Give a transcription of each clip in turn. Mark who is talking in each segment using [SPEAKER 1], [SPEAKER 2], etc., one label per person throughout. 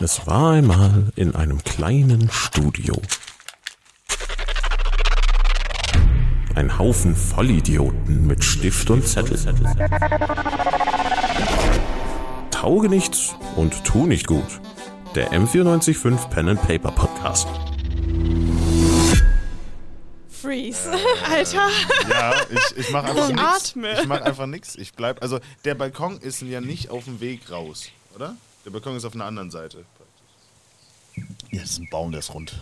[SPEAKER 1] Es war einmal in einem kleinen Studio. Ein Haufen Vollidioten mit Stift und Zettel. Tauge nichts und tu nicht gut. Der M945 Pen and Paper Podcast.
[SPEAKER 2] Freeze.
[SPEAKER 3] Äh.
[SPEAKER 2] Alter.
[SPEAKER 4] Ja, ich, ich mache einfach
[SPEAKER 2] Ich
[SPEAKER 4] nichts.
[SPEAKER 2] atme.
[SPEAKER 4] Ich mache einfach nichts. Ich bleib. Also der Balkon ist ja nicht auf dem Weg raus, oder? Der Balkon ist auf einer anderen Seite.
[SPEAKER 5] Ja, das ist ein Baum, der ist rund.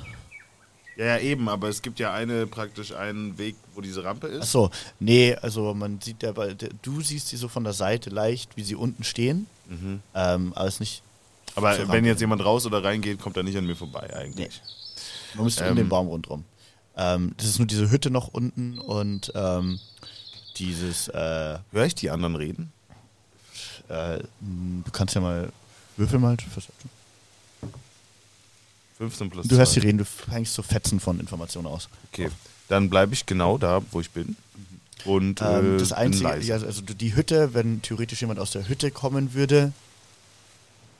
[SPEAKER 4] Ja, ja, eben, aber es gibt ja eine praktisch einen Weg, wo diese Rampe ist.
[SPEAKER 5] Achso, nee, also man sieht der, Ball- der, du siehst die so von der Seite leicht, wie sie unten stehen. Ähm, aber es ist nicht.
[SPEAKER 4] aber
[SPEAKER 5] zur
[SPEAKER 4] wenn
[SPEAKER 5] Rampe.
[SPEAKER 4] jetzt jemand raus oder reingeht, kommt er nicht an mir vorbei eigentlich.
[SPEAKER 5] Man müsste um den Baum rundrum. Ähm, das ist nur diese Hütte noch unten und ähm, dieses, äh,
[SPEAKER 4] Hör ich die anderen reden?
[SPEAKER 5] äh, m, du kannst ja mal Würfel mal. Perception.
[SPEAKER 4] 15 plus
[SPEAKER 5] Du hörst
[SPEAKER 4] zwei.
[SPEAKER 5] die reden, du fängst so Fetzen von Informationen aus.
[SPEAKER 4] Okay, dann bleibe ich genau da, wo ich bin. Und
[SPEAKER 5] Ähm,
[SPEAKER 4] äh,
[SPEAKER 5] das Einzige,
[SPEAKER 4] bin leise.
[SPEAKER 5] ja, also du- die Hütte, wenn theoretisch jemand aus der Hütte kommen würde,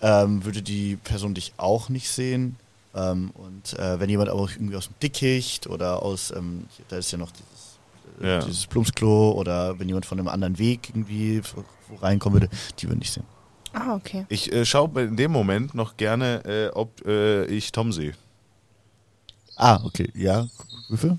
[SPEAKER 5] ähm, würde die Person dich auch nicht sehen. Ähm, und äh, wenn jemand aber auch irgendwie aus dem Dickicht oder aus, ähm, hier- da ist ja noch dieses, äh,
[SPEAKER 4] Ja.
[SPEAKER 5] dieses Plumpsklo oder wenn jemand von einem anderen Weg irgendwie wo wo reinkommen würde, die würden nicht sehen.
[SPEAKER 2] Ah, okay.
[SPEAKER 4] Ich äh, schaue in dem Moment noch gerne, äh, ob äh, ich Tom sehe,
[SPEAKER 5] Ah, okay, ja, Würfel.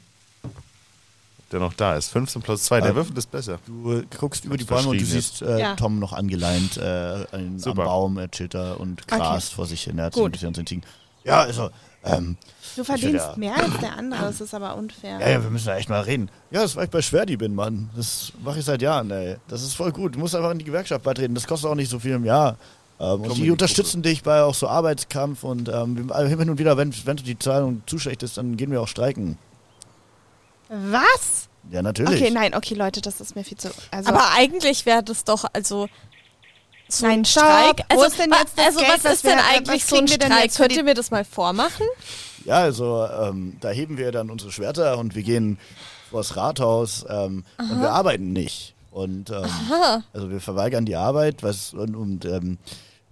[SPEAKER 4] der noch da ist. 15 plus 2,
[SPEAKER 5] Ah.
[SPEAKER 4] der Würfel ist besser.
[SPEAKER 5] Du äh, guckst über die
[SPEAKER 4] Hab's
[SPEAKER 5] Bäume und du
[SPEAKER 4] verschrien
[SPEAKER 5] siehst äh,
[SPEAKER 2] Ja.
[SPEAKER 5] Tom noch angeleint äh, an, am
[SPEAKER 4] Super.
[SPEAKER 5] Baum, er chillt da und
[SPEAKER 2] Okay.
[SPEAKER 5] grast vor sich hin. Er hat so
[SPEAKER 2] Gut.
[SPEAKER 5] ein bisschen an seinen Tigen. Ja, also, ähm,
[SPEAKER 2] Du
[SPEAKER 5] verdienst
[SPEAKER 2] verdienst
[SPEAKER 5] ja-
[SPEAKER 2] mehr als der andere, das ist aber unfair.
[SPEAKER 5] Ja, ja, wir müssen da echt mal reden. Ja, das war ich bei Schwerdi bin, Mann. Das mache ich seit Jahren, ey. Das ist voll gut. Du musst einfach in die Gewerkschaft beitreten. Das kostet auch nicht so viel im Jahr. Ähm, und
[SPEAKER 4] in
[SPEAKER 5] die
[SPEAKER 4] die
[SPEAKER 5] unterstützen dich bei auch so Arbeitskampf und ähm, wir- hin und wieder, wenn, wenn du die Zahlung zu schlecht ist, dann gehen wir auch streiken.
[SPEAKER 2] Was?
[SPEAKER 5] Ja, natürlich.
[SPEAKER 2] Okay, nein, okay, Leute, das ist mir viel zu. Also,
[SPEAKER 3] Aber eigentlich wäre das doch, also. So
[SPEAKER 2] Nein,
[SPEAKER 3] ein
[SPEAKER 2] stopp.
[SPEAKER 3] Streik.
[SPEAKER 2] Wo
[SPEAKER 3] Also,
[SPEAKER 2] ist denn
[SPEAKER 3] wa-
[SPEAKER 2] jetzt das
[SPEAKER 3] also
[SPEAKER 2] Geld,
[SPEAKER 3] was
[SPEAKER 2] was
[SPEAKER 3] ist
[SPEAKER 2] wir-
[SPEAKER 3] denn
[SPEAKER 2] was
[SPEAKER 3] eigentlich so ein
[SPEAKER 2] kriegen wir denn
[SPEAKER 3] Streik?
[SPEAKER 2] jetzt für
[SPEAKER 3] Könnt
[SPEAKER 2] die-
[SPEAKER 3] ihr mir das mal vormachen?
[SPEAKER 5] Ja, also ähm, da heben wir dann unsere Schwerter und wir gehen vors Rathaus ähm, und wir arbeiten nicht. Und ähm, also wir verweigern die Arbeit was, und, und ähm,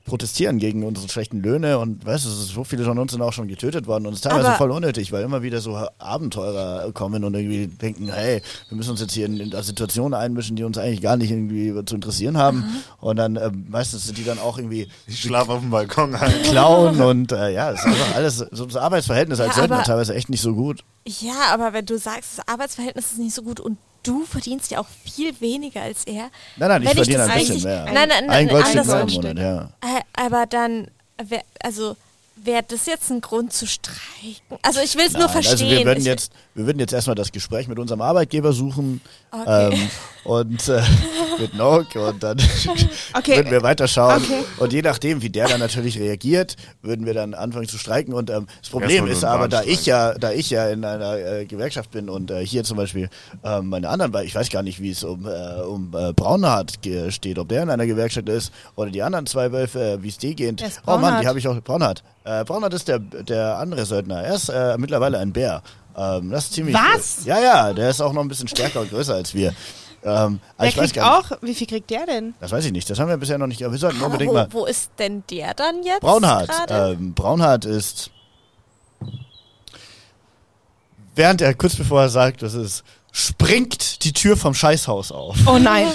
[SPEAKER 5] protestieren gegen unsere schlechten Löhne und weißt du, es ist- so viele von uns sind auch schon getötet worden und es ist teilweise
[SPEAKER 3] Aber-
[SPEAKER 5] voll unnötig, weil immer wieder so Abenteurer kommen und irgendwie denken, hey, wir müssen uns jetzt hier in, in da Situationen einmischen, die uns eigentlich gar nicht irgendwie zu interessieren haben. Und dann ähm, meistens sind die dann auch irgendwie
[SPEAKER 4] Ich schlafe auf dem Balkon ein.
[SPEAKER 5] klauen und äh, ja, es ist einfach alles, so das Arbeitsverhältnis als
[SPEAKER 3] Ja,
[SPEAKER 5] Söldner
[SPEAKER 3] aber-
[SPEAKER 5] teilweise echt nicht so gut.
[SPEAKER 3] Ja, aber wenn du sagst, das Arbeitsverhältnis ist nicht so gut und du verdienst ja auch viel weniger als er.
[SPEAKER 5] Nein, nein, ich
[SPEAKER 3] Wenn
[SPEAKER 5] verdiene
[SPEAKER 3] das
[SPEAKER 5] ein bisschen
[SPEAKER 3] richtig-
[SPEAKER 5] mehr.
[SPEAKER 3] Nein, nein, nein,
[SPEAKER 5] Ein Goldstück
[SPEAKER 3] anders-
[SPEAKER 5] mehr im
[SPEAKER 2] Goldstück.
[SPEAKER 5] Monat, ja.
[SPEAKER 3] Äh, Aber dann, wär, also wäre das jetzt ein Grund zu streiken? Also ich will es nur
[SPEAKER 5] Nein,
[SPEAKER 3] verstehen.
[SPEAKER 5] also wir würden,
[SPEAKER 3] ich,
[SPEAKER 5] jetzt, wir würden jetzt erstmal das Gespräch mit unserem Arbeitgeber suchen
[SPEAKER 3] Okay.
[SPEAKER 5] ähm, und äh, mit Nock und dann
[SPEAKER 2] Okay.
[SPEAKER 5] würden wir weiterschauen.
[SPEAKER 2] Okay.
[SPEAKER 5] Und je nachdem, wie der dann natürlich reagiert, würden wir dann anfangen zu streiken. Und ähm, das Problem
[SPEAKER 4] Erstmal
[SPEAKER 5] ist
[SPEAKER 4] nur einen
[SPEAKER 5] aber, da
[SPEAKER 4] Bahnstreik.
[SPEAKER 5] ich ja, da ich ja in einer äh, Gewerkschaft bin und äh, hier zum Beispiel ähm, meine anderen, Be- ich weiß gar nicht, wie es um, äh, um äh, Braunhardt ge- steht, ob der in einer Gewerkschaft ist oder die anderen zwei Wölfe, äh, wie es die geht.
[SPEAKER 2] Wer ist
[SPEAKER 5] Oh Mann,
[SPEAKER 2] Braunhardt?
[SPEAKER 5] die habe ich auch. Braunhardt. Äh, Braunhardt ist der, der andere Söldner. Er ist äh, mittlerweile ein Bär. Ähm, das ist ziemlich.
[SPEAKER 2] Was?
[SPEAKER 5] Ja, ja, der ist auch noch ein bisschen stärker und größer als wir. Ähm, aber
[SPEAKER 2] der
[SPEAKER 5] ich weiß
[SPEAKER 2] kriegt
[SPEAKER 5] gar nicht.
[SPEAKER 2] auch. Wie viel kriegt der denn?
[SPEAKER 5] Das weiß ich nicht. Das haben wir bisher noch nicht. Aber wir sollten
[SPEAKER 3] aber
[SPEAKER 5] unbedingt mal.
[SPEAKER 3] wo, wo ist denn der dann jetzt?
[SPEAKER 5] Braunhardt.
[SPEAKER 3] gerade?
[SPEAKER 5] Ähm, Braunhardt ist. Während er kurz bevor er sagt, das ist, springt die Tür vom Scheißhaus auf
[SPEAKER 2] Oh nein,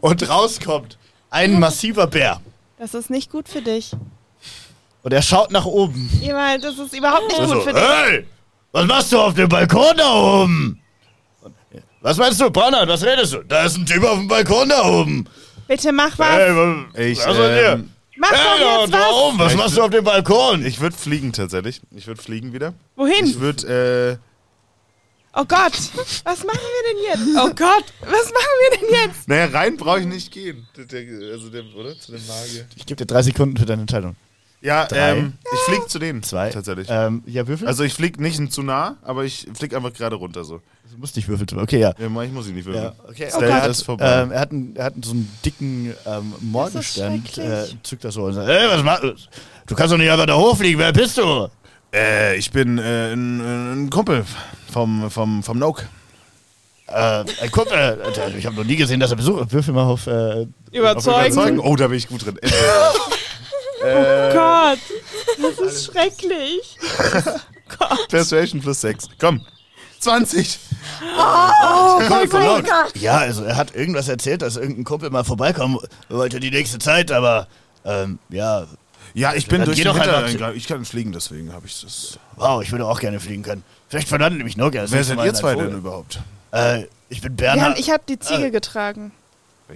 [SPEAKER 5] und rauskommt ein massiver Bär.
[SPEAKER 2] das ist nicht gut für dich.
[SPEAKER 5] Und er schaut nach oben.
[SPEAKER 2] Ewald, das ist überhaupt nicht gut
[SPEAKER 5] Also,
[SPEAKER 2] für dich.
[SPEAKER 5] hey, was machst du auf dem Balkon da oben? Was meinst du, Brannert, was redest du? Da ist ein Typ auf dem Balkon da oben.
[SPEAKER 2] Bitte mach was.
[SPEAKER 5] äh,
[SPEAKER 4] Ich,
[SPEAKER 5] was soll der?
[SPEAKER 4] ähm,
[SPEAKER 2] mach doch jetzt
[SPEAKER 5] da
[SPEAKER 2] was.
[SPEAKER 5] oben, was
[SPEAKER 4] Vielleicht-
[SPEAKER 5] machst du auf dem Balkon?
[SPEAKER 4] ich würde fliegen tatsächlich. Ich würde fliegen wieder. Ich äh,
[SPEAKER 2] Wohin?
[SPEAKER 4] würde,
[SPEAKER 2] Oh Gott, was machen wir denn jetzt? Oh Gott, was machen wir denn jetzt?
[SPEAKER 4] äh, naja, rein brauche ich nicht gehen. Der, der, also der, oder? Zu dem Magier.
[SPEAKER 5] Ich gebe dir drei Sekunden für deine Entscheidung.
[SPEAKER 4] Ja,
[SPEAKER 5] Drei.
[SPEAKER 4] ähm, ich flieg zu denen.
[SPEAKER 5] Zwei.
[SPEAKER 4] Tatsächlich.
[SPEAKER 5] Ähm, ja, Würfel?
[SPEAKER 4] Also ich flieg nicht zu nah, aber ich flieg einfach gerade runter so.
[SPEAKER 5] Also, du musst nicht würfeln. Okay, ja.
[SPEAKER 4] Ja, ich muss ihn nicht
[SPEAKER 5] Ja,
[SPEAKER 4] würfeln.
[SPEAKER 5] okay.
[SPEAKER 2] Oh
[SPEAKER 4] Stell
[SPEAKER 5] er,
[SPEAKER 4] das
[SPEAKER 5] hat,
[SPEAKER 4] vorbei.
[SPEAKER 5] ähm, er, hat einen, er hat so einen dicken ähm, Morgenstern,
[SPEAKER 2] Das ist
[SPEAKER 5] äh,
[SPEAKER 2] schrecklich.
[SPEAKER 5] zückt das so und sagt, hey, was machst du? Du kannst doch nicht einfach da hochfliegen, wer bist du?
[SPEAKER 4] Äh, ich bin äh, ein, ein Kumpel vom, vom, vom Noke.
[SPEAKER 5] Äh, ein Kumpel, äh, ich habe noch nie gesehen, dass er Besuch... Würfel mal auf... Äh,
[SPEAKER 4] Auf jeden Fall zeigen. Oh, da bin ich gut drin. Äh,
[SPEAKER 2] Gott. Gott, das ist schrecklich.
[SPEAKER 4] Persuasion plus 6. Komm. 20.
[SPEAKER 5] Voll verlockt. Ja, also er hat irgendwas erzählt, dass irgendein Kumpel mal vorbeikommen wollte die nächste Zeit, aber ähm, ja,
[SPEAKER 4] Ja, ich bin
[SPEAKER 5] Dann
[SPEAKER 4] durch
[SPEAKER 5] geh
[SPEAKER 4] den
[SPEAKER 5] doch einfach-
[SPEAKER 4] Hintereingang. Ich kann fliegen, deswegen habe ich das.
[SPEAKER 5] wow, ich würde auch gerne fliegen können. Vielleicht verlandet nämlich Nokia. das
[SPEAKER 4] Wer
[SPEAKER 5] nächste
[SPEAKER 4] seid
[SPEAKER 5] Mal
[SPEAKER 4] ihr
[SPEAKER 5] in ein
[SPEAKER 4] zwei
[SPEAKER 5] Vogel.
[SPEAKER 4] denn überhaupt?
[SPEAKER 5] Äh, ich bin
[SPEAKER 2] Wir
[SPEAKER 5] Bernhard.
[SPEAKER 2] haben, ich habe die
[SPEAKER 5] äh.
[SPEAKER 2] Ziege getragen.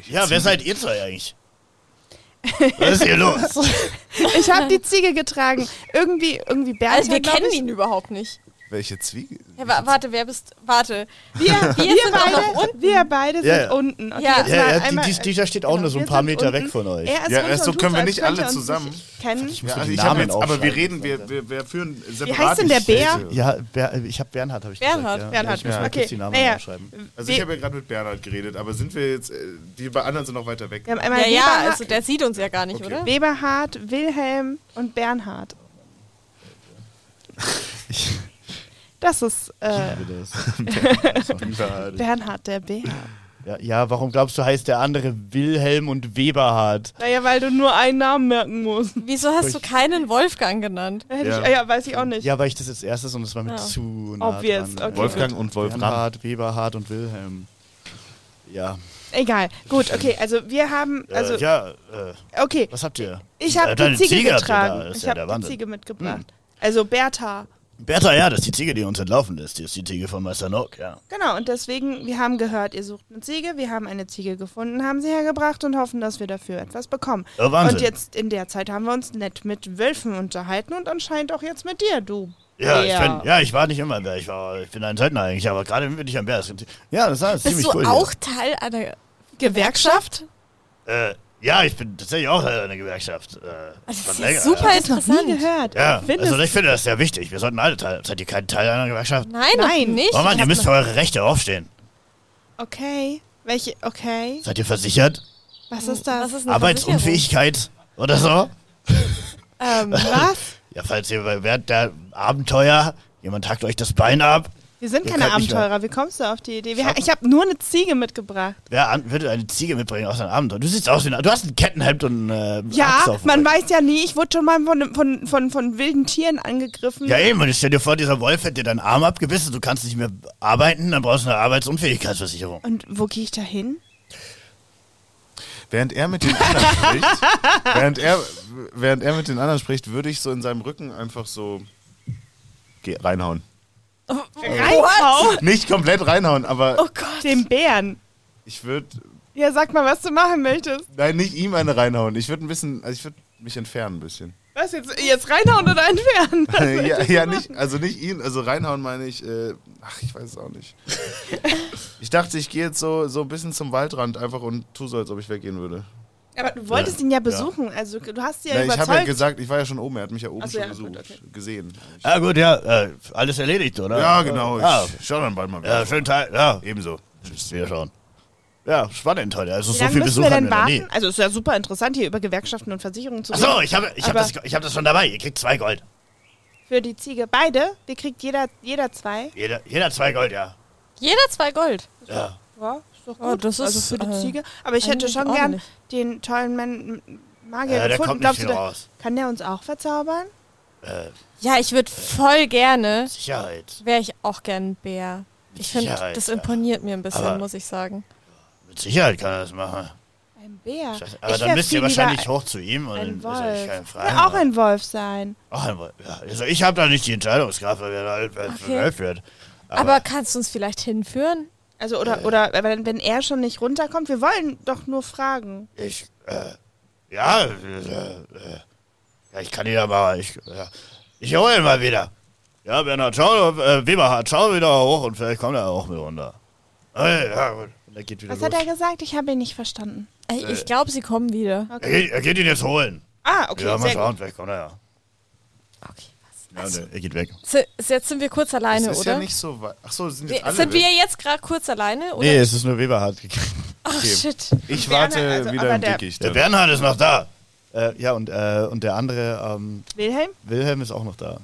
[SPEAKER 5] ja, wer seid ihr zwei eigentlich? Was ist hier los?
[SPEAKER 2] Ich habe die Ziege getragen. Irgendwie, irgendwie Bernhard,
[SPEAKER 3] Also wir
[SPEAKER 2] glaub
[SPEAKER 3] kennen
[SPEAKER 2] ich.
[SPEAKER 3] ihn überhaupt nicht.
[SPEAKER 4] Welche Zwiege?
[SPEAKER 3] Ja, wa warte, wer bist. Warte.
[SPEAKER 2] Wir, wir,
[SPEAKER 3] sind auch noch
[SPEAKER 2] beide, wir beide sind
[SPEAKER 5] Ja, ja.
[SPEAKER 2] unten. Okay,
[SPEAKER 3] Ja.
[SPEAKER 2] jetzt
[SPEAKER 5] Ja, ja,
[SPEAKER 2] mal
[SPEAKER 5] die-
[SPEAKER 2] einmal- genau,
[SPEAKER 5] dies- dieser steht auch nur so ein
[SPEAKER 2] wir
[SPEAKER 5] paar
[SPEAKER 2] sind
[SPEAKER 5] Meter weg von euch. also
[SPEAKER 2] Er ist
[SPEAKER 4] Ja,
[SPEAKER 2] runter
[SPEAKER 4] so
[SPEAKER 2] und
[SPEAKER 4] können wir
[SPEAKER 2] tut, als
[SPEAKER 4] nicht alle
[SPEAKER 2] könnte er uns
[SPEAKER 4] zusammen.
[SPEAKER 2] Kennen.
[SPEAKER 5] muss
[SPEAKER 4] Ja,
[SPEAKER 5] mir
[SPEAKER 4] also
[SPEAKER 5] die
[SPEAKER 4] ich hab
[SPEAKER 5] Namen
[SPEAKER 4] jetzt, aber wir
[SPEAKER 5] aufschreiben.
[SPEAKER 4] reden, wir, wir, wir führen separat.
[SPEAKER 2] heißt denn der Bär?
[SPEAKER 5] Ja, Ber ich habe Bernhard, habe ich
[SPEAKER 3] Bernhard,
[SPEAKER 5] gesagt. Ja.
[SPEAKER 2] Bernhard,
[SPEAKER 5] ich muss mal
[SPEAKER 2] okay.
[SPEAKER 5] kurz die Namen
[SPEAKER 2] Naja.
[SPEAKER 5] aufschreiben.
[SPEAKER 4] Also ich habe ja gerade mit Bernhard geredet, aber sind wir jetzt, äh, die bei anderen sind noch weiter weg.
[SPEAKER 2] Wir haben einmal
[SPEAKER 3] Ja, ja,
[SPEAKER 2] Weberhard,
[SPEAKER 3] also der sieht uns ja gar nicht, oder?
[SPEAKER 2] Weberhard, Wilhelm und Bernhard. Das ist äh,
[SPEAKER 4] Bernhard.
[SPEAKER 2] Bernhard der Bär.
[SPEAKER 5] Ja, ja, warum glaubst du, heißt der andere Wilhelm und Weberhard?
[SPEAKER 2] Naja, weil du nur einen Namen merken musst.
[SPEAKER 3] Wieso hast du keinen Wolfgang genannt?
[SPEAKER 2] Hätte
[SPEAKER 4] Ja.
[SPEAKER 2] Ich, ja, weiß ich auch nicht.
[SPEAKER 5] Ja, weil ich das jetzt erstes und es war mit
[SPEAKER 3] Ja.
[SPEAKER 5] zu
[SPEAKER 2] Obvious, okay.
[SPEAKER 4] Wolfgang und Wolfram.
[SPEAKER 5] Bernhard, Weberhard und Wilhelm. Ja.
[SPEAKER 2] Egal. Gut, okay. Also wir haben, also
[SPEAKER 5] äh, ja, äh,
[SPEAKER 2] okay,
[SPEAKER 5] was habt ihr?
[SPEAKER 2] ich habe
[SPEAKER 5] Äh,
[SPEAKER 2] die
[SPEAKER 5] deine
[SPEAKER 2] Ziege,
[SPEAKER 5] habt ihr
[SPEAKER 2] getragen.
[SPEAKER 5] Da. Ist
[SPEAKER 2] ich
[SPEAKER 5] ja
[SPEAKER 2] habe
[SPEAKER 5] der
[SPEAKER 2] die
[SPEAKER 5] Wahnsinn. Hm.
[SPEAKER 2] Ziege mitgebracht. Also Bertha.
[SPEAKER 5] Bertha, ja, das ist die Ziege, die uns entlaufen ist. Die ist die Ziege von Meister Nock, ja.
[SPEAKER 2] Genau, und deswegen, wir haben gehört, ihr sucht eine Ziege, wir haben eine Ziege gefunden, haben sie hergebracht und hoffen, dass wir dafür etwas bekommen.
[SPEAKER 5] Ja, Wahnsinn.
[SPEAKER 2] Und jetzt in der Zeit haben wir uns nett mit Wölfen unterhalten und anscheinend auch jetzt mit dir, du.
[SPEAKER 5] Ja, ich
[SPEAKER 2] Bär.
[SPEAKER 5] bin, ja, ich war nicht immer ein Bär. Ich, war, ich bin ein Söldner eigentlich, aber gerade bin ich ein Bär. Es gibt- Ja, das ist
[SPEAKER 3] Bist
[SPEAKER 5] ziemlich
[SPEAKER 3] du
[SPEAKER 5] cool. hier.
[SPEAKER 3] auch Teil einer Gewerkschaft?
[SPEAKER 5] Äh, ja, ich bin tatsächlich auch Teil einer Gewerkschaft. Äh,
[SPEAKER 3] Also
[SPEAKER 5] schon
[SPEAKER 3] das
[SPEAKER 5] länger,
[SPEAKER 3] ist super
[SPEAKER 5] Ja,
[SPEAKER 2] Nie
[SPEAKER 3] interessant.
[SPEAKER 2] gehört.
[SPEAKER 5] ja
[SPEAKER 2] Findest-
[SPEAKER 5] also ich finde das sehr wichtig. Wir sollten alle Teil. Seid ihr kein Teil einer Gewerkschaft?
[SPEAKER 3] Nein,
[SPEAKER 2] Nein.
[SPEAKER 3] Nein. nicht.
[SPEAKER 5] Oh Mann, ihr
[SPEAKER 3] Hat
[SPEAKER 5] müsst für
[SPEAKER 3] man-
[SPEAKER 5] eure Rechte aufstehen.
[SPEAKER 2] Okay. Welche, okay.
[SPEAKER 5] Seid ihr versichert?
[SPEAKER 2] Was ist das?
[SPEAKER 3] Was ist eine
[SPEAKER 5] Arbeitsunfähigkeit oder so?
[SPEAKER 3] Versicherung? Ähm,
[SPEAKER 2] Was?
[SPEAKER 5] Ja, falls ihr bei- während der Abenteuer, jemand hackt euch das Bein ab.
[SPEAKER 2] Wir sind
[SPEAKER 5] Ihr
[SPEAKER 2] keine
[SPEAKER 5] könnt nicht mehr.
[SPEAKER 2] Abenteurer. Wie kommst du auf die Idee? Wir, ich habe nur eine Ziege mitgebracht.
[SPEAKER 5] Wer an, würde eine Ziege mitbringen aus einem Abenteuer? Du siehst aus wie ein, Du hast ein Kettenhemd und äh,
[SPEAKER 2] Ja,
[SPEAKER 5] Axt auf dem
[SPEAKER 2] man
[SPEAKER 5] Rücken.
[SPEAKER 2] weiß ja nie. Ich wurde schon mal von, von, von, von wilden Tieren angegriffen.
[SPEAKER 5] Ja, eh. eben. Und ich stell dir vor, dieser Wolf hätte dir deinen Arm abgebissen, du kannst nicht mehr arbeiten, dann brauchst du eine Arbeitsunfähigkeitsversicherung.
[SPEAKER 2] Und wo gehe ich da hin?
[SPEAKER 4] Während er mit den anderen spricht, während er, während er mit den anderen spricht, würde ich so in seinem Rücken einfach so Geh, reinhauen.
[SPEAKER 5] Äh,
[SPEAKER 2] Reinhau?
[SPEAKER 4] Nicht komplett reinhauen, aber
[SPEAKER 2] Oh Gott. Dem Bären.
[SPEAKER 4] ich würde,
[SPEAKER 2] Ja, sag mal, was du machen möchtest.
[SPEAKER 4] nein, nicht ihm eine reinhauen. Ich würde ein bisschen, also ich würde mich entfernen ein bisschen.
[SPEAKER 2] Was jetzt? Jetzt reinhauen oder entfernen?
[SPEAKER 4] ja, ja nicht, also nicht ihn, also reinhauen meine ich, äh, ach, ich weiß es auch nicht. ich dachte, ich gehe jetzt so, so ein bisschen zum Waldrand einfach und tu so, als ob ich weggehen würde.
[SPEAKER 2] Aber du wolltest ihn ja besuchen. Also du hast ihn ja
[SPEAKER 4] Na, ich
[SPEAKER 2] überzeugt.
[SPEAKER 4] habe ja gesagt, ich war ja schon oben, er hat mich ja oben
[SPEAKER 2] Ach so,
[SPEAKER 4] schon
[SPEAKER 2] ja,
[SPEAKER 4] besucht,
[SPEAKER 2] gut, okay.
[SPEAKER 4] gesehen.
[SPEAKER 5] Ja, gut, ja. Äh, alles erledigt, oder?
[SPEAKER 4] Ja, genau, ich
[SPEAKER 5] Ja,
[SPEAKER 4] schau dann bald mal wieder.
[SPEAKER 5] ja schönen Tag. Ja,
[SPEAKER 4] Ebenso.
[SPEAKER 5] wir schauen. Ja, spannend heute. Also,
[SPEAKER 2] Wie
[SPEAKER 5] so
[SPEAKER 2] lange
[SPEAKER 5] viel
[SPEAKER 2] müssen
[SPEAKER 5] Besuch
[SPEAKER 2] wir
[SPEAKER 5] haben
[SPEAKER 2] denn
[SPEAKER 5] wir noch nie.
[SPEAKER 2] warten? Also ist ja super interessant, hier über Gewerkschaften und Versicherungen zu reden.
[SPEAKER 5] Achso, ich habe ich hab
[SPEAKER 2] Aber-
[SPEAKER 5] das, ich hab das schon dabei. Ihr kriegt zwei Gold.
[SPEAKER 2] Für die Ziege. Beide? Wir kriegt jeder, jeder zwei?
[SPEAKER 5] Jeder, jeder zwei Gold, ja.
[SPEAKER 3] jeder zwei Gold.
[SPEAKER 5] Ja.
[SPEAKER 2] Ja, ist doch gut.
[SPEAKER 3] Oh, das ist,
[SPEAKER 2] also für die
[SPEAKER 3] äh,
[SPEAKER 2] Ziege. Aber ich hätte
[SPEAKER 3] eigentlich
[SPEAKER 2] schon gern
[SPEAKER 3] ordentlich.
[SPEAKER 2] den tollen Mann, M- Magier
[SPEAKER 5] Äh, der
[SPEAKER 2] gefunden.
[SPEAKER 5] kommt nicht
[SPEAKER 2] Glaubst
[SPEAKER 5] viel
[SPEAKER 2] du, der-
[SPEAKER 5] raus.
[SPEAKER 2] Kann der uns auch verzaubern?
[SPEAKER 3] Ja, ich würde voll gerne,
[SPEAKER 5] Sicherheit.
[SPEAKER 3] wäre ich auch gern ein Bär. Ich finde,
[SPEAKER 5] Sicherheit,
[SPEAKER 3] das
[SPEAKER 5] ja.
[SPEAKER 3] imponiert mir ein bisschen,
[SPEAKER 5] Aber-
[SPEAKER 3] muss ich sagen.
[SPEAKER 5] Mit Sicherheit kann er das machen.
[SPEAKER 2] Ein Bär.
[SPEAKER 5] Aber
[SPEAKER 2] Ich
[SPEAKER 5] dann
[SPEAKER 2] wär
[SPEAKER 5] müsst ihr
[SPEAKER 2] viel lieber
[SPEAKER 5] wahrscheinlich hoch zu ihm und dann
[SPEAKER 2] Ein
[SPEAKER 5] ist er keine
[SPEAKER 2] Wolf.
[SPEAKER 5] Frage.
[SPEAKER 2] Kann auch ein Wolf sein.
[SPEAKER 5] Auch ein Wolf. Ja, also ich habe da nicht die Entscheidungskraft, weil wir da alt okay.
[SPEAKER 3] Okay.
[SPEAKER 5] Wolf wird.
[SPEAKER 3] Aber, kannst du uns vielleicht hinführen?
[SPEAKER 2] Also oder oder wenn, wenn er schon nicht runterkommt, wir wollen doch nur fragen.
[SPEAKER 5] Ich, äh, ja, äh, äh, ja, ich kann ihn ja mal, ich, ja, ich hole ihn mal wieder. Ja, Bernhard, schau, äh, Weberhard, schau wieder hoch und vielleicht kommt er auch mit runter. Äh, ja, gut. Und er geht wieder
[SPEAKER 2] Was
[SPEAKER 5] los.
[SPEAKER 2] hat er gesagt? Ich habe ihn nicht verstanden.
[SPEAKER 3] Äh, Ich glaube, sie kommen wieder.
[SPEAKER 5] er, geht, er geht ihn jetzt holen.
[SPEAKER 2] Ah, okay,
[SPEAKER 5] ja, mal
[SPEAKER 2] sehr
[SPEAKER 5] schauen,
[SPEAKER 2] gut.
[SPEAKER 5] vielleicht kommt er ja.
[SPEAKER 3] Okay. was?
[SPEAKER 5] ja nee, er geht weg.
[SPEAKER 3] Se- Jetzt sind wir kurz
[SPEAKER 4] Das
[SPEAKER 3] alleine,
[SPEAKER 4] ist
[SPEAKER 3] oder?
[SPEAKER 4] ja nicht so weit. Achso, sind jetzt
[SPEAKER 3] wir,
[SPEAKER 4] alle
[SPEAKER 3] sind
[SPEAKER 4] weg?
[SPEAKER 3] wir jetzt gerade kurz alleine? Oder?
[SPEAKER 5] Nee, es ist nur Weberhard.
[SPEAKER 3] Ach, shit.
[SPEAKER 4] Ich
[SPEAKER 2] Werner,
[SPEAKER 4] warte
[SPEAKER 2] also, aber
[SPEAKER 4] wieder im
[SPEAKER 2] der-
[SPEAKER 4] Dickicht.
[SPEAKER 5] Der Bernhard ist noch da. Äh, ja, und, äh, und der andere, ähm,
[SPEAKER 2] Wilhelm?
[SPEAKER 5] Wilhelm ist auch noch da.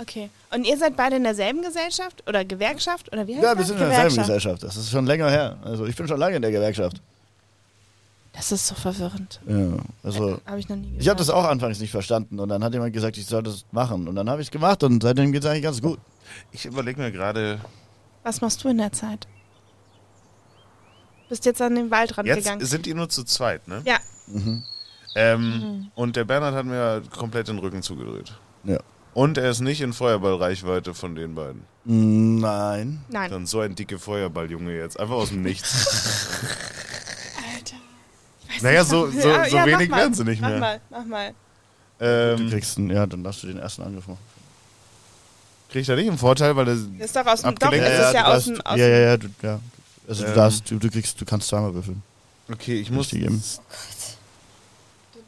[SPEAKER 2] Okay. Und ihr seid beide in derselben Gesellschaft oder Gewerkschaft oder wie heißt
[SPEAKER 5] Ja, wir
[SPEAKER 2] das?
[SPEAKER 5] sind in derselben Gesellschaft. Das ist schon länger her. Also ich bin schon lange in der Gewerkschaft.
[SPEAKER 2] Das ist so verwirrend.
[SPEAKER 5] Ja, also
[SPEAKER 2] Habe ich noch nie gehört.
[SPEAKER 5] ich habe das auch anfangs nicht verstanden und dann hat jemand gesagt, ich soll das machen und dann habe ich es gemacht und seitdem geht es eigentlich ganz gut.
[SPEAKER 4] Ich überlege mir gerade,
[SPEAKER 2] Was machst du in der Zeit? Bist jetzt an den Waldrand
[SPEAKER 4] jetzt
[SPEAKER 2] gegangen.
[SPEAKER 4] sind die nur zu zweit, ne?
[SPEAKER 2] ja,
[SPEAKER 4] Ähm,
[SPEAKER 2] Mhm.
[SPEAKER 4] Und der Bernhard hat mir komplett den Rücken zugedreht.
[SPEAKER 5] Ja.
[SPEAKER 4] Und er ist nicht in Feuerballreichweite von den beiden.
[SPEAKER 5] Mm, Nein.
[SPEAKER 2] nein.
[SPEAKER 4] Dann so ein dicke Feuerballjunge jetzt. Einfach aus dem Nichts.
[SPEAKER 2] Alter.
[SPEAKER 4] naja, so, so, so
[SPEAKER 2] Ja, ja,
[SPEAKER 4] wenig
[SPEAKER 2] mach mal.
[SPEAKER 4] werden sie nicht
[SPEAKER 2] mach
[SPEAKER 4] mehr.
[SPEAKER 2] Mal, mach mal.
[SPEAKER 5] Du
[SPEAKER 4] Ähm,
[SPEAKER 5] kriegst einen, ja, dann lass du den ersten Angriff machen.
[SPEAKER 4] kriegt er nicht einen Vorteil, weil er.
[SPEAKER 2] Das ist doch aus dem Doch,
[SPEAKER 4] Abgelenkt.
[SPEAKER 2] das ist ja
[SPEAKER 5] du
[SPEAKER 2] aus
[SPEAKER 5] darfst,
[SPEAKER 2] dem. Aus
[SPEAKER 5] ja, ja, ja, du, ja. Also du
[SPEAKER 4] Ähm.
[SPEAKER 5] darfst, du, du kriegst, du kannst zweimal würfeln.
[SPEAKER 4] Okay, ich muss.
[SPEAKER 5] Richtig eben.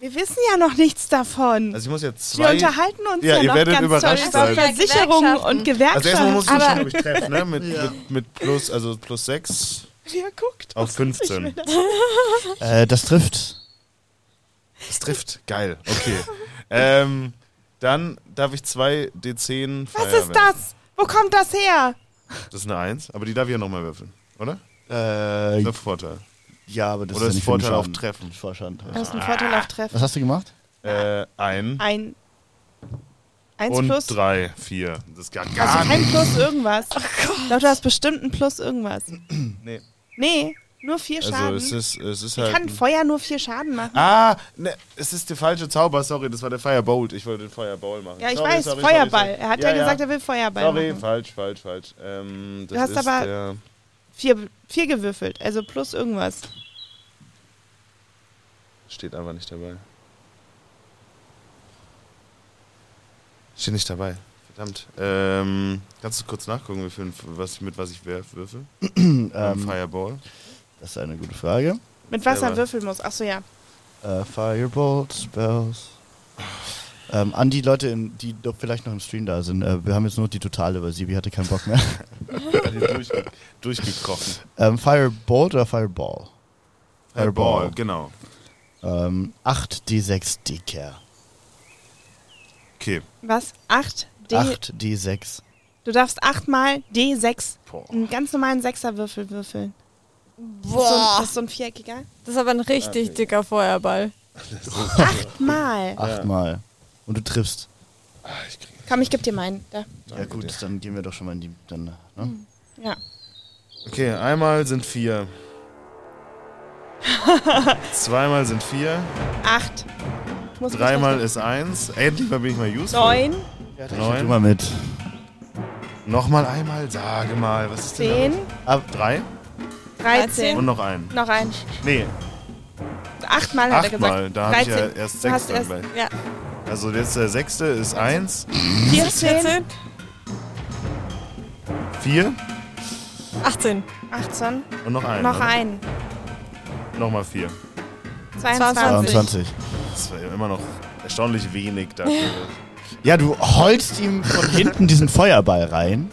[SPEAKER 2] Wir wissen ja noch nichts davon.
[SPEAKER 4] Also ich muss jetzt
[SPEAKER 2] wir
[SPEAKER 4] zwei.
[SPEAKER 2] unterhalten uns
[SPEAKER 4] Ja,
[SPEAKER 2] ja,
[SPEAKER 4] ihr
[SPEAKER 2] noch
[SPEAKER 4] werdet
[SPEAKER 2] ganz
[SPEAKER 4] überrascht sein.
[SPEAKER 2] toll über Versicherungen
[SPEAKER 3] Gewerkschaften.
[SPEAKER 2] und
[SPEAKER 4] Also
[SPEAKER 2] Gewerkschaften.
[SPEAKER 4] erstmal musst du
[SPEAKER 3] Aber-
[SPEAKER 4] schon, glaube ich, treffen, ne? Mit,
[SPEAKER 5] Ja.
[SPEAKER 4] mit, mit plus, also plus 6
[SPEAKER 2] Wer guckt?
[SPEAKER 4] auf 15.
[SPEAKER 5] Äh, das trifft.
[SPEAKER 4] Das trifft. Geil. Okay. ähm, dann darf ich zwei D10
[SPEAKER 2] Was
[SPEAKER 4] Feuer
[SPEAKER 2] ist
[SPEAKER 4] werfen.
[SPEAKER 2] das? Wo kommt das her?
[SPEAKER 4] Das ist eine 1, aber die darf ich ja nochmal würfeln, oder?
[SPEAKER 5] Äh,
[SPEAKER 4] Der Vorteil.
[SPEAKER 5] ja, aber das
[SPEAKER 4] Oder
[SPEAKER 5] ist ja
[SPEAKER 4] ist
[SPEAKER 5] nicht für den
[SPEAKER 4] Vorteil auf
[SPEAKER 5] Schaden.
[SPEAKER 4] Treffen?
[SPEAKER 5] Vorstand.
[SPEAKER 2] Das ist ein Vorteil auf
[SPEAKER 5] Was
[SPEAKER 2] Treffen.
[SPEAKER 5] hast du gemacht?
[SPEAKER 4] Äh, ein
[SPEAKER 2] Ein. Eins
[SPEAKER 4] und
[SPEAKER 2] plus.
[SPEAKER 4] drei, vier. Das ist gar,
[SPEAKER 2] Also
[SPEAKER 4] gar
[SPEAKER 2] kein
[SPEAKER 4] nicht.
[SPEAKER 2] Plus irgendwas. Oh Gott. Doch, du hast bestimmt ein Plus irgendwas.
[SPEAKER 4] Nee.
[SPEAKER 2] Nee, nur vier
[SPEAKER 4] Also
[SPEAKER 2] Schaden.
[SPEAKER 4] es ist, es ist
[SPEAKER 2] Wie
[SPEAKER 4] halt.
[SPEAKER 2] kann Feuer nur vier Schaden machen?
[SPEAKER 4] ah, ne, es ist der falsche Zauber, sorry, das war der Firebolt. Ich wollte den Fireball machen.
[SPEAKER 2] ja, ich
[SPEAKER 4] sorry,
[SPEAKER 2] weiß,
[SPEAKER 4] sorry, sorry,
[SPEAKER 2] Feuerball.
[SPEAKER 4] sorry.
[SPEAKER 2] Er hat ja, gesagt, er will Feuerball
[SPEAKER 4] Sorry,
[SPEAKER 2] machen.
[SPEAKER 4] falsch, falsch, falsch. Ähm, das
[SPEAKER 2] Du hast
[SPEAKER 4] ist
[SPEAKER 2] aber-
[SPEAKER 4] der,
[SPEAKER 2] Vier, vier gewürfelt, also plus irgendwas.
[SPEAKER 4] steht einfach nicht dabei. Steht nicht dabei. Verdammt. Ähm, kannst du kurz nachgucken, wie viel, was ich, mit was ich werf, würfel? Ähm,
[SPEAKER 5] Ähm,
[SPEAKER 4] Fireball.
[SPEAKER 5] das ist eine gute Frage.
[SPEAKER 2] Mit was er
[SPEAKER 4] Selber.
[SPEAKER 2] würfeln muss. Achso, ja.
[SPEAKER 5] Äh, Firebolt, Spells. Ähm, an die Leute, in, die doch vielleicht noch im Stream da sind. Äh, wir haben jetzt nur die totale über sie. hatte keinen Bock mehr.
[SPEAKER 4] Hat ihn durchge durchgekrochen.
[SPEAKER 5] ähm, Firebolt oder Fireball?
[SPEAKER 4] Fireball, genau.
[SPEAKER 5] Ähm, 8d6 dicker.
[SPEAKER 4] Okay.
[SPEAKER 2] Was? Acht D.
[SPEAKER 5] 8d6.
[SPEAKER 2] Du darfst achtmal D6,
[SPEAKER 4] Boah.
[SPEAKER 2] einen ganz normalen Sechserwürfel würfeln. Das ist, so ein,
[SPEAKER 3] Boah,
[SPEAKER 2] das ist so ein viereckiger.
[SPEAKER 3] das ist aber ein richtig dicker Feuerball.
[SPEAKER 2] Mal.
[SPEAKER 5] Achtmal. Und du triffst.
[SPEAKER 2] Komm, ich geb dir meinen. Da.
[SPEAKER 5] Ja gut, dann gehen wir doch schon mal in die. Dann, ne?
[SPEAKER 2] Ja.
[SPEAKER 4] Okay, einmal sind vier. Zweimal sind vier.
[SPEAKER 2] Acht. Ich muss mich
[SPEAKER 4] Dreimal
[SPEAKER 2] rechnen.
[SPEAKER 4] ist eins. Endlich mal bin ich mal useful.
[SPEAKER 2] Neun,
[SPEAKER 5] Du
[SPEAKER 4] Neun.
[SPEAKER 5] mal mit.
[SPEAKER 4] Nochmal einmal. Sage mal, was ist denn?
[SPEAKER 2] zehn,
[SPEAKER 4] da? Ah, Drei. Und
[SPEAKER 2] dreizehn.
[SPEAKER 4] noch einen.
[SPEAKER 2] Noch ein.
[SPEAKER 4] Nee,
[SPEAKER 2] Achtmal hat er gesagt.
[SPEAKER 4] achtmal. Da habe ich ja
[SPEAKER 2] 13.
[SPEAKER 4] erst
[SPEAKER 2] Du
[SPEAKER 4] sechs
[SPEAKER 2] hast erst-
[SPEAKER 4] dabei.
[SPEAKER 3] Ja,
[SPEAKER 4] Also jetzt der sechste ist eins.
[SPEAKER 2] 14,
[SPEAKER 3] 14,
[SPEAKER 4] Vier.
[SPEAKER 3] 18,
[SPEAKER 2] 18,
[SPEAKER 4] Und noch einen.
[SPEAKER 2] noch
[SPEAKER 4] oder?
[SPEAKER 2] ein.
[SPEAKER 4] Nochmal vier.
[SPEAKER 2] 22.
[SPEAKER 5] 22.
[SPEAKER 4] Das war ja immer noch erstaunlich wenig dafür.
[SPEAKER 5] Ja, du holst ihm von hinten diesen Feuerball rein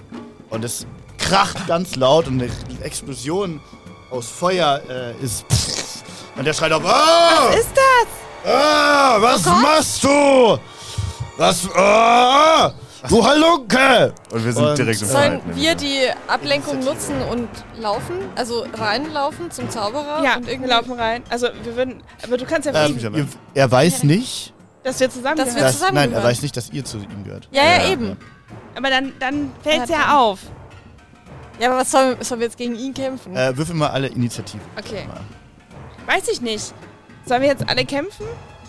[SPEAKER 5] und es kracht ganz laut und eine Explosion aus Feuer äh, ist. Und der schreit auf: Ah!
[SPEAKER 2] Ist das?
[SPEAKER 5] Ah, was machst du? Was? Ah, du Halunke!
[SPEAKER 4] Und wir sind
[SPEAKER 5] Und,
[SPEAKER 4] direkt im
[SPEAKER 3] Sollen
[SPEAKER 4] Verhalten.
[SPEAKER 3] wir die Ablenkung nutzen und laufen? Also reinlaufen zum Zauberer?
[SPEAKER 2] Ja,
[SPEAKER 3] Oh, und
[SPEAKER 2] wir
[SPEAKER 3] irgendwie,
[SPEAKER 2] laufen rein. Also wir würden, aber du kannst ja
[SPEAKER 5] Ähm,
[SPEAKER 2] fliegen,
[SPEAKER 4] ja, ne?
[SPEAKER 5] ihr, er weiß nicht,
[SPEAKER 2] dass wir zusammen
[SPEAKER 3] Dass wir
[SPEAKER 5] dass, nein,
[SPEAKER 2] gehören.
[SPEAKER 5] er
[SPEAKER 3] zusammengehören.
[SPEAKER 5] weiß nicht, dass ihr zu ihm gehört.
[SPEAKER 3] Ja, ja,
[SPEAKER 4] Ja.
[SPEAKER 3] eben.
[SPEAKER 2] Aber dann, dann fällt es
[SPEAKER 3] Ja,
[SPEAKER 2] ja
[SPEAKER 3] dann.
[SPEAKER 2] auf.
[SPEAKER 3] Ja, aber was sollen, sollen wir jetzt gegen ihn kämpfen?
[SPEAKER 5] Äh, würfel mal alle Initiative.
[SPEAKER 3] okay.
[SPEAKER 2] Weiß ich nicht. Sollen wir jetzt alle kämpfen?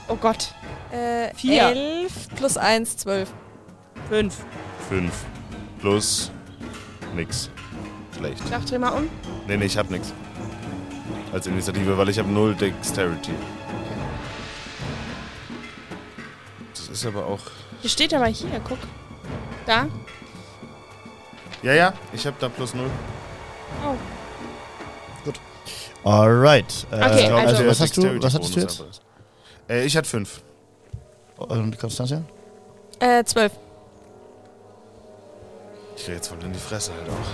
[SPEAKER 2] Oh Gott.
[SPEAKER 3] Äh,
[SPEAKER 2] Vier.
[SPEAKER 3] 11 plus 1, 12.
[SPEAKER 2] Fünf.
[SPEAKER 4] Fünf. Plus nix. Schlecht.
[SPEAKER 2] Doch, dreh mal um.
[SPEAKER 4] Nee, nee, ich hab nix. Als Initiative, weil ich hab null Dexterity. Das ist aber auch.
[SPEAKER 2] Die steht aber hier, guck. Da.
[SPEAKER 4] Ja, ja, ich hab da plus null.
[SPEAKER 2] Oh.
[SPEAKER 5] Alright. Äh,
[SPEAKER 2] Okay,
[SPEAKER 4] Ich glaub,
[SPEAKER 2] also-
[SPEAKER 4] der
[SPEAKER 5] was, hast du, was
[SPEAKER 4] Dexterity-Bonus
[SPEAKER 5] hattest du jetzt?
[SPEAKER 4] einfach ist. Äh, ich hatte fünf.
[SPEAKER 5] Und Konstanzia?
[SPEAKER 3] Äh, 12.
[SPEAKER 4] Ich krieg jetzt voll in die Fresse halt auch.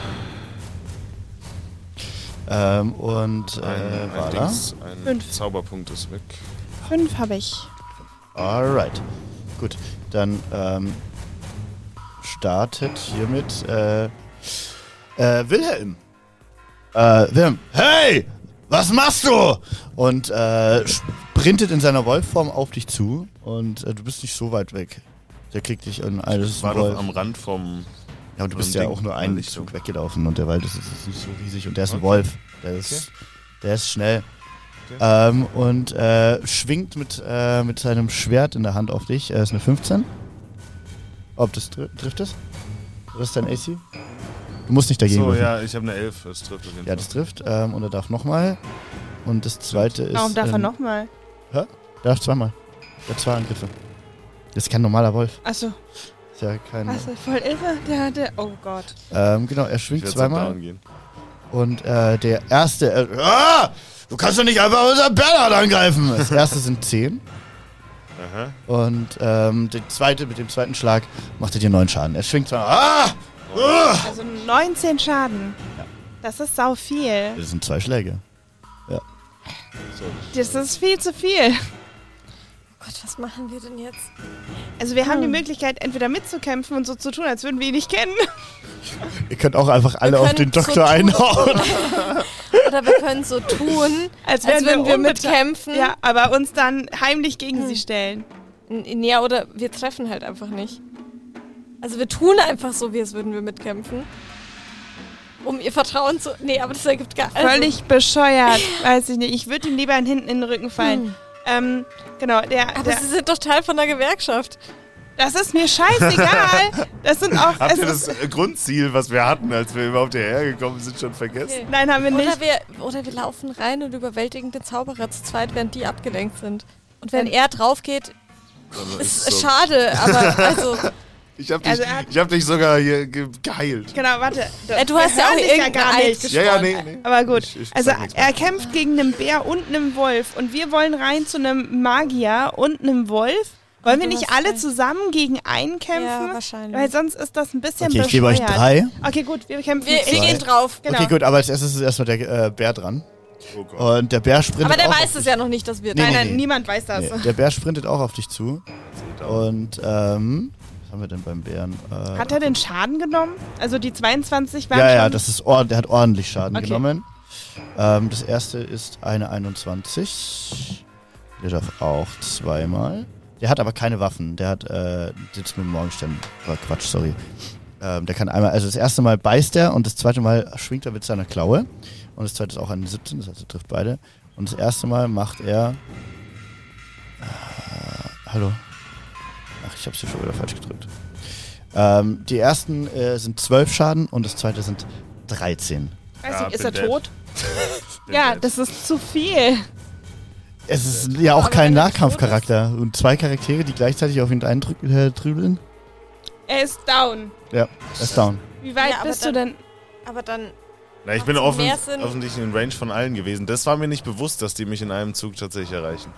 [SPEAKER 5] Ähm, und äh,
[SPEAKER 4] Ein, ein,
[SPEAKER 5] Vala?
[SPEAKER 4] Dings, ein
[SPEAKER 2] Fünf.
[SPEAKER 4] Zauberpunkt ist weg.
[SPEAKER 2] Fünf habe ich.
[SPEAKER 5] Alright. Gut, dann ähm, startet hiermit äh, äh, Wilhelm. Äh, Wilhelm, hey! was machst du? Und äh, sprintet in seiner Wolfform auf dich zu und äh, du bist nicht so weit weg. Der kriegt dich in alles
[SPEAKER 4] War
[SPEAKER 5] Wolf.
[SPEAKER 4] doch am Rand vom.
[SPEAKER 5] Ja, und du
[SPEAKER 4] am
[SPEAKER 5] bist ja
[SPEAKER 4] Ding.
[SPEAKER 5] auch nur einen
[SPEAKER 4] Nicht so.
[SPEAKER 5] Zug weggelaufen und der Wald ist jetzt nicht so riesig und der ist ein Wolf. Der ist, der ist schnell. Ähm, und äh, schwingt mit, äh, mit seinem Schwert in der Hand auf dich. Er ist eine 15. Ob das tri trifft es? Das ist dein AC? Du musst nicht dagegen
[SPEAKER 4] So,
[SPEAKER 5] würfeln.
[SPEAKER 4] ja, ich habe eine Elf. Das trifft auf jeden
[SPEAKER 5] Ja,
[SPEAKER 4] Fall.
[SPEAKER 5] das trifft. Ähm, und er darf nochmal. Und das zweite ist.
[SPEAKER 2] Warum Ah, darf er
[SPEAKER 5] ähm,
[SPEAKER 2] nochmal?
[SPEAKER 5] Darf zweimal. Der hat zwei Angriffe. Das ist kein normaler Wolf.
[SPEAKER 2] Achso,
[SPEAKER 5] Das ist ja kein.
[SPEAKER 2] hast du voll irre? Der hatte. Oh Gott.
[SPEAKER 5] Ähm, genau, er
[SPEAKER 4] ich
[SPEAKER 5] schwingt
[SPEAKER 4] werd's
[SPEAKER 5] zweimal.
[SPEAKER 4] down gehen.
[SPEAKER 5] Und äh, der erste. Äh, ah, du kannst doch nicht einfach unseren Bernhard angreifen! Das erste sind 10.
[SPEAKER 4] Aha.
[SPEAKER 5] Und ähm, der zweite, mit dem zweiten Schlag macht er dir neun Schaden. Er schwingt zwar. Ah! ah!
[SPEAKER 2] Also 19 Schaden. Das ist sau viel.
[SPEAKER 5] Das sind zwei Schläge.
[SPEAKER 2] Das ist viel zu viel.
[SPEAKER 3] Oh Gott, was machen wir denn jetzt?
[SPEAKER 2] Also wir
[SPEAKER 3] Hm.
[SPEAKER 2] haben die Möglichkeit, entweder mitzukämpfen und so zu tun, als würden wir ihn nicht kennen.
[SPEAKER 5] Ihr könnt auch einfach alle
[SPEAKER 3] Wir
[SPEAKER 5] auf
[SPEAKER 3] können
[SPEAKER 5] den Doktor
[SPEAKER 3] so tun.
[SPEAKER 5] einhauen.
[SPEAKER 3] Oder wir können so tun,
[SPEAKER 2] Als
[SPEAKER 3] als,
[SPEAKER 2] wären
[SPEAKER 3] würden
[SPEAKER 2] wir
[SPEAKER 3] wir
[SPEAKER 2] unbeteiligt.
[SPEAKER 3] mitkämpfen. Hm.
[SPEAKER 2] Ja, aber uns dann heimlich gegen sie stellen.
[SPEAKER 3] N- Ja, oder wir treffen halt einfach nicht. Also wir tun einfach so, wie als würden wir mitkämpfen. Um ihr Vertrauen zu. Nee, aber das ergibt gar also,
[SPEAKER 2] Völlig bescheuert. Weiß ich nicht. Ich würde ihm lieber hinten in den Rücken fallen. Ähm, genau, der,
[SPEAKER 3] Hm. Aber
[SPEAKER 2] der
[SPEAKER 3] sie sind doch Teil von der Gewerkschaft.
[SPEAKER 2] das ist mir scheißegal. Das sind auch.
[SPEAKER 4] Habt
[SPEAKER 2] es
[SPEAKER 4] ihr
[SPEAKER 3] Also
[SPEAKER 2] ist,
[SPEAKER 4] das äh, Grundziel, was wir hatten, als wir überhaupt hierher gekommen sind, schon vergessen?
[SPEAKER 2] nein, haben wir
[SPEAKER 3] Oder
[SPEAKER 2] nicht.
[SPEAKER 3] wir, oder wir laufen rein und überwältigen den Zauberer zu zweit, während die abgelenkt sind. Und wenn er drauf geht,
[SPEAKER 4] Also
[SPEAKER 3] ist
[SPEAKER 4] so.
[SPEAKER 3] schade, aber also.
[SPEAKER 4] Ich habe
[SPEAKER 2] Also
[SPEAKER 4] dich,
[SPEAKER 2] er hat-
[SPEAKER 4] ich hab dich sogar hier ge geheilt.
[SPEAKER 2] Genau, warte.
[SPEAKER 3] Äh, du hast
[SPEAKER 2] wir
[SPEAKER 3] ja
[SPEAKER 2] hören
[SPEAKER 3] auch
[SPEAKER 2] dich
[SPEAKER 3] irgendein Eid
[SPEAKER 4] Ja, ja, nee,
[SPEAKER 3] geschworen.
[SPEAKER 4] nee.
[SPEAKER 2] Aber gut,
[SPEAKER 4] Ich- ich
[SPEAKER 2] also
[SPEAKER 4] sag nichts mehr.
[SPEAKER 2] er kämpft gegen einen Bär und einen Wolf und wir wollen rein zu einem Magier und einem Wolf. Wollen wir
[SPEAKER 3] du
[SPEAKER 2] nicht
[SPEAKER 3] hast
[SPEAKER 2] alle
[SPEAKER 3] recht.
[SPEAKER 2] zusammen gegen einen kämpfen?
[SPEAKER 3] Ja, wahrscheinlich.
[SPEAKER 2] Weil sonst ist das ein bisschen
[SPEAKER 5] Okay, ich
[SPEAKER 2] bescheuert.
[SPEAKER 5] gebe euch drei.
[SPEAKER 2] Okay, gut, wir kämpfen.
[SPEAKER 3] Wir, wir
[SPEAKER 2] Ich-
[SPEAKER 3] gehen drauf.
[SPEAKER 2] Genau.
[SPEAKER 5] Okay, gut, aber als erstes ist erstmal der äh, Bär dran.
[SPEAKER 4] Oh Gott.
[SPEAKER 5] Und der Bär sprintet.
[SPEAKER 3] Genau. Aber der
[SPEAKER 5] auch auf
[SPEAKER 3] weiß es
[SPEAKER 5] dich.
[SPEAKER 3] ja noch nicht, dass wir.
[SPEAKER 5] Nee,
[SPEAKER 2] Nein,
[SPEAKER 5] nee,
[SPEAKER 2] nein,
[SPEAKER 5] nee.
[SPEAKER 2] niemand weiß das.
[SPEAKER 5] Nee, der Bär sprintet auch auf dich zu.
[SPEAKER 4] Down.
[SPEAKER 5] Und ähm, was haben wir denn beim Bären? Äh,
[SPEAKER 2] Hat er den Schaden genommen? Also die 22 waren
[SPEAKER 5] ja, ja,
[SPEAKER 2] schon-
[SPEAKER 5] das ist ord der hat ordentlich Schaden
[SPEAKER 2] Okay.
[SPEAKER 5] genommen. Ähm, das erste ist eine 21. Der darf auch zweimal. Der hat aber keine Waffen. Der hat äh, jetzt mit dem Morgenstern. War Quatsch, sorry. Ähm, der kann einmal, also das erste Mal beißt er und das zweite Mal schwingt er mit seiner Klaue. Und das zweite ist auch eine 17, das heißt, er trifft beide. Und das erste Mal macht er. Äh, hallo. Ach, ich hab's hier schon wieder falsch gedrückt. Ähm, die ersten äh, sind 12 Schaden und das zweite sind 13.
[SPEAKER 2] Weiß
[SPEAKER 4] Ja,
[SPEAKER 2] nicht, ist
[SPEAKER 4] bin
[SPEAKER 2] er
[SPEAKER 4] dead.
[SPEAKER 2] tot? ja, das ist zu viel.
[SPEAKER 5] Es ist ja auch
[SPEAKER 3] Aber
[SPEAKER 5] kein
[SPEAKER 3] wenn er
[SPEAKER 5] Nahkampfcharakter. Und zwei Charaktere, die gleichzeitig auf ihn eindrücken, äh, trübeln.
[SPEAKER 2] Er ist down.
[SPEAKER 5] Ja, er ist down.
[SPEAKER 2] Wie weit
[SPEAKER 3] Ja, aber
[SPEAKER 2] bist du
[SPEAKER 3] dann-
[SPEAKER 2] denn?
[SPEAKER 3] Aber dann.
[SPEAKER 4] Na, ich bin
[SPEAKER 3] Macht's
[SPEAKER 4] offen,
[SPEAKER 3] mehr Sinn?
[SPEAKER 4] offensichtlich in Range von allen gewesen. Das war mir nicht bewusst, dass die mich in einem Zug tatsächlich erreichen.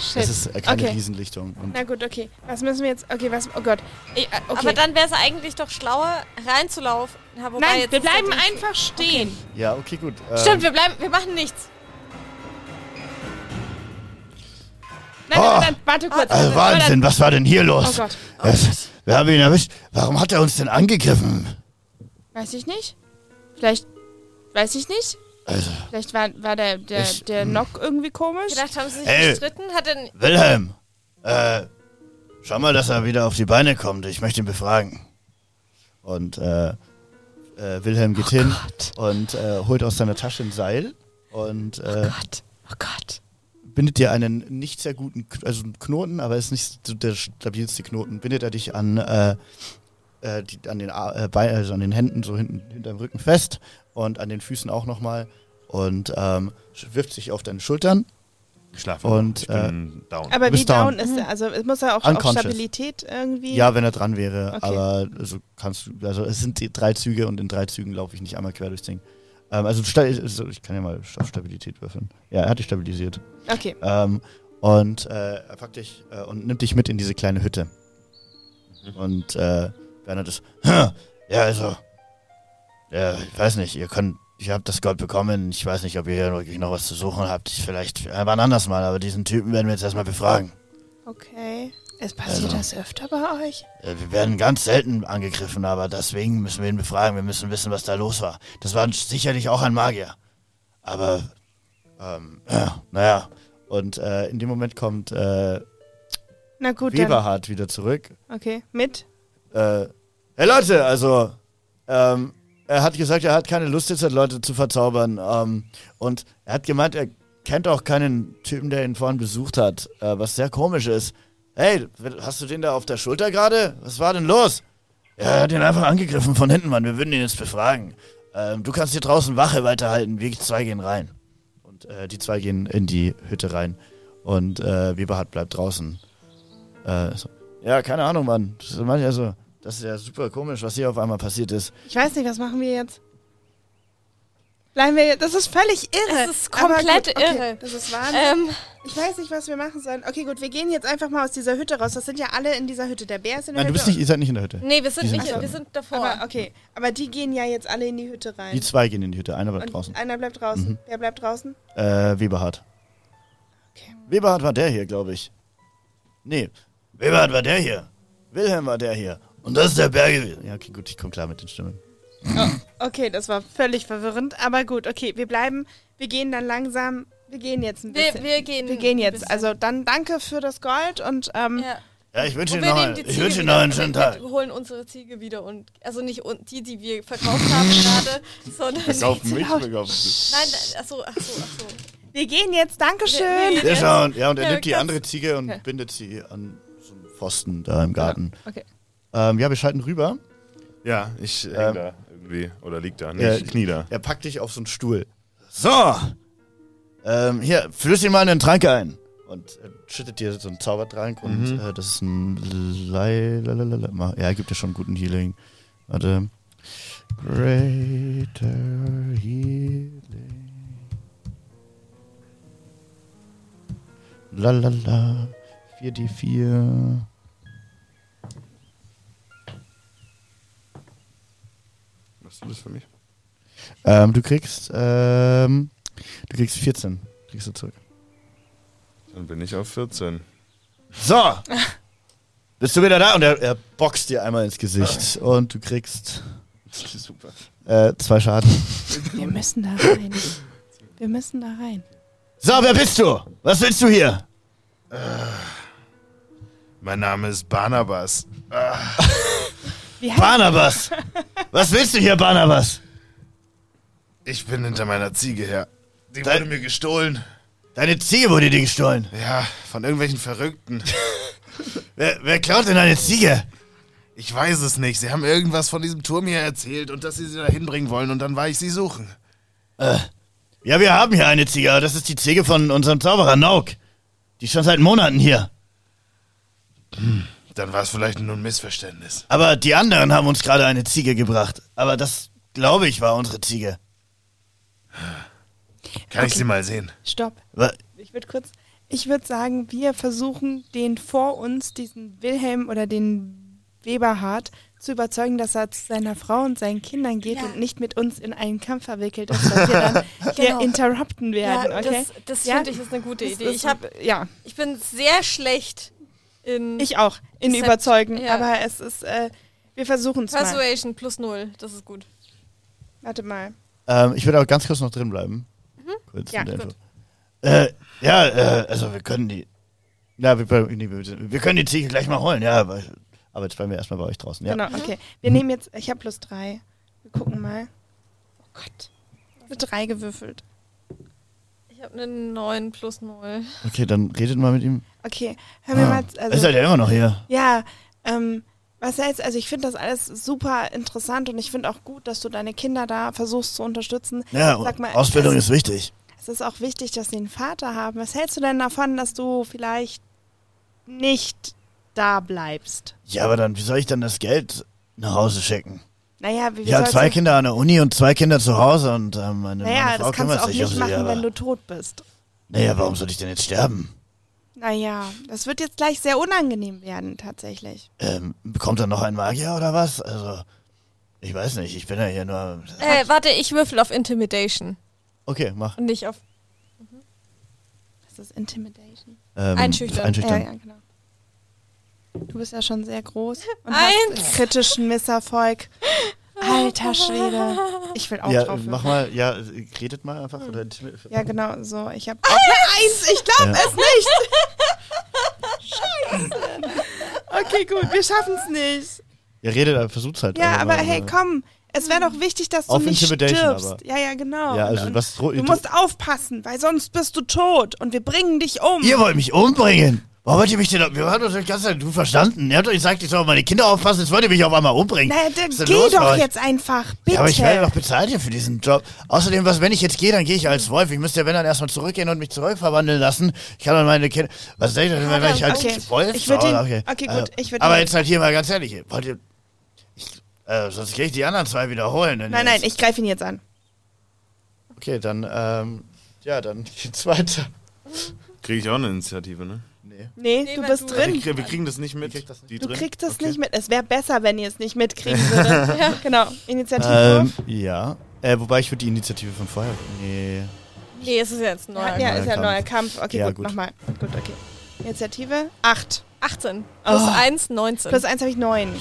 [SPEAKER 2] Shit.
[SPEAKER 5] Es ist äh, keine
[SPEAKER 2] Okay.
[SPEAKER 5] Riesenlichtung. Und
[SPEAKER 2] Na gut, okay. Was müssen wir jetzt? Okay, was? Oh Gott. Ich, äh, okay.
[SPEAKER 3] Aber dann wäre es eigentlich doch schlauer, reinzulaufen. Ja, wobei,
[SPEAKER 2] Nein,
[SPEAKER 3] jetzt
[SPEAKER 2] wir
[SPEAKER 3] ist
[SPEAKER 2] bleiben
[SPEAKER 3] natürlich-
[SPEAKER 2] einfach stehen.
[SPEAKER 5] ja, okay, gut. Ähm,
[SPEAKER 3] Stimmt, wir bleiben, wir machen nichts.
[SPEAKER 2] Nein, nein, nein, warte
[SPEAKER 3] Ah,
[SPEAKER 2] kurz.
[SPEAKER 5] Also
[SPEAKER 2] Warte,
[SPEAKER 5] Ah. Wahnsinn, was war denn hier
[SPEAKER 2] Oh
[SPEAKER 5] los?
[SPEAKER 2] Gott.
[SPEAKER 5] Es- wir haben ihn erwischt. Warum hat er uns denn angegriffen?
[SPEAKER 2] Weiß ich nicht. Vielleicht. Weiß ich nicht.
[SPEAKER 5] Also,
[SPEAKER 2] Vielleicht war, war der, der,
[SPEAKER 5] Ich- hm.
[SPEAKER 2] der Nock irgendwie komisch.
[SPEAKER 3] Gedacht, haben sie sich
[SPEAKER 5] Ey.
[SPEAKER 3] gestritten? Hat denn.
[SPEAKER 5] Wilhelm, äh, schau mal, dass er wieder auf die Beine kommt. Ich möchte ihn befragen. Und äh, äh, Wilhelm geht hin und äh, holt aus seiner Tasche ein Seil und äh,
[SPEAKER 3] Gott, oh Gott.
[SPEAKER 5] bindet dir einen nicht sehr guten, Kn- also einen Knoten, aber ist nicht so der stabilste Knoten, bindet er dich an, äh, äh, die, an, den Ar äh, Bein- also an den Händen, so hinten, hinterm Rücken fest und an den Füßen auch nochmal und ähm, sch- wirft sich auf deine Schultern.
[SPEAKER 4] Ich schlafe.
[SPEAKER 5] Und, äh,
[SPEAKER 4] ich bin down.
[SPEAKER 2] Aber
[SPEAKER 5] Du bist
[SPEAKER 2] wie down,
[SPEAKER 5] down.
[SPEAKER 2] ist er? Also es muss ja auch auf
[SPEAKER 5] Unconscious.
[SPEAKER 2] Stabilität irgendwie.
[SPEAKER 5] Ja, wenn er dran wäre,
[SPEAKER 2] Okay.
[SPEAKER 5] aber also kannst du, also es sind die drei Züge und in drei Zügen laufe ich nicht einmal quer durchs Ding. Ähm, also, sta- also ich kann ja mal auf Stabilität würfeln. Ja, er hat dich stabilisiert.
[SPEAKER 2] Okay.
[SPEAKER 5] Ähm, und äh, er packt dich äh, und nimmt dich mit in diese kleine Hütte. Und äh, Bernhard ist, "Hm, ja, also, ja, ich weiß nicht, ihr könnt, ich habe das Gold bekommen, ich weiß nicht, ob ihr hier wirklich noch was zu suchen habt, ich vielleicht aber ein anderes Mal, aber diesen Typen werden wir jetzt erstmal befragen.
[SPEAKER 2] Okay. Es passiert
[SPEAKER 5] Also.
[SPEAKER 2] das öfter bei euch?
[SPEAKER 5] Äh, Wir werden ganz selten angegriffen, aber deswegen müssen wir ihn befragen. Wir müssen wissen, was da los war. Das war sicherlich auch ein Magier. Aber Ähm, äh, naja, und äh, in dem Moment kommt äh,
[SPEAKER 2] Na gut,
[SPEAKER 5] Weberhardt wieder zurück
[SPEAKER 2] dann. Okay, mit?
[SPEAKER 5] äh, hey Leute, also, ähm, er hat gesagt, er hat keine Lust jetzt, halt Leute zu verzaubern. Ähm, und er hat gemeint, er kennt auch keinen Typen, der ihn vorhin besucht hat, äh, was sehr komisch ist. Hey, hast du den da auf der Schulter gerade? Was war denn los? Ja, Er hat ihn einfach angegriffen von hinten, Mann. Wir würden ihn jetzt befragen. Ähm, du kannst hier draußen Wache weiterhalten. Wir zwei gehen rein. Und äh, die zwei gehen in die Hütte rein. Und äh, Weberhardt bleibt draußen. Äh, so. Ja, keine Ahnung, Mann. Das, ist manchmal so, das ist ja super komisch, was hier auf einmal passiert ist.
[SPEAKER 2] Ich weiß nicht, was machen wir jetzt? Bleiben wir jetzt. Das ist völlig irre.
[SPEAKER 3] Es ist
[SPEAKER 2] Aber
[SPEAKER 3] komplett
[SPEAKER 2] gut, okay,
[SPEAKER 3] irre.
[SPEAKER 2] Das ist Wahnsinn.
[SPEAKER 3] Ähm,
[SPEAKER 2] Ich weiß nicht, was wir machen sollen. Okay, gut, wir gehen jetzt einfach mal aus dieser Hütte raus. Das sind ja alle in dieser Hütte. Der Bär ist in der
[SPEAKER 5] Nein, du
[SPEAKER 2] Hütte.
[SPEAKER 5] bist nicht, ihr seid nicht in der Hütte.
[SPEAKER 3] nee, wir
[SPEAKER 5] Die
[SPEAKER 3] sind,
[SPEAKER 5] sind
[SPEAKER 3] nicht,
[SPEAKER 5] schon.
[SPEAKER 3] wir sind davor.
[SPEAKER 2] aber okay, aber die gehen ja jetzt alle in die Hütte rein.
[SPEAKER 5] Die zwei gehen in die Hütte, einer bleibt
[SPEAKER 2] Und
[SPEAKER 5] draußen. Mhm.
[SPEAKER 2] einer bleibt draußen. Wer bleibt draußen?
[SPEAKER 5] Äh, Weberhardt.
[SPEAKER 2] Okay.
[SPEAKER 5] Weberhardt war der hier, glaube ich. Nee, Weberhardt war der hier. Wilhelm war der hier. Und das ist der Berge. Ja, okay, gut, ich komme klar mit den Stimmen.
[SPEAKER 2] Okay, das war völlig verwirrend, aber gut, okay, wir bleiben, wir gehen dann langsam, wir gehen jetzt ein
[SPEAKER 3] wir,
[SPEAKER 2] bisschen.
[SPEAKER 3] wir gehen.
[SPEAKER 2] wir gehen
[SPEAKER 3] ein
[SPEAKER 2] jetzt.
[SPEAKER 3] bisschen.
[SPEAKER 2] Also dann danke für das Gold und ähm,
[SPEAKER 3] Ja.
[SPEAKER 5] Ja, ich wünsche
[SPEAKER 3] Und
[SPEAKER 5] Ihnen
[SPEAKER 3] wir
[SPEAKER 5] noch,
[SPEAKER 3] nehmen
[SPEAKER 5] einen-
[SPEAKER 3] die
[SPEAKER 5] ich
[SPEAKER 3] Ziege
[SPEAKER 5] wünsche Ihnen noch
[SPEAKER 3] wieder.
[SPEAKER 5] einen schönen Tag.
[SPEAKER 3] Wir holen unsere Ziege wieder und also nicht un die, die wir verkauft haben gerade, sondern
[SPEAKER 4] Bis auf mich,
[SPEAKER 2] laut.
[SPEAKER 4] bis auf dich.
[SPEAKER 3] nein, nein, ach so, ach so, ach so.
[SPEAKER 2] wir gehen jetzt. Dankeschön.
[SPEAKER 3] Wir- wir-
[SPEAKER 5] Ja, schauen. Ja, und er
[SPEAKER 3] Ja,
[SPEAKER 5] nimmt die
[SPEAKER 3] ganz-
[SPEAKER 5] andere Ziege und
[SPEAKER 2] Okay.
[SPEAKER 5] bindet sie an so einen Pfosten da im Garten.
[SPEAKER 2] Okay.
[SPEAKER 5] Ähm, ja, wir schalten rüber.
[SPEAKER 4] Ja, ich häng
[SPEAKER 5] Ähm,
[SPEAKER 4] da irgendwie. Oder lieg da. Nee,
[SPEAKER 5] Ja,
[SPEAKER 4] ich knie da.
[SPEAKER 5] Er packt dich auf so einen Stuhl. So! Ähm, hier, flöß ihm mal einen Trank ein. Und äh, schüttet dir so einen Zaubertrank und äh, das ist ein Lei- lalalala- Ma- Ja, gibt ja schon guten Healing. Warte. Greater Healing. Lalala. 4D4.
[SPEAKER 4] Was ist das für mich?
[SPEAKER 5] Ähm, du kriegst, ähm, du kriegst 14. Kriegst du zurück.
[SPEAKER 4] Dann bin ich auf 14.
[SPEAKER 5] So! Bist du wieder da? Und er, er boxt dir einmal ins Gesicht. Und du kriegst
[SPEAKER 4] Super.
[SPEAKER 5] äh, zwei Schaden.
[SPEAKER 2] Wir müssen da rein. Wir müssen da rein.
[SPEAKER 5] So, wer bist du? Was willst du hier?
[SPEAKER 4] Mein Name ist Barnabas.
[SPEAKER 2] Wie heißt
[SPEAKER 5] Barnabas! Was willst du hier, Barnabas?
[SPEAKER 4] Ich bin hinter meiner Ziege her. Die
[SPEAKER 5] Dein-
[SPEAKER 4] wurde mir gestohlen.
[SPEAKER 5] Deine Ziege wurde dir gestohlen.
[SPEAKER 4] Ja, von irgendwelchen Verrückten.
[SPEAKER 5] Wer, wer klaut denn deine Ziege?
[SPEAKER 4] Ich weiß es nicht. Sie haben irgendwas von diesem Turm hier erzählt und dass sie sie da hinbringen wollen und dann war ich sie suchen.
[SPEAKER 5] Ja, wir haben hier eine Ziege, aber das ist die Ziege von unserem Zauberer Nauk. Die ist schon seit Monaten hier.
[SPEAKER 4] Dann war es vielleicht nur ein Missverständnis.
[SPEAKER 5] Aber die anderen haben uns gerade eine Ziege gebracht. Aber das, glaube ich, war unsere Ziege.
[SPEAKER 4] Kann ich sie mal sehen?
[SPEAKER 2] Stopp.
[SPEAKER 5] Wa-
[SPEAKER 2] Ich würde kurz. Ich würde sagen, wir versuchen, den vor uns, diesen Wilhelm oder den Weberhardt, zu überzeugen, dass er zu seiner Frau und seinen Kindern geht
[SPEAKER 3] Ja.
[SPEAKER 2] und nicht mit uns in einen Kampf verwickelt ist, dass wir dann hier
[SPEAKER 3] Genau.
[SPEAKER 2] interrupten
[SPEAKER 3] Ja,
[SPEAKER 2] werden, okay?
[SPEAKER 3] das, das
[SPEAKER 2] Ja,
[SPEAKER 3] finde ich ist eine gute
[SPEAKER 2] das
[SPEAKER 3] Idee.
[SPEAKER 2] ist-
[SPEAKER 3] Ich, hab,
[SPEAKER 2] ja,
[SPEAKER 3] ich bin sehr schlecht in
[SPEAKER 2] ich auch, in
[SPEAKER 3] Except-
[SPEAKER 2] überzeugen,
[SPEAKER 3] Mhm. ja.
[SPEAKER 2] aber es ist, äh, wir versuchen es mal.
[SPEAKER 3] Persuasion plus null. Das ist gut.
[SPEAKER 2] Warte mal.
[SPEAKER 5] Ähm, ich würde auch ganz kurz noch drin bleiben. Kurz
[SPEAKER 2] Mhm. Ja,
[SPEAKER 5] mit der
[SPEAKER 2] gut.
[SPEAKER 5] Info. Äh, ja, äh, also wir können die. Ja, wir, wir- nee, wir, wir können die Ziege gleich mal holen, ja. Aber, aber jetzt bleiben wir erstmal bei euch draußen, ja.
[SPEAKER 2] Genau,
[SPEAKER 3] Mhm.
[SPEAKER 2] okay. Wir nehmen jetzt, ich habe plus drei. Wir gucken mal. Oh Gott. Mit drei gewürfelt.
[SPEAKER 3] Ich habe eine 9 plus null.
[SPEAKER 5] Okay, dann redet mal mit ihm.
[SPEAKER 2] Okay, hören wir mal.
[SPEAKER 5] Also, ist er ja immer noch hier?
[SPEAKER 2] Ja, ähm, was jetzt, also ich finde das alles super interessant und ich finde auch gut, dass du deine Kinder da versuchst zu unterstützen.
[SPEAKER 5] Ja,
[SPEAKER 2] Sag mal, also
[SPEAKER 5] Ausbildung
[SPEAKER 2] es,
[SPEAKER 5] ist wichtig.
[SPEAKER 2] Es ist auch wichtig, dass sie einen Vater haben. Was hältst du denn davon, dass du vielleicht nicht da bleibst?
[SPEAKER 5] Ja, aber dann, wie soll ich dann das Geld nach Hause schicken?
[SPEAKER 2] Naja, wie, wie
[SPEAKER 5] ich habe
[SPEAKER 2] sollst
[SPEAKER 5] zwei
[SPEAKER 2] du,
[SPEAKER 5] Kinder an der Uni und zwei Kinder zu Hause und ähm, meine, meine
[SPEAKER 2] Naja,
[SPEAKER 5] Frau
[SPEAKER 2] das kannst
[SPEAKER 5] kümmert
[SPEAKER 2] du auch
[SPEAKER 5] sich um
[SPEAKER 2] nicht
[SPEAKER 5] sie.
[SPEAKER 2] machen,
[SPEAKER 5] aber,
[SPEAKER 2] wenn du tot bist.
[SPEAKER 5] naja, warum soll ich denn jetzt sterben?
[SPEAKER 2] Naja, das wird jetzt gleich sehr unangenehm werden, tatsächlich.
[SPEAKER 5] Ähm, kommt dann noch ein Magier oder was? Also, ich weiß nicht, ich bin ja hier nur.
[SPEAKER 3] Äh, warte, ich würfel auf Intimidation
[SPEAKER 5] Okay, mach.
[SPEAKER 3] und nicht auf.
[SPEAKER 2] Das ist Intimidation.
[SPEAKER 5] Ähm,
[SPEAKER 3] Einschüchtern.
[SPEAKER 2] Ja,
[SPEAKER 5] Einschüchtern.
[SPEAKER 2] ja, genau. Du bist ja schon sehr groß und
[SPEAKER 3] Eins.
[SPEAKER 2] hast kritischen Misserfolg. Alter Schwede. Ich will auch
[SPEAKER 5] ja,
[SPEAKER 2] drauf.
[SPEAKER 5] mach mal, ja, redet mal einfach. Oder
[SPEAKER 2] Ja, genau, so. Ich habe auch eine Eins. Ich glaube es nicht. Scheiße. Okay, gut, wir schaffen es nicht.
[SPEAKER 5] Ja, redet, aber versucht's halt.
[SPEAKER 2] Ja,
[SPEAKER 5] einfach
[SPEAKER 2] aber
[SPEAKER 5] mal.
[SPEAKER 2] hey, komm. Es wäre doch wichtig, dass du
[SPEAKER 5] Auf
[SPEAKER 2] nicht
[SPEAKER 5] Intimidation
[SPEAKER 2] stirbst.
[SPEAKER 5] aber.
[SPEAKER 2] Ja, ja, genau.
[SPEAKER 5] Ja, also
[SPEAKER 2] Und- und
[SPEAKER 5] was dro-
[SPEAKER 2] du musst aufpassen, weil sonst bist du tot und wir bringen dich um.
[SPEAKER 5] Ihr wollt mich umbringen. Warum wollt ihr mich denn? Wir haben uns das ganze Zeit du verstanden. Ihr habt doch gesagt, ich soll auf meine Kinder aufpassen. Jetzt wollt ihr mich auf einmal umbringen.
[SPEAKER 2] Naja,
[SPEAKER 5] Was
[SPEAKER 2] dann
[SPEAKER 5] ist denn
[SPEAKER 2] geh
[SPEAKER 5] los bei
[SPEAKER 2] doch
[SPEAKER 5] euch?
[SPEAKER 2] jetzt einfach, bitte.
[SPEAKER 5] Ja, aber ich werde doch bezahlt hier für diesen Job. Außerdem, was, wenn ich jetzt gehe, dann gehe ich als Wolf. Ich müsste ja, wenn dann erstmal zurückgehen und mich zu Wolf verwandeln lassen. Ich kann dann meine Kinder. Was soll ich denn, wenn ich als
[SPEAKER 2] Okay.
[SPEAKER 5] Wolf
[SPEAKER 2] Ich würd den-
[SPEAKER 5] Aber
[SPEAKER 2] okay, gut,
[SPEAKER 5] Also,
[SPEAKER 2] ich würd
[SPEAKER 5] aber
[SPEAKER 2] den-
[SPEAKER 5] jetzt halt hier mal ganz ehrlich. Wollt ihr. Ich, äh, sonst gehe ich die anderen zwei wiederholen. wenn
[SPEAKER 2] nein,
[SPEAKER 5] ihr
[SPEAKER 2] nein,
[SPEAKER 5] jetzt-
[SPEAKER 2] ich greife ihn jetzt an.
[SPEAKER 5] Okay, dann, ähm. Ja, dann geht's weiter.
[SPEAKER 4] Kriege ich auch eine Initiative, ne?
[SPEAKER 5] Nee.
[SPEAKER 2] Nee,
[SPEAKER 3] Nee,
[SPEAKER 2] du
[SPEAKER 3] weil
[SPEAKER 2] bist
[SPEAKER 3] du-
[SPEAKER 2] drin.
[SPEAKER 4] Ich, wir kriegen das nicht mit.
[SPEAKER 5] Ihr kriegt das nicht
[SPEAKER 4] Die
[SPEAKER 2] Ähm, Du
[SPEAKER 4] drin?
[SPEAKER 2] kriegst das
[SPEAKER 4] Okay.
[SPEAKER 2] nicht mit. Es wäre besser, wenn ihr es nicht mitkriegen würdet. ja. Genau. Initiativwurf.
[SPEAKER 5] Ähm, ja. Äh, wobei ich würde die Initiative von vorher. Nee.
[SPEAKER 3] Nee, es ist jetzt neu.
[SPEAKER 2] ja,
[SPEAKER 5] neuer
[SPEAKER 2] ist ja ein
[SPEAKER 5] Kampf.
[SPEAKER 2] neuer Kampf. Okay,
[SPEAKER 5] Ja,
[SPEAKER 2] gut,
[SPEAKER 5] gut.
[SPEAKER 2] nochmal. Gut, okay. Initiative 8.
[SPEAKER 3] 18. Plus 1, 19.
[SPEAKER 2] Plus e- 1 habe ich 9.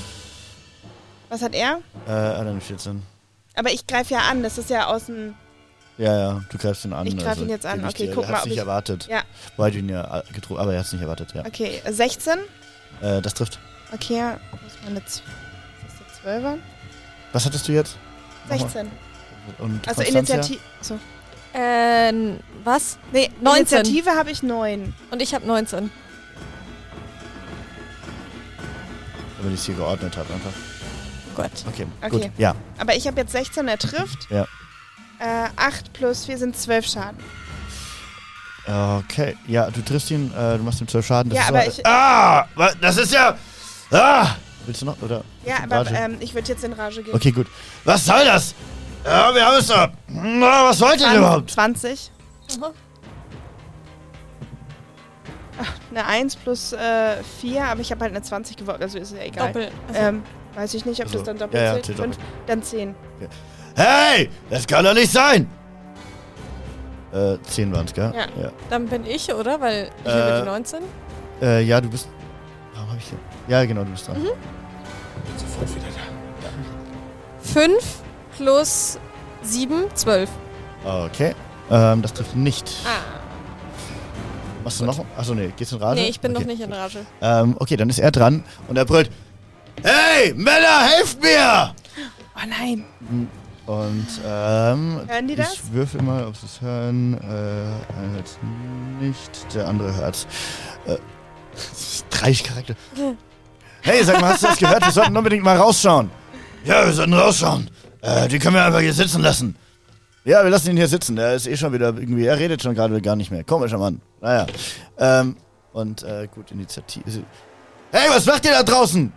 [SPEAKER 2] Was hat er?
[SPEAKER 5] Äh, ah, dann 14.
[SPEAKER 2] Aber ich greife ja an. Das ist ja aus dem.
[SPEAKER 5] Ja, ja, du greifst ihn an.
[SPEAKER 2] Ich greif ihn jetzt an.
[SPEAKER 5] geb ich
[SPEAKER 2] Okay,
[SPEAKER 5] dir-
[SPEAKER 2] guck mal,
[SPEAKER 5] hab's
[SPEAKER 2] ob
[SPEAKER 5] nicht
[SPEAKER 2] ich-
[SPEAKER 5] erwartet.
[SPEAKER 2] Ja.
[SPEAKER 5] Weil du ihn ja getroffen aber er hat's nicht erwartet, ja.
[SPEAKER 2] Okay, 16.
[SPEAKER 5] Äh, das trifft.
[SPEAKER 2] Okay, muss man jetzt. Ist das der 12er?
[SPEAKER 5] Was hattest du jetzt? Nochmal.
[SPEAKER 2] 16.
[SPEAKER 5] Und
[SPEAKER 2] Also
[SPEAKER 5] Konstanzia?
[SPEAKER 2] Initiative. So.
[SPEAKER 3] Äh, was?
[SPEAKER 2] Nee,
[SPEAKER 3] 19.
[SPEAKER 2] Initiative habe ich 9.
[SPEAKER 3] Und ich habe 19.
[SPEAKER 5] Damit ich es hier geordnet habe einfach.
[SPEAKER 3] Gott.
[SPEAKER 5] Okay,
[SPEAKER 2] Okay.
[SPEAKER 5] gut. Ja,
[SPEAKER 2] Aber ich habe jetzt 16, er trifft.
[SPEAKER 5] Ja.
[SPEAKER 2] Äh, 8 plus 4 sind 12 Schaden.
[SPEAKER 5] okay. Ja, du triffst ihn, äh, du machst ihm 12 Schaden. Das
[SPEAKER 2] ja,
[SPEAKER 5] ist
[SPEAKER 2] aber
[SPEAKER 5] so-
[SPEAKER 2] ich.
[SPEAKER 5] Ah! wa- Das ist ja... Ah! Willst du noch, oder?
[SPEAKER 2] Ja, aber
[SPEAKER 5] Rage.
[SPEAKER 2] ähm, ich würde jetzt in Rage gehen.
[SPEAKER 5] Okay, gut. Was soll das? Ja, wir haben es doch... Na, was wollt ihr denn überhaupt?
[SPEAKER 2] 20. Eine 1 plus äh, 4, aber ich habe halt eine 20 geworfen, also ist ja egal.
[SPEAKER 3] Doppel. Also,
[SPEAKER 2] Ähm, weiß ich nicht, ob
[SPEAKER 5] Also,
[SPEAKER 2] das dann doppelt
[SPEAKER 5] ja, ja,
[SPEAKER 2] zählt.
[SPEAKER 5] zählt
[SPEAKER 2] Fünf, dann 10.
[SPEAKER 5] Hey! Das kann doch nicht sein! Äh, 10 waren's, gell?
[SPEAKER 2] Ja.
[SPEAKER 5] ja.
[SPEAKER 3] dann bin ich, oder? Weil ich
[SPEAKER 5] Äh,
[SPEAKER 3] habe die 19.
[SPEAKER 5] Äh, ja, du bist. Warum hab ich hier? Ja, genau, du bist dran.
[SPEAKER 3] Mhm.
[SPEAKER 4] Sofort wieder da.
[SPEAKER 3] 5 plus 7, 12.
[SPEAKER 5] Okay. Ähm, das trifft nicht.
[SPEAKER 3] Ah.
[SPEAKER 5] Machst du noch? Achso, nee, geht's in Rage?
[SPEAKER 3] Nee, ich bin
[SPEAKER 5] okay.
[SPEAKER 3] noch nicht in Rage.
[SPEAKER 5] Ähm, okay, dann ist er dran und er brüllt: Hey, Männer, helft mir!
[SPEAKER 2] Oh nein.
[SPEAKER 5] Und, ähm.
[SPEAKER 2] Hören die das?
[SPEAKER 5] Ich würfel mal, ob sie es hören. Äh, einer hört's nicht, der andere hört's. Äh, drei Charakter. Hey, sag mal, hast du das gehört? Wir sollten unbedingt mal rausschauen. Ja, wir sollten rausschauen. Äh, die können wir einfach hier sitzen lassen. Ja, wir lassen ihn hier sitzen. Er ist eh schon wieder irgendwie. Er redet schon gerade gar nicht mehr. Komischer Mann. Naja. Ähm, und, äh, gut, Initiative. Hey, was macht ihr da draußen?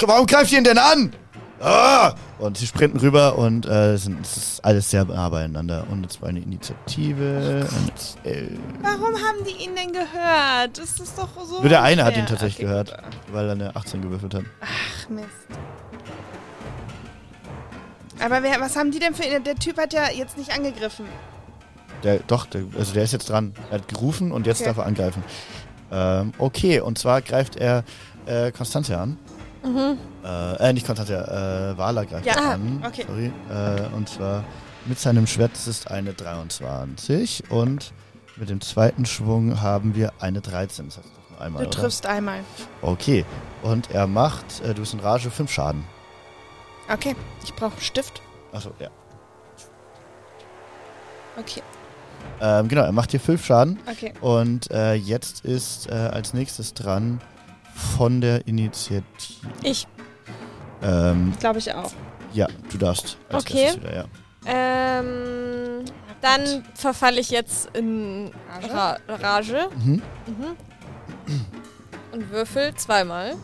[SPEAKER 5] Warum greift ihr ihn denn an? Ah! Und sie sprinten rüber und äh, es sind, es ist alles sehr nah beieinander. Und jetzt war eine Initiative. und, äh,
[SPEAKER 2] Warum haben die ihn denn gehört? Das ist doch so.
[SPEAKER 5] nur der eine hat
[SPEAKER 2] unfair.
[SPEAKER 5] ihn tatsächlich
[SPEAKER 2] Okay,
[SPEAKER 5] gehört, weil er eine 18 gewürfelt hat.
[SPEAKER 2] Ach Mist. Aber wer, was haben die denn für. Der Typ hat ja jetzt nicht angegriffen.
[SPEAKER 5] Der, doch, der, also der ist jetzt dran. Er hat gerufen und jetzt
[SPEAKER 2] Okay.
[SPEAKER 5] darf er angreifen. Ähm, okay, und zwar greift er äh, Konstantia an. Äh, äh, nicht Konstantia, äh, Wala greift
[SPEAKER 2] Mhm. Ja,
[SPEAKER 5] er
[SPEAKER 2] ah,
[SPEAKER 5] an.
[SPEAKER 2] okay.
[SPEAKER 5] Sorry. Äh, und zwar mit seinem Schwert das ist eine 23 und mit dem zweiten Schwung haben wir eine 13. Das heißt, das nur einmal,
[SPEAKER 2] Du
[SPEAKER 5] oder?
[SPEAKER 2] triffst einmal.
[SPEAKER 5] Okay. Und er macht, äh, du bist in Rage, 5 Schaden.
[SPEAKER 2] Okay, ich brauche einen Stift.
[SPEAKER 5] Achso, ja.
[SPEAKER 2] Okay,
[SPEAKER 5] Ähm, genau, er macht dir 5 Schaden.
[SPEAKER 2] okay.
[SPEAKER 5] Und äh, jetzt ist äh, als nächstes dran von der Initiative.
[SPEAKER 3] Ich.
[SPEAKER 5] Ähm,
[SPEAKER 2] Glaube ich auch.
[SPEAKER 5] ja, du darfst. Als
[SPEAKER 3] Okay.
[SPEAKER 5] erstes Wieder, ja.
[SPEAKER 3] Ähm, dann verfalle ich jetzt in Ra Rage.
[SPEAKER 5] Mhm.
[SPEAKER 3] Mhm. Und würfel zweimal.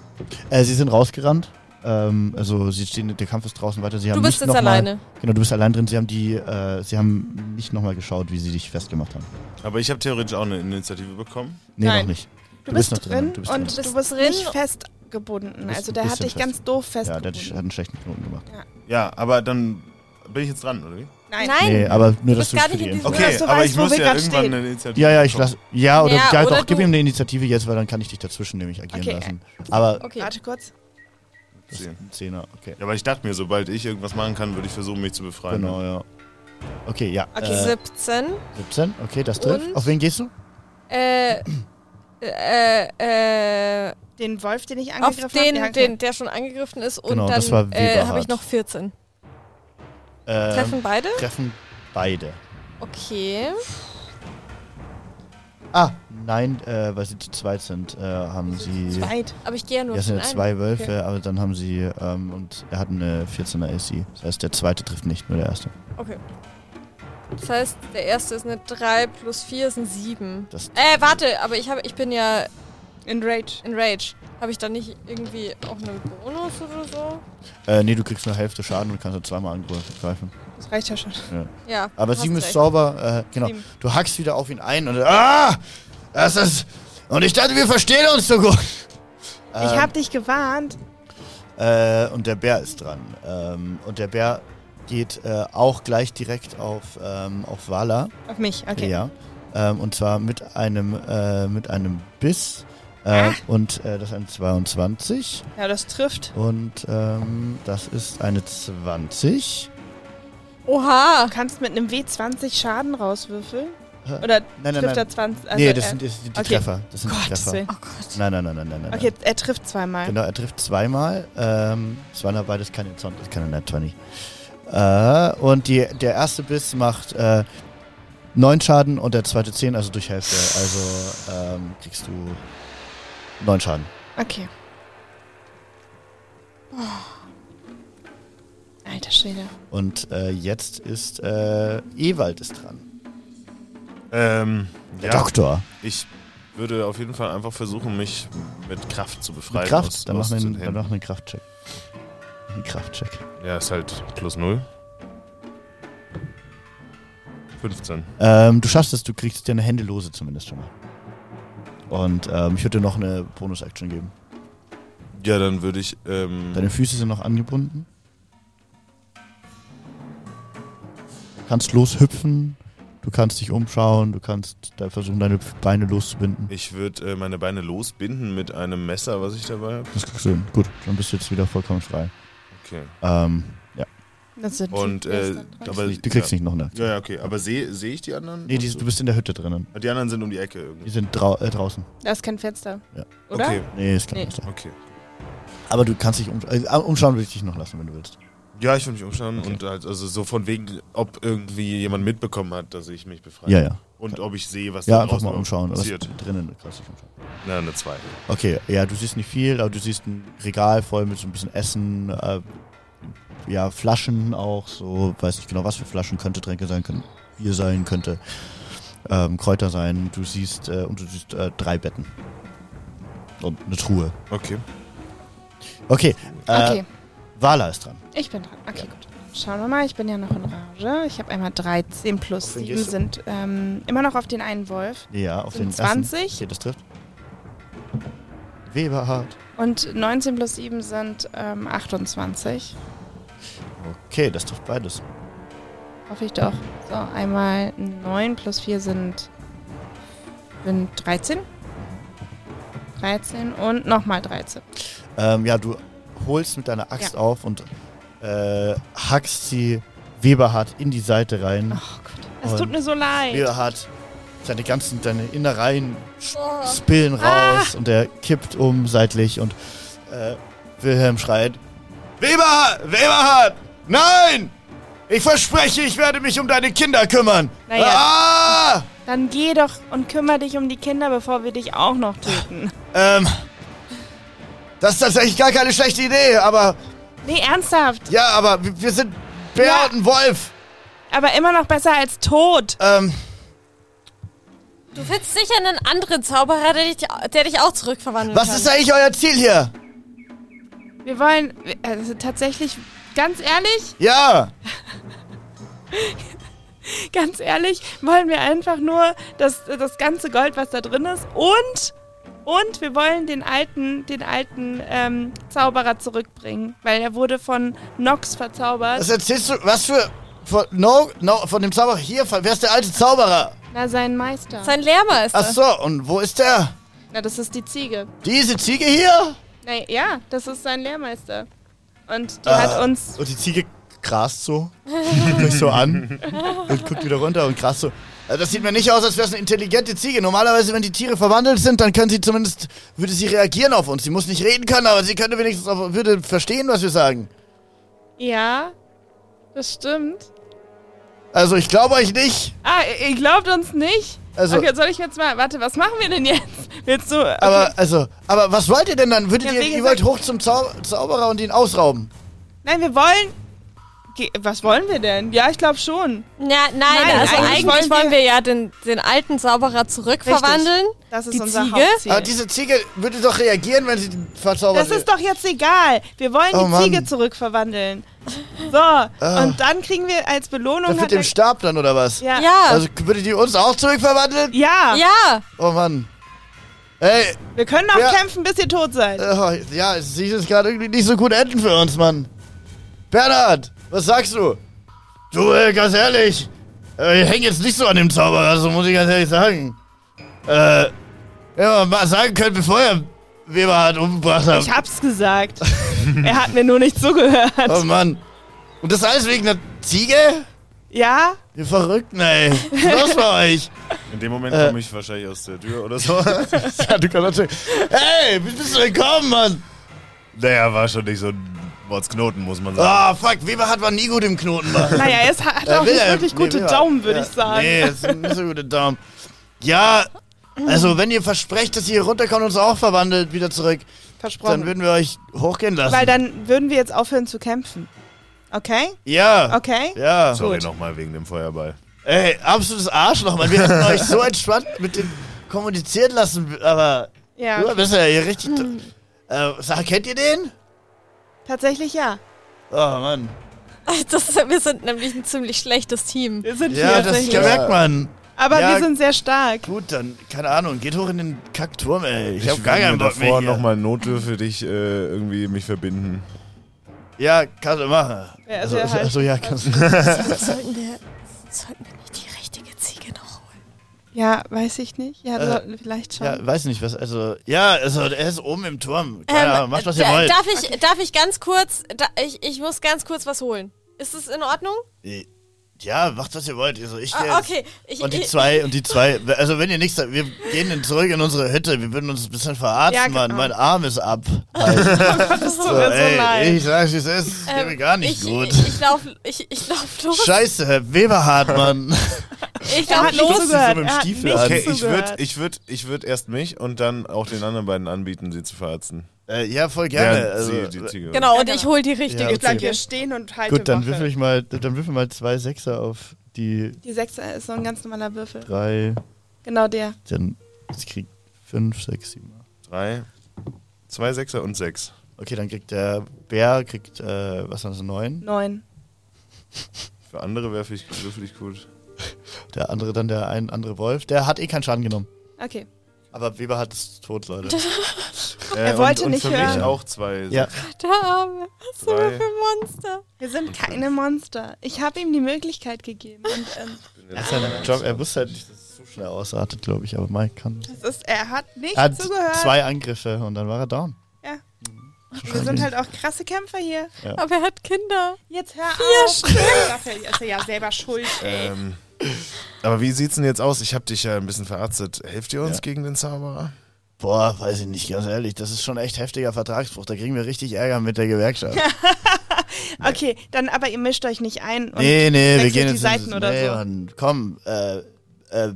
[SPEAKER 5] äh, sie sind rausgerannt. Ähm, also sie stehen, der Kampf ist draußen weiter. Sie haben
[SPEAKER 3] Du bist
[SPEAKER 5] nicht
[SPEAKER 3] jetzt
[SPEAKER 5] noch mal-
[SPEAKER 3] alleine.
[SPEAKER 5] Genau, du bist allein drin. Sie haben die, äh, sie haben nicht nochmal geschaut, wie sie dich festgemacht haben.
[SPEAKER 4] Aber ich habe theoretisch auch eine Initiative bekommen.
[SPEAKER 5] Nee,
[SPEAKER 2] Nein.
[SPEAKER 5] noch nicht.
[SPEAKER 2] Du,
[SPEAKER 5] Du bist
[SPEAKER 2] bist,
[SPEAKER 5] noch drin,
[SPEAKER 2] drin,
[SPEAKER 5] du bist
[SPEAKER 2] und
[SPEAKER 5] drin.
[SPEAKER 2] du bist
[SPEAKER 3] Du bist
[SPEAKER 2] nicht
[SPEAKER 3] drin.
[SPEAKER 2] festgebunden.
[SPEAKER 5] Du bist
[SPEAKER 2] Also
[SPEAKER 5] ein
[SPEAKER 2] der hat
[SPEAKER 5] bisschen
[SPEAKER 2] dich ganz doof
[SPEAKER 5] Ja, der
[SPEAKER 2] festgebunden.
[SPEAKER 5] hat, hat einen schlechten Knoten gemacht.
[SPEAKER 4] Ja, aber dann bin ich jetzt dran, oder wie?
[SPEAKER 2] Nein.
[SPEAKER 3] Nein.
[SPEAKER 5] Nee, aber nur,
[SPEAKER 3] Du
[SPEAKER 5] dass
[SPEAKER 3] bist
[SPEAKER 5] du
[SPEAKER 3] gar
[SPEAKER 5] für
[SPEAKER 3] nicht
[SPEAKER 5] die
[SPEAKER 3] in diesem-
[SPEAKER 5] Info-
[SPEAKER 2] Nur, dass
[SPEAKER 4] Okay,
[SPEAKER 2] du
[SPEAKER 4] aber
[SPEAKER 2] weißt,
[SPEAKER 4] ich
[SPEAKER 2] wo
[SPEAKER 4] muss
[SPEAKER 2] wir
[SPEAKER 4] ja
[SPEAKER 2] grad
[SPEAKER 4] irgendwann
[SPEAKER 2] stehen.
[SPEAKER 4] eine Initiative
[SPEAKER 5] Ja, ja, ich
[SPEAKER 4] bekommen.
[SPEAKER 5] lass. Ja, oder,
[SPEAKER 3] Ja,
[SPEAKER 5] ja,
[SPEAKER 3] oder
[SPEAKER 5] doch, gib
[SPEAKER 3] du.
[SPEAKER 5] ihm eine Initiative jetzt, weil dann kann ich dich dazwischen nämlich agieren
[SPEAKER 2] Okay,
[SPEAKER 5] lassen. Aber
[SPEAKER 3] Okay.
[SPEAKER 2] Warte kurz.
[SPEAKER 5] Das ist
[SPEAKER 4] Zehn.
[SPEAKER 5] ein Zehner, okay.
[SPEAKER 4] Ja, aber ich dachte mir, sobald ich irgendwas machen kann, würde ich versuchen, mich zu befreien.
[SPEAKER 5] Genau, ja. Okay, ja.
[SPEAKER 3] Okay,
[SPEAKER 5] Äh,
[SPEAKER 3] 17.
[SPEAKER 5] 17, okay, das trifft.
[SPEAKER 3] Und-
[SPEAKER 5] Auf wen gehst du?
[SPEAKER 3] Äh, äh, äh,
[SPEAKER 2] Den Wolf, den ich
[SPEAKER 3] auf
[SPEAKER 2] angegriffen habe?
[SPEAKER 3] den,
[SPEAKER 2] ja, okay.
[SPEAKER 3] den, der schon angegriffen ist und
[SPEAKER 5] Genau,
[SPEAKER 3] dann
[SPEAKER 5] das war
[SPEAKER 3] äh,
[SPEAKER 5] Weberhard.
[SPEAKER 3] habe ich noch 14.
[SPEAKER 5] Ähm,
[SPEAKER 3] Treffen beide?
[SPEAKER 5] treffen beide.
[SPEAKER 3] Okay.
[SPEAKER 5] Ah, nein, äh, weil sie zu zweit sind, äh, haben sie.
[SPEAKER 2] Zweit.
[SPEAKER 3] Aber ich gehe ja nur auf
[SPEAKER 5] Ja, es sind
[SPEAKER 3] den
[SPEAKER 5] ja
[SPEAKER 3] einen.
[SPEAKER 5] zwei Wölfe,
[SPEAKER 3] Okay.
[SPEAKER 5] aber dann haben sie. Ähm, und er hat eine 14er AC. Das heißt, der zweite trifft nicht, nur der erste.
[SPEAKER 3] Okay. Das heißt, der erste ist eine 3 plus 4 ist ein 7.
[SPEAKER 5] Das-
[SPEAKER 3] Äh, warte, aber ich, hab, ich bin ja
[SPEAKER 2] In Rage.
[SPEAKER 3] enraged. Habe ich da nicht irgendwie auch einen Bonus oder so?
[SPEAKER 5] Äh, nee, du kriegst nur Hälfte Schaden und kannst nur zweimal angreifen.
[SPEAKER 2] Das reicht ja schon.
[SPEAKER 3] Ja.
[SPEAKER 5] Aber
[SPEAKER 3] hast
[SPEAKER 5] sieben ist
[SPEAKER 3] recht.
[SPEAKER 5] sauber, äh, genau.
[SPEAKER 2] Sieben.
[SPEAKER 5] Du hackst wieder auf ihn ein und. Ah! Das ist. Und ich dachte, wir verstehen uns so gut. Ähm.
[SPEAKER 2] Ich hab dich gewarnt.
[SPEAKER 5] Äh, und der Bär ist dran. Ähm, und der Bär geht äh, auch gleich direkt auf, ähm, auf Vala.
[SPEAKER 2] Auf mich, okay.
[SPEAKER 5] Ja. Ähm, und zwar mit einem, äh, mit einem Biss.
[SPEAKER 2] Ah.
[SPEAKER 5] Äh, Und äh, das ist ein 22.
[SPEAKER 2] Ja, das trifft.
[SPEAKER 5] Und ähm, das ist eine 20.
[SPEAKER 3] Oha!
[SPEAKER 2] Du kannst mit einem W20 Schaden rauswürfeln.
[SPEAKER 5] Hä?
[SPEAKER 2] Oder
[SPEAKER 5] Nein, nein,
[SPEAKER 2] trifft
[SPEAKER 5] nein.
[SPEAKER 2] er 20? Also
[SPEAKER 5] nee, das
[SPEAKER 2] er-
[SPEAKER 5] sind, das sind die
[SPEAKER 2] okay.
[SPEAKER 5] Treffer. Das sind die
[SPEAKER 2] Gottes
[SPEAKER 5] Treffer.
[SPEAKER 2] Willen.
[SPEAKER 3] Oh Gott.
[SPEAKER 5] Nein, nein, nein, nein, nein. nein.
[SPEAKER 2] Okay, er trifft zweimal.
[SPEAKER 5] Genau, er trifft zweimal. Ähm, es waren aber beides keine, Zon- keine Net 20. Äh, und die, der erste Biss macht äh, 9 Schaden und der zweite 10, also durch Hälfte. Also ähm, kriegst du 9 Schaden.
[SPEAKER 2] Okay. Oh. Alter Schwede.
[SPEAKER 5] Und äh, jetzt ist äh, Ewald ist dran.
[SPEAKER 4] Ähm,
[SPEAKER 5] Der
[SPEAKER 4] ja,
[SPEAKER 5] Doktor.
[SPEAKER 4] ich würde auf jeden Fall einfach versuchen, mich mit Kraft zu befreien.
[SPEAKER 5] Mit Kraft.
[SPEAKER 4] aus-
[SPEAKER 5] dann,
[SPEAKER 4] aus
[SPEAKER 5] machen wir
[SPEAKER 4] den
[SPEAKER 5] einen, dann
[SPEAKER 4] Händen.
[SPEAKER 5] machen wir einen Kraftcheck. Einen Kraftcheck.
[SPEAKER 4] Ja, ist halt plus null. 15.
[SPEAKER 5] Ähm, du schaffst es, du kriegst dir eine Händelose zumindest schon mal. Und ähm, ich würde dir noch eine Bonus-Action geben.
[SPEAKER 4] Ja, dann würde ich. Ähm,
[SPEAKER 5] Deine Füße sind noch angebunden. Kannst loshüpfen, du kannst dich umschauen, du kannst da versuchen, deine Beine loszubinden.
[SPEAKER 4] ich würde äh, meine Beine losbinden mit einem Messer, was ich dabei habe.
[SPEAKER 5] Das kriegst du hin. Gut, dann bist du jetzt wieder vollkommen frei.
[SPEAKER 4] Okay.
[SPEAKER 5] Ähm,
[SPEAKER 2] Das sind
[SPEAKER 4] Und
[SPEAKER 2] wer ist
[SPEAKER 4] äh,
[SPEAKER 2] dann dran?
[SPEAKER 4] aber,
[SPEAKER 5] du kriegst
[SPEAKER 4] ja.
[SPEAKER 5] nicht noch eine.
[SPEAKER 4] Ja, ja, okay. Aber sehe seh ich die anderen?
[SPEAKER 5] Nee, die, du bist in der Hütte drinnen.
[SPEAKER 4] die anderen sind um die Ecke irgendwie.
[SPEAKER 5] Die sind drau äh, draußen.
[SPEAKER 2] da ist kein Fenster.
[SPEAKER 5] Ja.
[SPEAKER 2] Oder?
[SPEAKER 4] Okay,
[SPEAKER 5] Nee, ist klar.
[SPEAKER 2] Nee.
[SPEAKER 5] Ist klar.
[SPEAKER 4] okay.
[SPEAKER 5] Aber du kannst dich umschauen. Äh, umschauen würde ich dich noch lassen, wenn du willst.
[SPEAKER 4] Ja, ich würde mich umschauen und halt, also so von wegen, ob irgendwie jemand mitbekommen hat, dass ich mich befreie.
[SPEAKER 5] Ja, ja.
[SPEAKER 4] Und ob ich sehe, was
[SPEAKER 5] Ja,
[SPEAKER 4] da
[SPEAKER 5] einfach
[SPEAKER 4] draußen
[SPEAKER 5] mal umschauen. Was
[SPEAKER 4] passiert.
[SPEAKER 5] drinnen kannst du dich umschauen.
[SPEAKER 4] Na, eine 2.
[SPEAKER 5] Okay, ja, du siehst nicht viel, aber du siehst ein Regal voll mit so ein bisschen Essen, äh, ja, Flaschen auch, so, weiß nicht genau, was für Flaschen könnte Tränke sein, können Bier sein, könnte ähm, Kräuter sein. Du siehst, äh, und du siehst äh, drei Betten. Und eine Truhe.
[SPEAKER 4] Okay.
[SPEAKER 5] Okay, äh,
[SPEAKER 2] Okay,
[SPEAKER 5] Vala ist dran.
[SPEAKER 2] ich bin dran. Okay, gut. Schauen wir mal, ich bin ja noch in Rage. Ich habe einmal 13
[SPEAKER 5] Auf
[SPEAKER 2] plus
[SPEAKER 5] wen
[SPEAKER 2] 7
[SPEAKER 5] gehst du?
[SPEAKER 2] sind ähm, immer noch auf den einen Wolf.
[SPEAKER 5] Ja, auf
[SPEAKER 2] Sind
[SPEAKER 5] den
[SPEAKER 2] 20?
[SPEAKER 5] ersten. Okay, das trifft. Weberhard.
[SPEAKER 2] Und 19 plus 7 sind ähm, 28.
[SPEAKER 5] Okay, das trifft beides.
[SPEAKER 2] Hoffe ich doch. So, einmal 9 plus 4 sind, sind 13. 13 und nochmal 13.
[SPEAKER 5] Ähm, ja, du holst mit deiner Axt auf und äh, hackst sie Weberhard in die Seite rein.
[SPEAKER 2] Oh Gott. Es
[SPEAKER 5] Und
[SPEAKER 2] tut mir so leid.
[SPEAKER 5] Weberhard, seine ganzen, deine Innereien sch-
[SPEAKER 3] Oh.
[SPEAKER 5] spillen raus und er kippt um seitlich und äh, Wilhelm schreit: Weberhard! Weberhard! Nein! Ich verspreche, ich werde mich um deine Kinder kümmern!
[SPEAKER 2] Naja.
[SPEAKER 5] Ah!
[SPEAKER 2] Dann geh doch und kümmere dich um die Kinder, bevor wir dich auch noch töten.
[SPEAKER 5] Ähm, das ist tatsächlich gar keine schlechte Idee, aber
[SPEAKER 2] Nee, ernsthaft.
[SPEAKER 5] ja, aber wir wir sind Bär
[SPEAKER 2] Ja.
[SPEAKER 5] und ein Wolf.
[SPEAKER 2] Aber immer noch besser als tot.
[SPEAKER 5] Ähm,
[SPEAKER 3] Du findest sicher einen anderen Zauberer, der dich, der dich auch zurückverwandelt
[SPEAKER 5] Was
[SPEAKER 3] kann.
[SPEAKER 5] ist eigentlich euer Ziel hier?
[SPEAKER 2] Wir wollen, also tatsächlich, ganz ehrlich,
[SPEAKER 5] Ja,
[SPEAKER 2] ganz ehrlich, wollen wir einfach nur das, das ganze Gold, was da drin ist. Und, und wir wollen den alten, den alten ähm, Zauberer zurückbringen, weil er wurde von Nox verzaubert.
[SPEAKER 5] was erzählst du? Was für. Von, no, no, von dem Zauberer hier? Von, wer ist der alte Zauberer?
[SPEAKER 2] Na, sein Meister.
[SPEAKER 3] Sein Lehrmeister.
[SPEAKER 5] Ach so, und wo ist der?
[SPEAKER 2] Na, das ist die Ziege.
[SPEAKER 5] Diese Ziege hier?
[SPEAKER 2] Na ja, das ist sein Lehrmeister. Und
[SPEAKER 5] Ah.
[SPEAKER 2] die hat uns.
[SPEAKER 5] Und die Ziege grast so, guckt mich so an und guckt wieder runter und grast so. Also das sieht mir nicht aus, als wäre es eine intelligente Ziege. Normalerweise, wenn die Tiere verwandelt sind, dann können sie zumindest, würde sie reagieren auf uns. Sie muss nicht reden können, aber sie könnte wenigstens auf, würde verstehen, was wir sagen.
[SPEAKER 2] Ja, das stimmt.
[SPEAKER 5] Also ich glaube euch nicht.
[SPEAKER 2] Ah, ihr ihr glaubt uns nicht?
[SPEAKER 5] Also-
[SPEAKER 2] okay, soll ich jetzt mal. Warte, was machen wir denn jetzt? Willst du. Okay.
[SPEAKER 5] Aber also, aber was wollt ihr denn dann? Würdet
[SPEAKER 2] Ja,
[SPEAKER 5] ihr,
[SPEAKER 2] wie
[SPEAKER 5] ihr
[SPEAKER 2] gesagt-
[SPEAKER 5] wollt hoch zum Zau Zauberer und ihn ausrauben?
[SPEAKER 2] Nein, wir wollen. Ge was wollen wir denn? Ja, ich glaube schon.
[SPEAKER 3] Na, nein,
[SPEAKER 2] Nein,
[SPEAKER 3] also
[SPEAKER 2] eigentlich
[SPEAKER 3] eigentlich wollen
[SPEAKER 2] wollen
[SPEAKER 3] wir, ja den, den alten Zauberer zurückverwandeln.
[SPEAKER 2] Das ist
[SPEAKER 3] Die
[SPEAKER 2] unser
[SPEAKER 3] Ziege?
[SPEAKER 2] Hauptziel.
[SPEAKER 5] Aber diese Ziege würde doch reagieren, wenn sie verzaubert
[SPEAKER 2] Das ist doch jetzt egal. Wir wollen
[SPEAKER 5] Oh,
[SPEAKER 2] die
[SPEAKER 5] Mann.
[SPEAKER 2] Ziege zurückverwandeln. So, und dann kriegen wir als Belohnung.
[SPEAKER 5] Das
[SPEAKER 2] hat
[SPEAKER 5] mit dem
[SPEAKER 2] er-
[SPEAKER 5] Stab dann, oder was?
[SPEAKER 2] ja. Ja.
[SPEAKER 3] Ja,
[SPEAKER 5] Also würdet ihr uns auch zurückverwandeln?
[SPEAKER 2] ja.
[SPEAKER 3] ja.
[SPEAKER 5] Oh Mann. Ey,
[SPEAKER 2] Wir können auch
[SPEAKER 5] Ja.
[SPEAKER 2] kämpfen, bis ihr tot seid.
[SPEAKER 5] äh, ja, es sieht es gerade irgendwie nicht so gut enden für uns, Mann. Bernhard, was sagst du? Du, äh, ganz ehrlich, äh, ich häng jetzt nicht so an dem Zauberer, so muss ich ganz ehrlich sagen. Äh, ja, mal sagen können, bevor er Weberhard umgebracht hat.
[SPEAKER 2] Ich hab's gesagt. er hat mir nur nicht zugehört.
[SPEAKER 5] Oh Mann. Und das alles wegen einer Ziege?
[SPEAKER 2] Ja?
[SPEAKER 5] Ihr Verrückten, ey. Was ist los bei euch?
[SPEAKER 4] In dem Moment
[SPEAKER 5] Äh.
[SPEAKER 4] komme ich wahrscheinlich aus der Tür oder so.
[SPEAKER 5] Ja, du kannst natürlich. Hey, wie bist du denn gekommen, Mann?
[SPEAKER 4] naja, war schon nicht so ein Wortsknoten, muss man sagen.
[SPEAKER 5] Ah, fuck, Weberhard war nie gut im Knoten, Mann.
[SPEAKER 2] Naja, er ist, hat
[SPEAKER 5] Ja,
[SPEAKER 2] auch nicht
[SPEAKER 5] Wilhelm,
[SPEAKER 2] wirklich
[SPEAKER 5] nee,
[SPEAKER 2] gute
[SPEAKER 5] Wilhelm.
[SPEAKER 2] Daumen, würde
[SPEAKER 5] ja.
[SPEAKER 2] ich sagen.
[SPEAKER 5] Nee, das ist nicht so gute Daumen. Ja, also wenn ihr versprecht, dass ihr hier runterkommt und uns auch verwandelt wieder zurück, dann
[SPEAKER 2] Versprochen.
[SPEAKER 5] würden wir euch hochgehen lassen.
[SPEAKER 2] Weil dann würden wir jetzt aufhören zu kämpfen. Okay?
[SPEAKER 5] ja,
[SPEAKER 2] Okay?
[SPEAKER 5] ja.
[SPEAKER 4] Sorry
[SPEAKER 2] gut.
[SPEAKER 4] nochmal wegen dem Feuerball.
[SPEAKER 5] Ey, absolutes Arschloch, Mann. Wir hätten euch so entspannt mit dem kommunizieren lassen, aber
[SPEAKER 2] Ja.
[SPEAKER 5] du bist ja hier richtig... Äh, sag, kennt ihr den?
[SPEAKER 2] Tatsächlich ja.
[SPEAKER 5] Oh, Mann.
[SPEAKER 3] Das ist, wir sind nämlich ein ziemlich schlechtes Team.
[SPEAKER 2] Wir
[SPEAKER 5] Ja,
[SPEAKER 2] sind hier.
[SPEAKER 5] das
[SPEAKER 2] tatsächlich.
[SPEAKER 5] merkt man.
[SPEAKER 2] Aber
[SPEAKER 5] Ja.
[SPEAKER 2] wir sind sehr stark.
[SPEAKER 5] Gut, dann, keine Ahnung, geht hoch in den Kackturm, ey. Ich, hab
[SPEAKER 4] will
[SPEAKER 5] gar keinen
[SPEAKER 4] mir
[SPEAKER 5] Bock mehr
[SPEAKER 4] davor
[SPEAKER 5] hier.
[SPEAKER 4] nochmal Note für dich äh, irgendwie mich verbinden.
[SPEAKER 5] Ja, kannst du machen.
[SPEAKER 2] Ja,
[SPEAKER 5] also,
[SPEAKER 2] sehr
[SPEAKER 5] also,
[SPEAKER 2] halt.
[SPEAKER 5] also, ja, kannst du.
[SPEAKER 3] sollten wir, sollten wir nicht die richtige Ziege noch holen?
[SPEAKER 2] Ja, weiß ich nicht. Ja,
[SPEAKER 5] Äh,
[SPEAKER 2] so- vielleicht schon.
[SPEAKER 5] Ja, weiß nicht, was, also, ja, also, er ist oben im Turm. Keine Ahnung, macht, was ihr
[SPEAKER 3] Ähm, da-
[SPEAKER 5] wollt.
[SPEAKER 3] Darf ich, darf ich ganz kurz, da, ich, ich muss ganz kurz was holen. Ist es in Ordnung?
[SPEAKER 5] Ja, macht, was ihr wollt. Also, ich geh
[SPEAKER 3] Ah,
[SPEAKER 5] jetzt.
[SPEAKER 3] okay. Ich,
[SPEAKER 5] Und die
[SPEAKER 3] ich,
[SPEAKER 5] zwei, und die zwei, also, wenn ihr nichts sagt, wir gehen dann zurück in unsere Hütte, wir würden uns ein bisschen verarzen,
[SPEAKER 2] Ja, genau.
[SPEAKER 5] Mann, mein Arm ist ab.
[SPEAKER 2] das tut
[SPEAKER 5] So,
[SPEAKER 2] mir so
[SPEAKER 5] ey,
[SPEAKER 2] leid.
[SPEAKER 5] ich sag's, wie es ist, geht
[SPEAKER 3] ähm,
[SPEAKER 5] mir gar nicht
[SPEAKER 3] ich,
[SPEAKER 5] gut.
[SPEAKER 3] Ich, ich lauf, ich, ich lauf los.
[SPEAKER 5] Scheiße, Weberhard, Mann.
[SPEAKER 3] ich
[SPEAKER 2] Er
[SPEAKER 3] lauf
[SPEAKER 2] hat nicht
[SPEAKER 3] los.
[SPEAKER 5] so mit
[SPEAKER 2] zugehört.
[SPEAKER 5] dem
[SPEAKER 2] Er hat
[SPEAKER 5] Stiefel
[SPEAKER 2] nicht
[SPEAKER 5] an.
[SPEAKER 4] Okay,
[SPEAKER 2] zugehört.
[SPEAKER 4] ich würde ich würd, ich würd erst mich und dann auch den anderen beiden anbieten, sie zu verarzten.
[SPEAKER 5] äh, ja, voll gerne.
[SPEAKER 4] Ja,
[SPEAKER 5] also,
[SPEAKER 4] sie, die Ziege.
[SPEAKER 3] Genau, und ich hol die richtige
[SPEAKER 5] Ja, okay.
[SPEAKER 2] Bleib
[SPEAKER 3] Ziege.
[SPEAKER 2] hier stehen und halte
[SPEAKER 5] gut, dann
[SPEAKER 2] Wache.
[SPEAKER 5] würfel ich mal, dann würfel mal zwei Sechser auf die
[SPEAKER 2] Die 6 ist so ein ganz normaler Würfel.
[SPEAKER 5] drei,
[SPEAKER 2] Genau der.
[SPEAKER 5] dann, jetzt kriegt fünf, sechs, sieben.
[SPEAKER 4] Drei, zwei Sechser und sechs.
[SPEAKER 5] Okay, dann kriegt der Bär, kriegt, äh, was war das, neun?
[SPEAKER 2] 9.
[SPEAKER 4] Für andere werfe ich, würfel ich gut.
[SPEAKER 5] Der andere, dann der ein andere Wolf. Der hat eh keinen Schaden genommen.
[SPEAKER 2] Okay.
[SPEAKER 5] Aber Weber hat es tot, Leute.
[SPEAKER 4] Äh,
[SPEAKER 2] Er wollte
[SPEAKER 4] und,
[SPEAKER 2] nicht
[SPEAKER 4] und für
[SPEAKER 2] hören.
[SPEAKER 4] mich auch zwei.
[SPEAKER 5] Ja.
[SPEAKER 3] Da haben wir. Was sind wir
[SPEAKER 4] Drei.
[SPEAKER 3] für Monster?
[SPEAKER 2] Wir sind keine Monster. Ich habe ihm die Möglichkeit gegeben. Und, ähm,
[SPEAKER 5] Das ist halt ein Job. Er wusste halt nicht, dass es so schnell ausartet, glaube ich. Aber Mike kann.
[SPEAKER 2] das ist, er hat nicht
[SPEAKER 5] Er hat
[SPEAKER 2] zugehört.
[SPEAKER 5] zwei Angriffe und dann war er down.
[SPEAKER 2] Ja. Wir sind halt auch krasse Kämpfer hier.
[SPEAKER 3] Aber er hat Kinder.
[SPEAKER 2] Jetzt hör auf. Dafür ist er ja selber schuld.
[SPEAKER 5] Äh,
[SPEAKER 4] Ähm, aber wie sieht's denn jetzt aus? Ich habe dich ja ein bisschen verarztet. Helft ihr uns gegen den Zauberer?
[SPEAKER 5] Boah, weiß ich nicht, ganz ehrlich. Das ist schon echt heftiger Vertragsbruch. Da kriegen wir richtig Ärger mit der Gewerkschaft.
[SPEAKER 2] Okay, dann aber ihr mischt euch nicht ein. Und
[SPEAKER 5] nee, nee, wir
[SPEAKER 2] wechselt
[SPEAKER 5] gehen
[SPEAKER 2] die
[SPEAKER 5] jetzt.
[SPEAKER 2] Seiten oder
[SPEAKER 5] nee,
[SPEAKER 2] so.
[SPEAKER 5] Mann, komm. Äh, äh,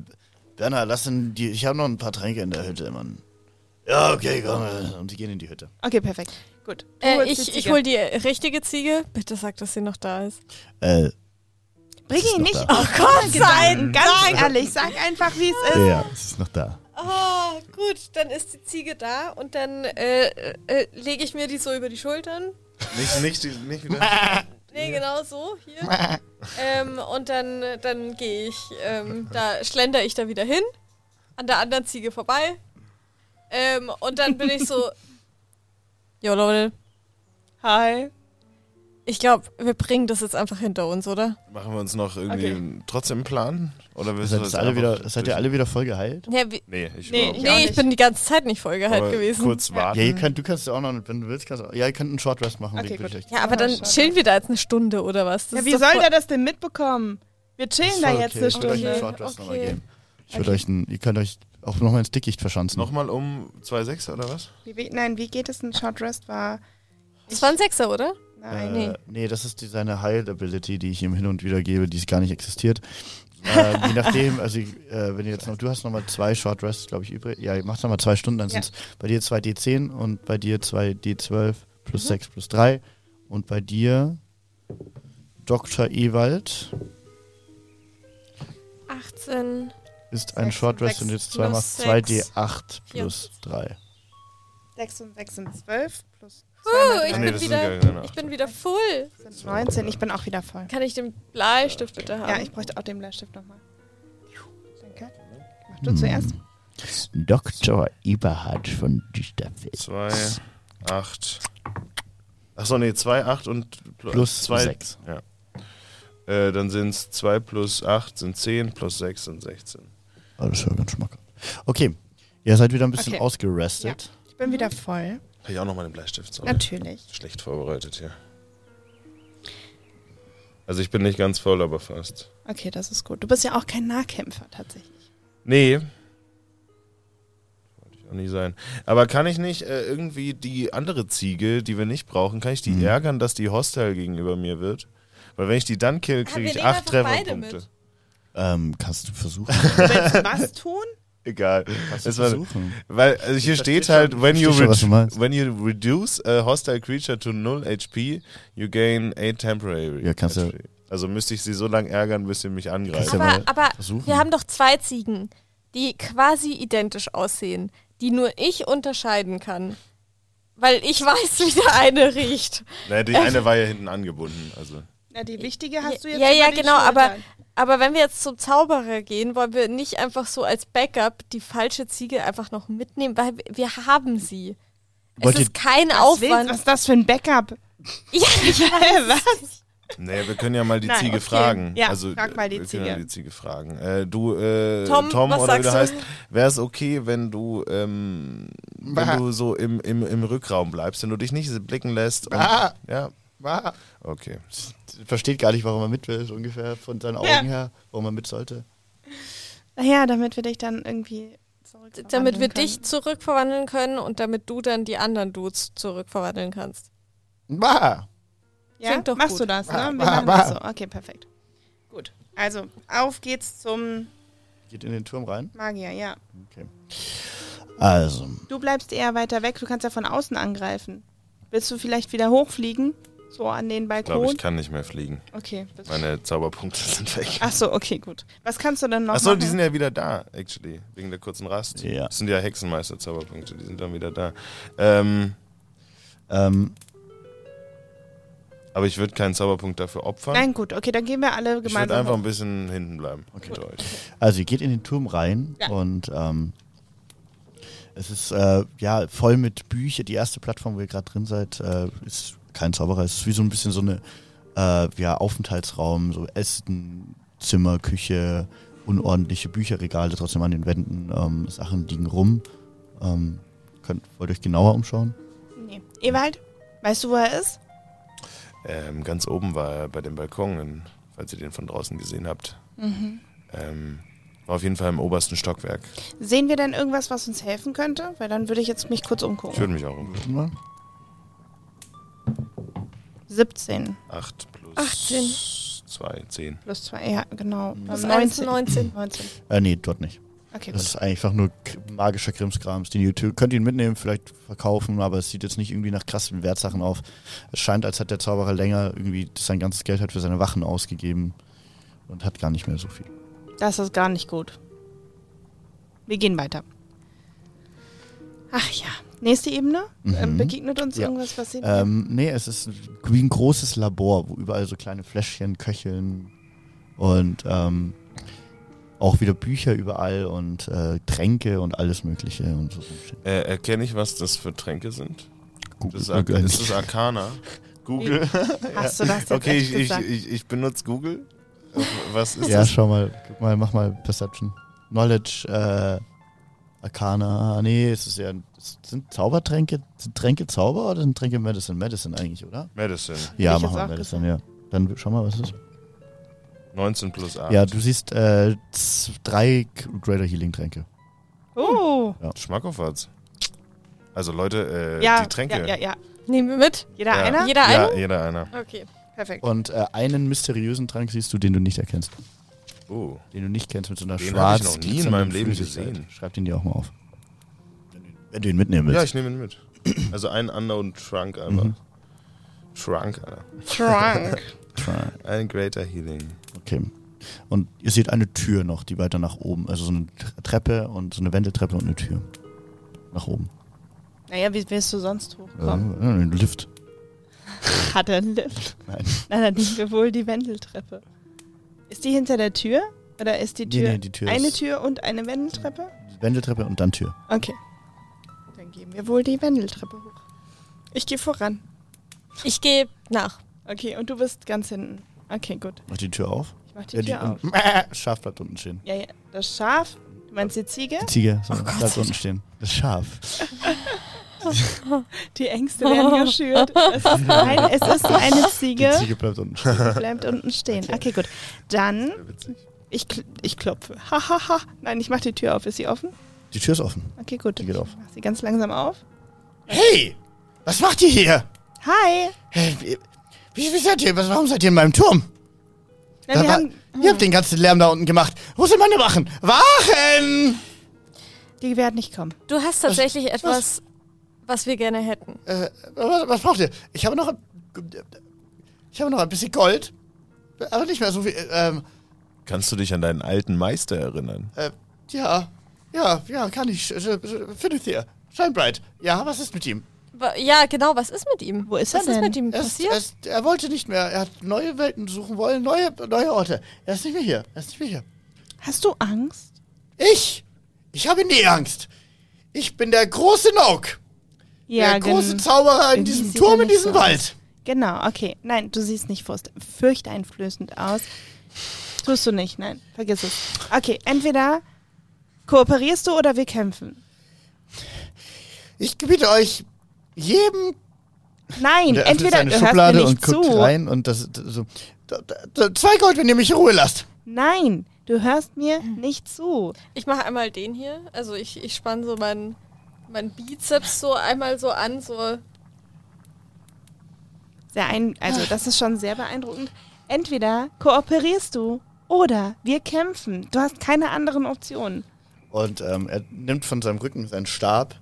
[SPEAKER 5] Bernhard, lass denn die. Ich habe noch ein paar Tränke in der Hütte, Mann. Ja, okay, komm. äh, Und die gehen in die Hütte.
[SPEAKER 2] Okay, perfekt. Gut. Du
[SPEAKER 3] Äh,
[SPEAKER 2] holst die
[SPEAKER 3] ich, ich
[SPEAKER 2] Ziege.
[SPEAKER 3] hol die richtige Ziege. Bitte sag, dass sie noch da ist.
[SPEAKER 5] Äh,
[SPEAKER 2] Bring
[SPEAKER 5] ist
[SPEAKER 2] ihn
[SPEAKER 5] noch
[SPEAKER 2] nicht
[SPEAKER 5] da.
[SPEAKER 2] auf Gott Gedanken. Ganz ehrlich, sag einfach, wie es ist.
[SPEAKER 5] Ja, es ist noch da.
[SPEAKER 3] Ah, gut, dann ist die Ziege da und dann äh, äh, lege ich mir die so über die Schultern.
[SPEAKER 4] Nicht, nicht, die- nicht wieder.
[SPEAKER 3] Nee, genau so, hier. ähm, und dann, dann gehe ich, ähm, da schlender ich da wieder hin, an der anderen Ziege vorbei. Ähm, und dann bin ich so, jo Leute,
[SPEAKER 2] Hi.
[SPEAKER 3] Ich glaube, wir bringen das jetzt einfach hinter uns, oder?
[SPEAKER 4] Machen wir uns noch irgendwie
[SPEAKER 2] Okay.
[SPEAKER 4] trotzdem einen Plan? Oder
[SPEAKER 5] Ihr
[SPEAKER 4] willst
[SPEAKER 5] seid,
[SPEAKER 4] du das
[SPEAKER 5] jetzt alle
[SPEAKER 4] einfach
[SPEAKER 5] wieder, seid ihr
[SPEAKER 4] durch-
[SPEAKER 5] alle wieder voll geheilt?
[SPEAKER 3] Ja, wie,
[SPEAKER 4] Nee, ich
[SPEAKER 2] Nee,
[SPEAKER 4] nee,
[SPEAKER 2] Gar
[SPEAKER 3] nee, ich
[SPEAKER 2] nicht.
[SPEAKER 3] bin die ganze Zeit nicht vollgeheilt
[SPEAKER 4] Aber
[SPEAKER 3] Halt gewesen.
[SPEAKER 4] Kurz warten.
[SPEAKER 5] Ja, ihr könnt, du kannst ja auch noch, wenn du willst, kannst du, ja, ihr könnt einen Short Rest machen.
[SPEAKER 2] Okay,
[SPEAKER 5] wenn ihr
[SPEAKER 2] gut.
[SPEAKER 5] vielleicht-
[SPEAKER 3] ja, aber dann
[SPEAKER 2] Ja, schade.
[SPEAKER 3] chillen wir da jetzt eine Stunde oder was? Das
[SPEAKER 2] Ja,
[SPEAKER 3] ist
[SPEAKER 2] wie
[SPEAKER 3] doch
[SPEAKER 2] soll
[SPEAKER 3] voll-
[SPEAKER 2] der das denn mitbekommen? Wir
[SPEAKER 5] Ist
[SPEAKER 2] chillen
[SPEAKER 5] voll
[SPEAKER 2] da
[SPEAKER 5] okay.
[SPEAKER 2] jetzt eine
[SPEAKER 5] Ich würde euch einen
[SPEAKER 2] Stunde.
[SPEAKER 5] Short Rest nochmal
[SPEAKER 3] Okay.
[SPEAKER 5] geben. Ich würde euch, einen, ihr könnt euch auch nochmal ins Dickicht verschanzen.
[SPEAKER 4] Nochmal um 2,6 oder was?
[SPEAKER 2] Wie, wie, nein, wie geht es? Ein Short Rest war.
[SPEAKER 3] Das war ein Sechser, oder?
[SPEAKER 2] Nein.
[SPEAKER 3] nee.
[SPEAKER 5] Äh, nee, das ist die, seine Heil-Ability, die ich ihm hin und wieder gebe, die gar nicht existiert. ähm, je nachdem, also äh, wenn ihr jetzt noch, du hast nochmal zwei Short Rests, glaube ich, übrig. Ja, ihr macht nochmal zwei Stunden, dann
[SPEAKER 2] Ja.
[SPEAKER 5] sind's sind es bei dir zwei D10 und bei dir zwei D12
[SPEAKER 2] Mhm.
[SPEAKER 5] plus sechs 6 plus 3 und bei dir Dr. Ewald
[SPEAKER 3] 18.
[SPEAKER 5] ist ein
[SPEAKER 2] Sechs
[SPEAKER 5] Short
[SPEAKER 2] und
[SPEAKER 5] Rest
[SPEAKER 2] sechs
[SPEAKER 5] und jetzt zwei
[SPEAKER 3] plus
[SPEAKER 5] macht 2
[SPEAKER 3] sechs.
[SPEAKER 5] D8 plus 3.
[SPEAKER 2] 6 und 6 sind 12 plus
[SPEAKER 3] Uh, ich,
[SPEAKER 4] Ah, nee,
[SPEAKER 3] bin
[SPEAKER 4] das sind
[SPEAKER 3] wieder,
[SPEAKER 4] gar keine
[SPEAKER 3] ich bin wieder full.
[SPEAKER 2] 2 sind 19. Ich bin auch wieder voll.
[SPEAKER 3] Kann ich den Bleistift bitte haben?
[SPEAKER 2] Ja, ich bräuchte auch den Bleistift nochmal. Danke. Mach
[SPEAKER 5] Hm.
[SPEAKER 2] du zuerst.
[SPEAKER 5] Dr. Eberhard von Düsterfeld.
[SPEAKER 4] 2, 8. Achso, nee, 2, 8 und pl-
[SPEAKER 5] Plus
[SPEAKER 4] zwei-
[SPEAKER 5] sechs.
[SPEAKER 4] Ja. Äh, dann sind es 2 plus 8 sind 10, plus 6 sind 16.
[SPEAKER 5] Oh, das ist ja ganz schmackhaft. Okay, ihr seid wieder ein bisschen
[SPEAKER 2] Okay.
[SPEAKER 5] ausgerestet.
[SPEAKER 2] Ich bin wieder voll.
[SPEAKER 4] Habe ich auch nochmal den Bleistift. Sorry.
[SPEAKER 2] Natürlich.
[SPEAKER 4] Schlecht vorbereitet hier. Also ich bin nicht ganz voll, aber fast.
[SPEAKER 2] Okay, das ist gut. Du bist ja auch kein Nahkämpfer tatsächlich.
[SPEAKER 4] Nee. Wollte ich auch nicht sein. Aber kann ich nicht äh, irgendwie die andere Ziege, die wir nicht brauchen, kann ich die
[SPEAKER 5] Mhm.
[SPEAKER 4] ärgern, dass die hostile gegenüber mir wird? Weil wenn ich die dann kill,
[SPEAKER 3] wir
[SPEAKER 4] kriege ich
[SPEAKER 3] nehmen
[SPEAKER 4] acht
[SPEAKER 3] einfach beide
[SPEAKER 4] Trefferpunkte.
[SPEAKER 3] mit.
[SPEAKER 5] Ähm, kannst du versuchen?
[SPEAKER 2] Du willst was tun?
[SPEAKER 4] Egal.
[SPEAKER 5] Kannst
[SPEAKER 4] Es war, Weil also hier steht halt, when you,
[SPEAKER 5] verstehe schon, was du
[SPEAKER 4] redu-
[SPEAKER 5] meinst.
[SPEAKER 4] when you reduce a hostile creature to null HP, you gain 8 temporary.
[SPEAKER 5] Ja, kannst du-
[SPEAKER 4] HP. Also müsste ich sie so lange ärgern, bis sie mich angreifen.
[SPEAKER 5] Kannst du ja
[SPEAKER 3] aber
[SPEAKER 5] mal
[SPEAKER 3] aber
[SPEAKER 5] versuchen.
[SPEAKER 3] wir haben doch zwei Ziegen, die quasi identisch aussehen, die nur ich unterscheiden kann. Weil ich weiß, wie der eine riecht.
[SPEAKER 4] Naja, die eine war ja hinten angebunden. Also.
[SPEAKER 2] Na, die wichtige hast du jetzt.
[SPEAKER 3] ja,
[SPEAKER 2] über
[SPEAKER 3] ja,
[SPEAKER 2] die
[SPEAKER 3] genau, aber,
[SPEAKER 2] Schultern.
[SPEAKER 3] aber wenn wir jetzt zum Zauberer gehen, wollen wir nicht einfach so als Backup die falsche Ziege einfach noch mitnehmen, weil wir- wir haben sie.
[SPEAKER 5] Wollt
[SPEAKER 3] es
[SPEAKER 5] ihr-
[SPEAKER 3] ist kein
[SPEAKER 2] Was, willst,
[SPEAKER 3] Aufwand.
[SPEAKER 2] was ist das für ein Backup?
[SPEAKER 3] Ja, ich weiß.
[SPEAKER 2] was?
[SPEAKER 4] Naja, wir können ja mal die
[SPEAKER 2] Nein,
[SPEAKER 4] Ziege
[SPEAKER 2] okay.
[SPEAKER 4] fragen.
[SPEAKER 2] Ja,
[SPEAKER 4] also,
[SPEAKER 2] frag mal die
[SPEAKER 4] wir können
[SPEAKER 2] Ziege.
[SPEAKER 4] Ja die Ziege fragen. Äh, du, äh, Tom,
[SPEAKER 3] Tom, was
[SPEAKER 4] oder wie du
[SPEAKER 3] sagst
[SPEAKER 4] heißt,
[SPEAKER 3] du?
[SPEAKER 4] wäre es okay, wenn du, ähm, wenn du so im, im, im Rückraum bleibst, wenn du dich nicht blicken lässt. Und,
[SPEAKER 5] Ah.
[SPEAKER 4] ja,
[SPEAKER 5] Ah,
[SPEAKER 4] okay.
[SPEAKER 5] versteht gar nicht, warum er mit will, so ungefähr von seinen Augen
[SPEAKER 2] Ja.
[SPEAKER 5] her, warum er mit sollte.
[SPEAKER 2] Naja, Ah damit wir dich dann irgendwie zurück.
[SPEAKER 3] Damit wir dich zurückverwandeln können und damit du dann die anderen Dudes zurückverwandeln kannst.
[SPEAKER 5] Ah.
[SPEAKER 2] Ja,
[SPEAKER 3] Klingt doch
[SPEAKER 2] machst
[SPEAKER 3] gut.
[SPEAKER 2] du das, ne?
[SPEAKER 5] Ah,
[SPEAKER 2] Wir
[SPEAKER 5] ah,
[SPEAKER 2] machen
[SPEAKER 5] ah.
[SPEAKER 2] das so. Okay, perfekt. Gut. Also, auf geht's zum
[SPEAKER 5] Geht in den Turm rein.
[SPEAKER 2] Magier, ja.
[SPEAKER 5] Also,
[SPEAKER 2] Du bleibst eher weiter weg, du kannst ja von außen angreifen. Willst du vielleicht wieder hochfliegen? So an den
[SPEAKER 4] Ich glaube, ich
[SPEAKER 2] Balkon?
[SPEAKER 4] kann nicht mehr fliegen.
[SPEAKER 2] Okay. das-
[SPEAKER 4] Meine Zauberpunkte sind weg.
[SPEAKER 2] Ach so, okay, gut. Was kannst du denn noch
[SPEAKER 4] Achso,
[SPEAKER 2] machen?
[SPEAKER 4] die sind ja wieder da, actually, wegen der kurzen Rast.
[SPEAKER 5] Ja.
[SPEAKER 4] Das sind ja Hexenmeister-Zauberpunkte, die sind dann wieder da. Ähm,
[SPEAKER 5] ähm,
[SPEAKER 4] aber ich würde keinen Zauberpunkt dafür opfern.
[SPEAKER 2] Nein, gut, okay, dann gehen wir alle
[SPEAKER 4] ich würde
[SPEAKER 2] gemeinsam.
[SPEAKER 4] einfach
[SPEAKER 2] hoch.
[SPEAKER 4] ein bisschen hinten bleiben. Okay.
[SPEAKER 5] also ihr geht in den Turm rein
[SPEAKER 2] Ja.
[SPEAKER 5] und ähm, es ist äh, ja voll mit Büchern. Die erste Plattform, wo ihr gerade drin seid, äh, ist kein Zauberer. Es ist wie so ein bisschen so eine äh, ja, Aufenthaltsraum, so Essen, Zimmer, Küche, unordentliche Bücherregale trotzdem an den Wänden. Ähm, Sachen liegen rum. Ähm, könnt, wollt euch genauer umschauen?
[SPEAKER 2] Nee. Ewald, weißt du, wo er ist?
[SPEAKER 4] Ähm, ganz oben war er bei dem Balkon, in, falls ihr den von draußen gesehen habt.
[SPEAKER 2] Mhm.
[SPEAKER 4] Ähm, war auf jeden Fall im obersten Stockwerk.
[SPEAKER 2] Sehen wir denn irgendwas, was uns helfen könnte? Weil dann würde ich jetzt mich kurz umgucken.
[SPEAKER 4] Ich würde mich auch um.
[SPEAKER 5] Mal.
[SPEAKER 2] 17
[SPEAKER 4] 8 plus
[SPEAKER 3] 18.
[SPEAKER 4] 2, 10.
[SPEAKER 2] plus 2, ja, genau.
[SPEAKER 4] Mhm.
[SPEAKER 3] Das
[SPEAKER 2] 19.
[SPEAKER 3] 19.
[SPEAKER 2] 19.
[SPEAKER 5] Äh, nee, dort nicht.
[SPEAKER 2] Okay,
[SPEAKER 5] Das
[SPEAKER 2] gut.
[SPEAKER 5] ist einfach nur k- magischer Krimskrams. Den YouTube könnt ihr ihn mitnehmen, vielleicht verkaufen, aber es sieht jetzt nicht irgendwie nach krassen Wertsachen auf. Es scheint, als hat der Zauberer länger irgendwie sein ganzes Geld hat für seine Wachen ausgegeben und hat gar nicht mehr so viel.
[SPEAKER 2] Das ist gar nicht gut. Wir gehen weiter. Ach ja. Nächste Ebene.
[SPEAKER 4] Mhm.
[SPEAKER 2] Ähm, begegnet uns
[SPEAKER 5] Ja.
[SPEAKER 2] irgendwas, was sehen wir?
[SPEAKER 5] Ähm, nee, es ist wie ein großes Labor, wo überall so kleine Fläschchen köcheln und ähm, auch wieder Bücher überall und äh, Tränke und alles Mögliche und so.
[SPEAKER 4] Äh, erkenne ich, was das für Tränke sind?
[SPEAKER 5] Gut,
[SPEAKER 4] Das ist, Ar- ist das Arcana? Google.
[SPEAKER 2] Hast du das jetzt
[SPEAKER 4] Okay,
[SPEAKER 2] echt
[SPEAKER 4] ich, ich,
[SPEAKER 2] gesagt?
[SPEAKER 4] ich, ich benutze Google. Äh, Was ist
[SPEAKER 5] Ja,
[SPEAKER 4] das?
[SPEAKER 5] schau mal, guck mal, mach mal Perception. Knowledge, äh, Arcana, ah, nee, es ist ja, es sind Zaubertränke, sind Tränke Zauber oder sind Tränke Medicine? Medicine eigentlich, oder?
[SPEAKER 4] Medicine.
[SPEAKER 5] Ja,
[SPEAKER 2] ich
[SPEAKER 5] machen
[SPEAKER 2] jetzt
[SPEAKER 5] wir
[SPEAKER 2] auch
[SPEAKER 5] Medicine, ja. Dann schau mal, was es ist.
[SPEAKER 4] 19 plus 8.
[SPEAKER 5] Ja, du siehst äh, z- drei K- Greater Healing Tränke.
[SPEAKER 2] oh.
[SPEAKER 4] Schmackofatz. Also Leute, äh,
[SPEAKER 2] Ja,
[SPEAKER 4] die Tränke.
[SPEAKER 2] ja, ja, ja.
[SPEAKER 3] Nehmen wir mit.
[SPEAKER 2] Jeder
[SPEAKER 4] Ja.
[SPEAKER 2] einer?
[SPEAKER 3] Jeder
[SPEAKER 4] ja,
[SPEAKER 3] einen?
[SPEAKER 4] jeder einer.
[SPEAKER 3] Okay.
[SPEAKER 2] Perfekt.
[SPEAKER 5] Und äh, einen mysteriösen Trank siehst du, den du nicht erkennst.
[SPEAKER 4] Oh.
[SPEAKER 5] Den du nicht kennst mit so einer
[SPEAKER 4] Den hab ich
[SPEAKER 5] schwarzen.
[SPEAKER 4] noch nie in meinem Leben gesehen.
[SPEAKER 5] Schreib den dir auch mal auf. Wenn du ihn mitnehmen willst.
[SPEAKER 4] Ja, ich nehme ihn mit. Also einen anderen Trunk einfach.
[SPEAKER 5] Mhm.
[SPEAKER 4] Trunk, Alter.
[SPEAKER 2] Trunk.
[SPEAKER 5] Try.
[SPEAKER 4] Ein Greater Healing.
[SPEAKER 5] Okay. Und ihr seht eine Tür noch, die weiter nach oben, also so eine Tre- Treppe und so eine Wendeltreppe und eine Tür. Nach oben.
[SPEAKER 2] naja, wie wirst du sonst hochkommen?
[SPEAKER 5] Äh, ein Lift.
[SPEAKER 2] Hat er einen Lift?
[SPEAKER 5] Nein.
[SPEAKER 2] Na, dann nehmen wir wohl die Wendeltreppe. Ist die hinter der Tür? Oder ist die Tür,
[SPEAKER 5] Nee, nee, die Tür
[SPEAKER 2] eine
[SPEAKER 5] ist-
[SPEAKER 2] Tür und eine Wendeltreppe?
[SPEAKER 5] Wendeltreppe und dann Tür.
[SPEAKER 2] Okay. Dann gehen wir wohl die Wendeltreppe hoch. Ich gehe voran.
[SPEAKER 3] Ich gehe nach.
[SPEAKER 2] Okay, und du bist ganz hinten. Okay, gut.
[SPEAKER 5] Macht die Tür auf.
[SPEAKER 2] Ich mach die
[SPEAKER 5] Ja,
[SPEAKER 2] Tür auf.
[SPEAKER 5] die, und, äh, Schaf bleibt unten stehen.
[SPEAKER 2] Ja, ja. Das Schaf, du meinst die Ziege?
[SPEAKER 5] Die Ziege
[SPEAKER 2] Oh
[SPEAKER 5] so, bleibt unten stehen. Das Schaf.
[SPEAKER 2] Die Ängste werden geschürt. Es ist, nein, es ist eine
[SPEAKER 5] Die
[SPEAKER 2] Ziege,
[SPEAKER 5] Ziege bleibt unten stehen.
[SPEAKER 2] bleibt unten stehen. Okay, gut. Dann,
[SPEAKER 4] Witzig.
[SPEAKER 2] ich, kl ich klopfe. Hahaha. Ha, ha. Nein, ich mach die Tür auf. Ist sie offen?
[SPEAKER 5] Die Tür ist offen.
[SPEAKER 2] Okay, gut.
[SPEAKER 5] Die geht auf.
[SPEAKER 2] Ich mach sie ganz langsam auf.
[SPEAKER 5] Hey! Was macht ihr hier?
[SPEAKER 2] Hi!
[SPEAKER 5] Hey, wie, wie seid ihr? Was, warum seid ihr in meinem Turm?
[SPEAKER 2] Na, wir
[SPEAKER 5] Wa-
[SPEAKER 2] haben,
[SPEAKER 5] ihr habt den ganzen Lärm da unten gemacht. Wo sind meine Wachen? Wachen!
[SPEAKER 2] die werden nicht kommen.
[SPEAKER 3] Du hast tatsächlich etwas, was wir gerne hätten.
[SPEAKER 5] Äh, was, was braucht ihr? Ich habe noch, ein- ich habe noch ein bisschen Gold, aber nicht mehr so viel. Ähm,
[SPEAKER 4] Kannst du dich an deinen alten Meister erinnern?
[SPEAKER 5] äh, ja, ja, ja, kann ich. Sch- sch- Findet ihr? Scheinbright. Ja, was ist mit ihm?
[SPEAKER 3] Wa- Ja, genau, was ist mit ihm?
[SPEAKER 2] Wo ist
[SPEAKER 3] was
[SPEAKER 2] er denn?
[SPEAKER 3] ist mit ihm
[SPEAKER 5] Er, ist,
[SPEAKER 3] passiert?
[SPEAKER 5] er, ist, er wollte nicht mehr. Er hat neue Welten suchen wollen, neue, neue Orte. Er ist nicht mehr hier. Er ist nicht mehr hier.
[SPEAKER 2] Hast du Angst?
[SPEAKER 5] Ich? Ich habe nie Angst. Ich bin der große Noak. der
[SPEAKER 2] gen-
[SPEAKER 5] große Zauberer in
[SPEAKER 2] irgendwie
[SPEAKER 5] diesem
[SPEAKER 2] sieht er
[SPEAKER 5] Turm, in
[SPEAKER 2] nicht
[SPEAKER 5] diesem
[SPEAKER 2] so aus.
[SPEAKER 5] Wald.
[SPEAKER 2] Genau, okay. Nein, du siehst nicht furcht- fürchteinflößend aus. Tust du nicht, nein. Vergiss es. Okay, entweder kooperierst du oder wir kämpfen.
[SPEAKER 5] Ich gebiete euch jedem.
[SPEAKER 2] Nein,
[SPEAKER 5] Der öffnet
[SPEAKER 2] entweder
[SPEAKER 5] seine
[SPEAKER 2] du hörst
[SPEAKER 5] Schublade
[SPEAKER 2] mir nicht
[SPEAKER 5] und guckt
[SPEAKER 2] zu.
[SPEAKER 5] rein und das, das so. Da, da, da, zwei Gold, wenn ihr mich in Ruhe lasst.
[SPEAKER 2] Nein, du hörst mir nicht zu.
[SPEAKER 3] Ich mache einmal den hier. Also ich, ich spanne so meinen meinen Bizeps so einmal so an, so
[SPEAKER 2] Sehr ein, also das ist schon sehr beeindruckend. Entweder kooperierst du oder wir kämpfen. Du hast keine anderen Optionen.
[SPEAKER 5] Und ähm, er nimmt von seinem Rücken seinen Stab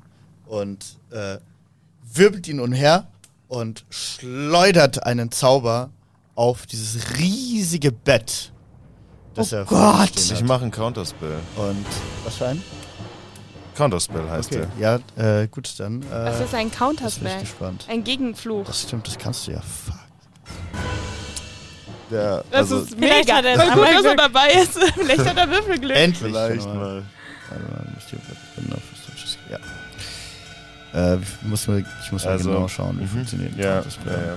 [SPEAKER 5] und äh, wirbelt ihn umher und schleudert einen Zauber auf dieses riesige Bett. Das
[SPEAKER 2] Oh
[SPEAKER 5] er Gott!
[SPEAKER 4] Ich mache einen Counterspell.
[SPEAKER 5] Und was für ein?
[SPEAKER 4] Counterspell heißt
[SPEAKER 5] Okay.
[SPEAKER 4] der.
[SPEAKER 5] Ja, äh, gut, dann. Äh,
[SPEAKER 2] Das ist
[SPEAKER 5] jetzt
[SPEAKER 2] ein
[SPEAKER 5] bin ich
[SPEAKER 2] Counterspell.
[SPEAKER 5] gespannt.
[SPEAKER 2] Ein Gegenfluch.
[SPEAKER 5] Das stimmt, das kannst du ja. Fuck.
[SPEAKER 4] Ja,
[SPEAKER 2] Das
[SPEAKER 4] also
[SPEAKER 2] ist
[SPEAKER 3] Vielleicht
[SPEAKER 2] mega.
[SPEAKER 3] hat er es
[SPEAKER 2] Voll gut,
[SPEAKER 3] einmal
[SPEAKER 2] dass er dabei ist. Vielleicht hat er Würfelglück.
[SPEAKER 5] Endlich!
[SPEAKER 4] vielleicht
[SPEAKER 5] genau.
[SPEAKER 4] mal.
[SPEAKER 5] Warte mal, muss ich bin auf Stats- Ja. Äh, ich muss mal, ich muss mal
[SPEAKER 4] Also,
[SPEAKER 5] genau schauen, wie
[SPEAKER 4] mhm.
[SPEAKER 5] funktioniert
[SPEAKER 4] Ja,
[SPEAKER 5] das
[SPEAKER 4] ja, ja.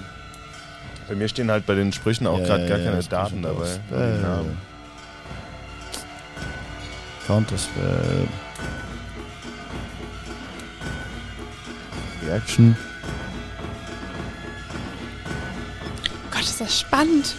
[SPEAKER 4] Bei mir stehen halt bei den Sprüchen auch gerade gar keine Daten dabei. Die Namen.
[SPEAKER 5] Counterspell. Reaction.
[SPEAKER 2] Gott, ist das spannend.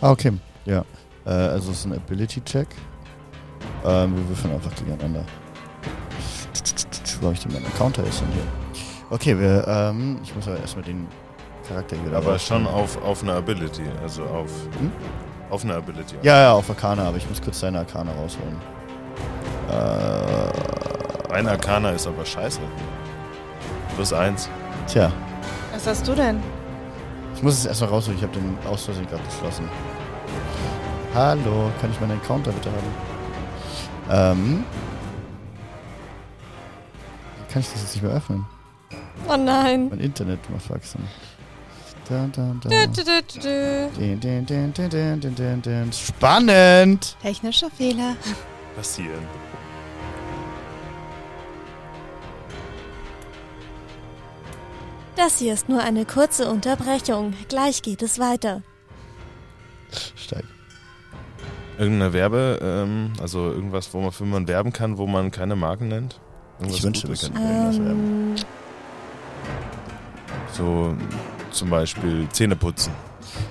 [SPEAKER 5] Ah, okay. Ja. Äh, also es ist ein Ability-Check. Ähm, wir würfeln einfach gegeneinander. Wo habe ich denn meinen Counter ist denn hier? Okay, wir, ähm, ich muss aber erstmal den Charakter hier wieder
[SPEAKER 4] Aber
[SPEAKER 5] rausnehmen.
[SPEAKER 4] schon auf, auf eine Ability. Also auf,
[SPEAKER 5] Hm?
[SPEAKER 4] auf eine Ability.
[SPEAKER 5] Ja, ja, auf Arcana, aber ich muss kurz seine Arcana rausholen. Äh,
[SPEAKER 4] Mein Arcana ist aber scheiße. Plus eins.
[SPEAKER 5] tja,
[SPEAKER 2] Was hast du denn?
[SPEAKER 5] ich muss es erstmal rausholen, ich habe den aus Versehen gerade geschlossen. Hallo, kann ich meinen Encounter bitte haben? Ähm. Wie Kann ich das jetzt nicht mehr öffnen?
[SPEAKER 3] Oh nein.
[SPEAKER 5] Mein Internet macht Faxen. Da, da,
[SPEAKER 3] Dü,
[SPEAKER 5] da.
[SPEAKER 3] dü, dü, dü, dü.
[SPEAKER 5] Din, din, din, din, din, din, din, din. Spannend!
[SPEAKER 2] Technischer Fehler.
[SPEAKER 4] Passieren.
[SPEAKER 3] Das hier ist nur eine kurze Unterbrechung. Gleich geht es weiter.
[SPEAKER 5] Steig.
[SPEAKER 4] Irgendeine Werbe, ähm, also irgendwas, wo man für man werben kann, wo man keine Marken nennt. Irgendwas
[SPEAKER 5] Ich wünschte, wir
[SPEAKER 4] Gutes.
[SPEAKER 5] könnten irgendwas werben.
[SPEAKER 3] Ähm,
[SPEAKER 4] So zum Beispiel Zähneputzen.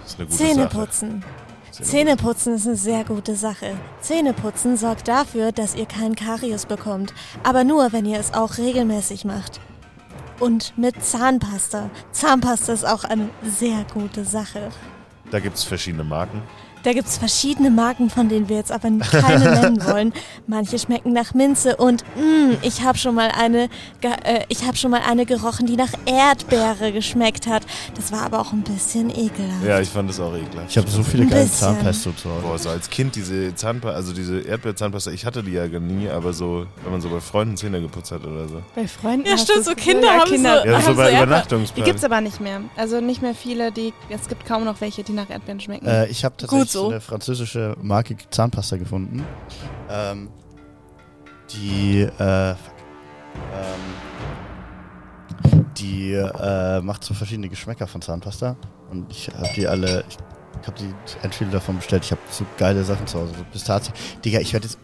[SPEAKER 4] Ist eine gute
[SPEAKER 3] Zähne
[SPEAKER 4] Sache.
[SPEAKER 3] putzen.
[SPEAKER 4] Zähneputzen.
[SPEAKER 3] Zähneputzen ist eine sehr gute Sache. Zähneputzen sorgt dafür, dass ihr keinen Karies bekommt, aber nur, wenn ihr es auch regelmäßig macht. Und mit Zahnpasta. Zahnpasta ist auch eine sehr gute Sache.
[SPEAKER 4] Da gibt es verschiedene Marken.
[SPEAKER 3] Da gibt's verschiedene Marken, von denen wir jetzt aber keine nennen wollen. Manche schmecken nach Minze und mh, ich habe schon mal eine, ge- äh, ich habe schon mal eine gerochen, die nach Erdbeere geschmeckt hat. Das war aber auch ein bisschen ekelhaft.
[SPEAKER 4] Ja, ich fand das auch ekelhaft.
[SPEAKER 5] Ich habe so viele geile
[SPEAKER 3] bisschen.
[SPEAKER 5] Zahnpesto zu Hause.
[SPEAKER 4] Boah, so als Kind diese Zahnpasta, also diese Erdbeerzahnpasta, ich hatte die ja nie, aber so, wenn man so bei Freunden Zähne geputzt hat oder so.
[SPEAKER 2] Bei Freunden.
[SPEAKER 3] Ja,
[SPEAKER 2] hast
[SPEAKER 3] stimmt,
[SPEAKER 2] du's
[SPEAKER 3] so
[SPEAKER 2] früher-
[SPEAKER 3] Kinder haben so-
[SPEAKER 4] Ja,
[SPEAKER 3] Ach,
[SPEAKER 4] so
[SPEAKER 3] so Erdbeer-
[SPEAKER 4] bei
[SPEAKER 2] Also Die
[SPEAKER 4] Übernachtungsplan.
[SPEAKER 2] gibt's aber nicht mehr. Also nicht mehr viele, die. Es gibt kaum noch welche, die nach Erdbeeren schmecken.
[SPEAKER 5] Äh, ich habe tatsächlich
[SPEAKER 3] so.
[SPEAKER 5] so eine französische Marke Zahnpasta gefunden. Ähm, die, äh, fuck. ähm, die äh, macht so verschiedene Geschmäcker von Zahnpasta. Und ich habe die alle, ich habe die ein viele davon bestellt. Ich habe so geile Sachen zu Hause. So Pistazien. Digga, ich werde jetzt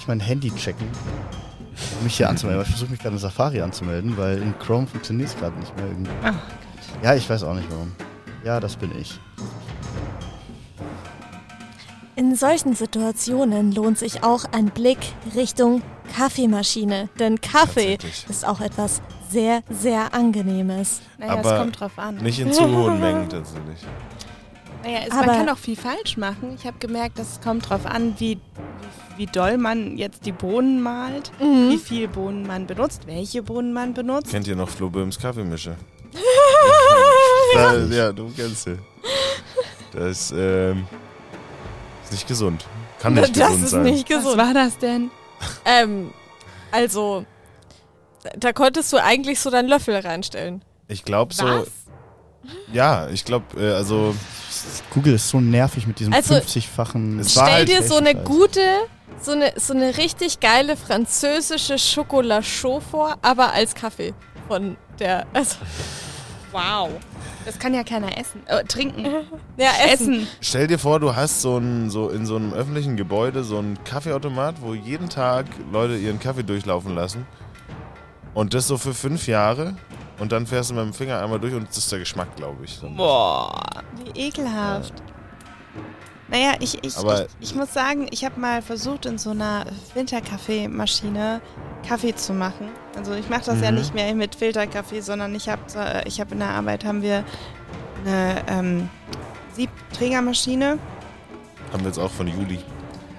[SPEAKER 5] ich mein Handy checken, um mich hier anzumelden. weil Ich versuche mich gerade in Safari anzumelden, weil in Chrome funktioniert es gerade nicht mehr irgendwie.
[SPEAKER 2] Ach
[SPEAKER 5] Ja, ich weiß auch nicht warum. Ja, das bin ich.
[SPEAKER 3] In solchen Situationen lohnt sich auch ein Blick Richtung Kaffeemaschine, denn Kaffee
[SPEAKER 4] Tatsächlich.
[SPEAKER 3] ist auch etwas sehr, sehr angenehmes.
[SPEAKER 2] naja,
[SPEAKER 4] aber
[SPEAKER 2] es kommt drauf an.
[SPEAKER 4] Nicht in zu hohen Mengen tatsächlich.
[SPEAKER 2] Naja, es,
[SPEAKER 3] Aber-
[SPEAKER 2] man kann auch viel falsch machen. Ich habe gemerkt, dass es kommt drauf an, wie, wie doll man jetzt die Bohnen malt,
[SPEAKER 3] Mhm.
[SPEAKER 2] wie viel Bohnen man benutzt, welche Bohnen man benutzt.
[SPEAKER 4] Kennt ihr noch Flo Böhms Kaffeemische? da, ja, du kennst sie. Das ähm, ist nicht gesund. Kann nicht
[SPEAKER 3] das
[SPEAKER 4] gesund
[SPEAKER 3] ist
[SPEAKER 4] sein.
[SPEAKER 3] nicht
[SPEAKER 2] Was
[SPEAKER 3] gesund.
[SPEAKER 2] war das denn?
[SPEAKER 3] Ähm, also, da- da konntest du eigentlich so deinen Löffel reinstellen.
[SPEAKER 4] Ich glaube so. Ja, ich glaube, äh, also
[SPEAKER 5] Google ist so nervig mit diesem
[SPEAKER 3] Also,
[SPEAKER 5] 50-fachen.
[SPEAKER 4] es war
[SPEAKER 3] Stell
[SPEAKER 4] halt
[SPEAKER 3] dir so eine
[SPEAKER 5] Scheiße.
[SPEAKER 3] gute, so eine, so eine richtig geile französische Chocolat Chaud vor, aber als Kaffee von der, also,
[SPEAKER 2] Wow. Das kann ja keiner essen. Äh, trinken.
[SPEAKER 3] ja, Essen.
[SPEAKER 2] Essen.
[SPEAKER 4] Stell dir vor, du hast so ein, so in so einem öffentlichen Gebäude so einen Kaffeeautomat, wo jeden Tag Leute ihren Kaffee durchlaufen lassen. Und das so für fünf Jahre. Und dann fährst du mit dem Finger einmal durch und das ist der Geschmack, glaube ich. Dann.
[SPEAKER 2] Boah, wie ekelhaft. Naja, ich, ich,
[SPEAKER 4] Aber-
[SPEAKER 2] ich, ich muss sagen, ich habe mal versucht, in so einer Filterkaffeemaschine Kaffee zu machen. Also ich mache das ja nicht mehr mit Filterkaffee, sondern ich habe äh, ich hab in der Arbeit haben wir eine ähm, Siebträgermaschine.
[SPEAKER 4] Haben wir jetzt auch von Juli.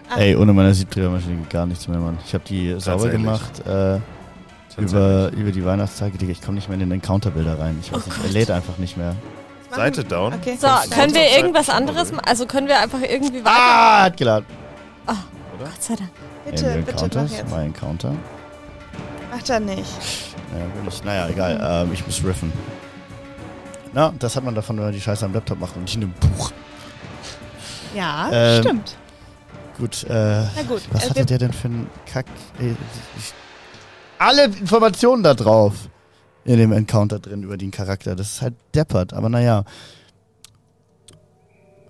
[SPEAKER 2] Ah.
[SPEAKER 5] Ey, ohne meine Siebträgermaschine geht gar nichts mehr, Mann. Ich habe die sauber
[SPEAKER 4] Tatsächlich.
[SPEAKER 5] gemacht äh, über, über die Weihnachtstage. Digga, ich komme nicht mehr in den Encounter-Bilder rein. Ich
[SPEAKER 2] Oh
[SPEAKER 5] weiß nicht, er lädt einfach nicht mehr.
[SPEAKER 2] Das machen-
[SPEAKER 4] Seite down.
[SPEAKER 2] Okay.
[SPEAKER 3] So,
[SPEAKER 4] Kannst du
[SPEAKER 3] können wir
[SPEAKER 4] Zeit
[SPEAKER 3] irgendwas
[SPEAKER 4] schon,
[SPEAKER 3] anderes,
[SPEAKER 4] oder?
[SPEAKER 3] ma- also können wir einfach irgendwie weiter?
[SPEAKER 5] Ah, hat geladen.
[SPEAKER 3] Gott sei Dank.
[SPEAKER 2] Bitte,
[SPEAKER 5] Ey,
[SPEAKER 2] bitte mach
[SPEAKER 5] Encounters,
[SPEAKER 2] jetzt.
[SPEAKER 5] mein Encounter.
[SPEAKER 2] Mach da nicht.
[SPEAKER 5] Naja, will ich, naja egal. Ähm, ich muss riffen. Na, das hat man davon, wenn man die Scheiße am Laptop macht und nicht in einem Buch.
[SPEAKER 2] Ja,
[SPEAKER 5] Ähm,
[SPEAKER 2] stimmt.
[SPEAKER 5] Gut, äh,
[SPEAKER 2] Na gut.
[SPEAKER 5] was
[SPEAKER 2] äh,
[SPEAKER 5] hatte der denn für einen Kack? Ey, ich, alle Informationen da drauf in dem Encounter drin über den Charakter. Das ist halt deppert, aber naja.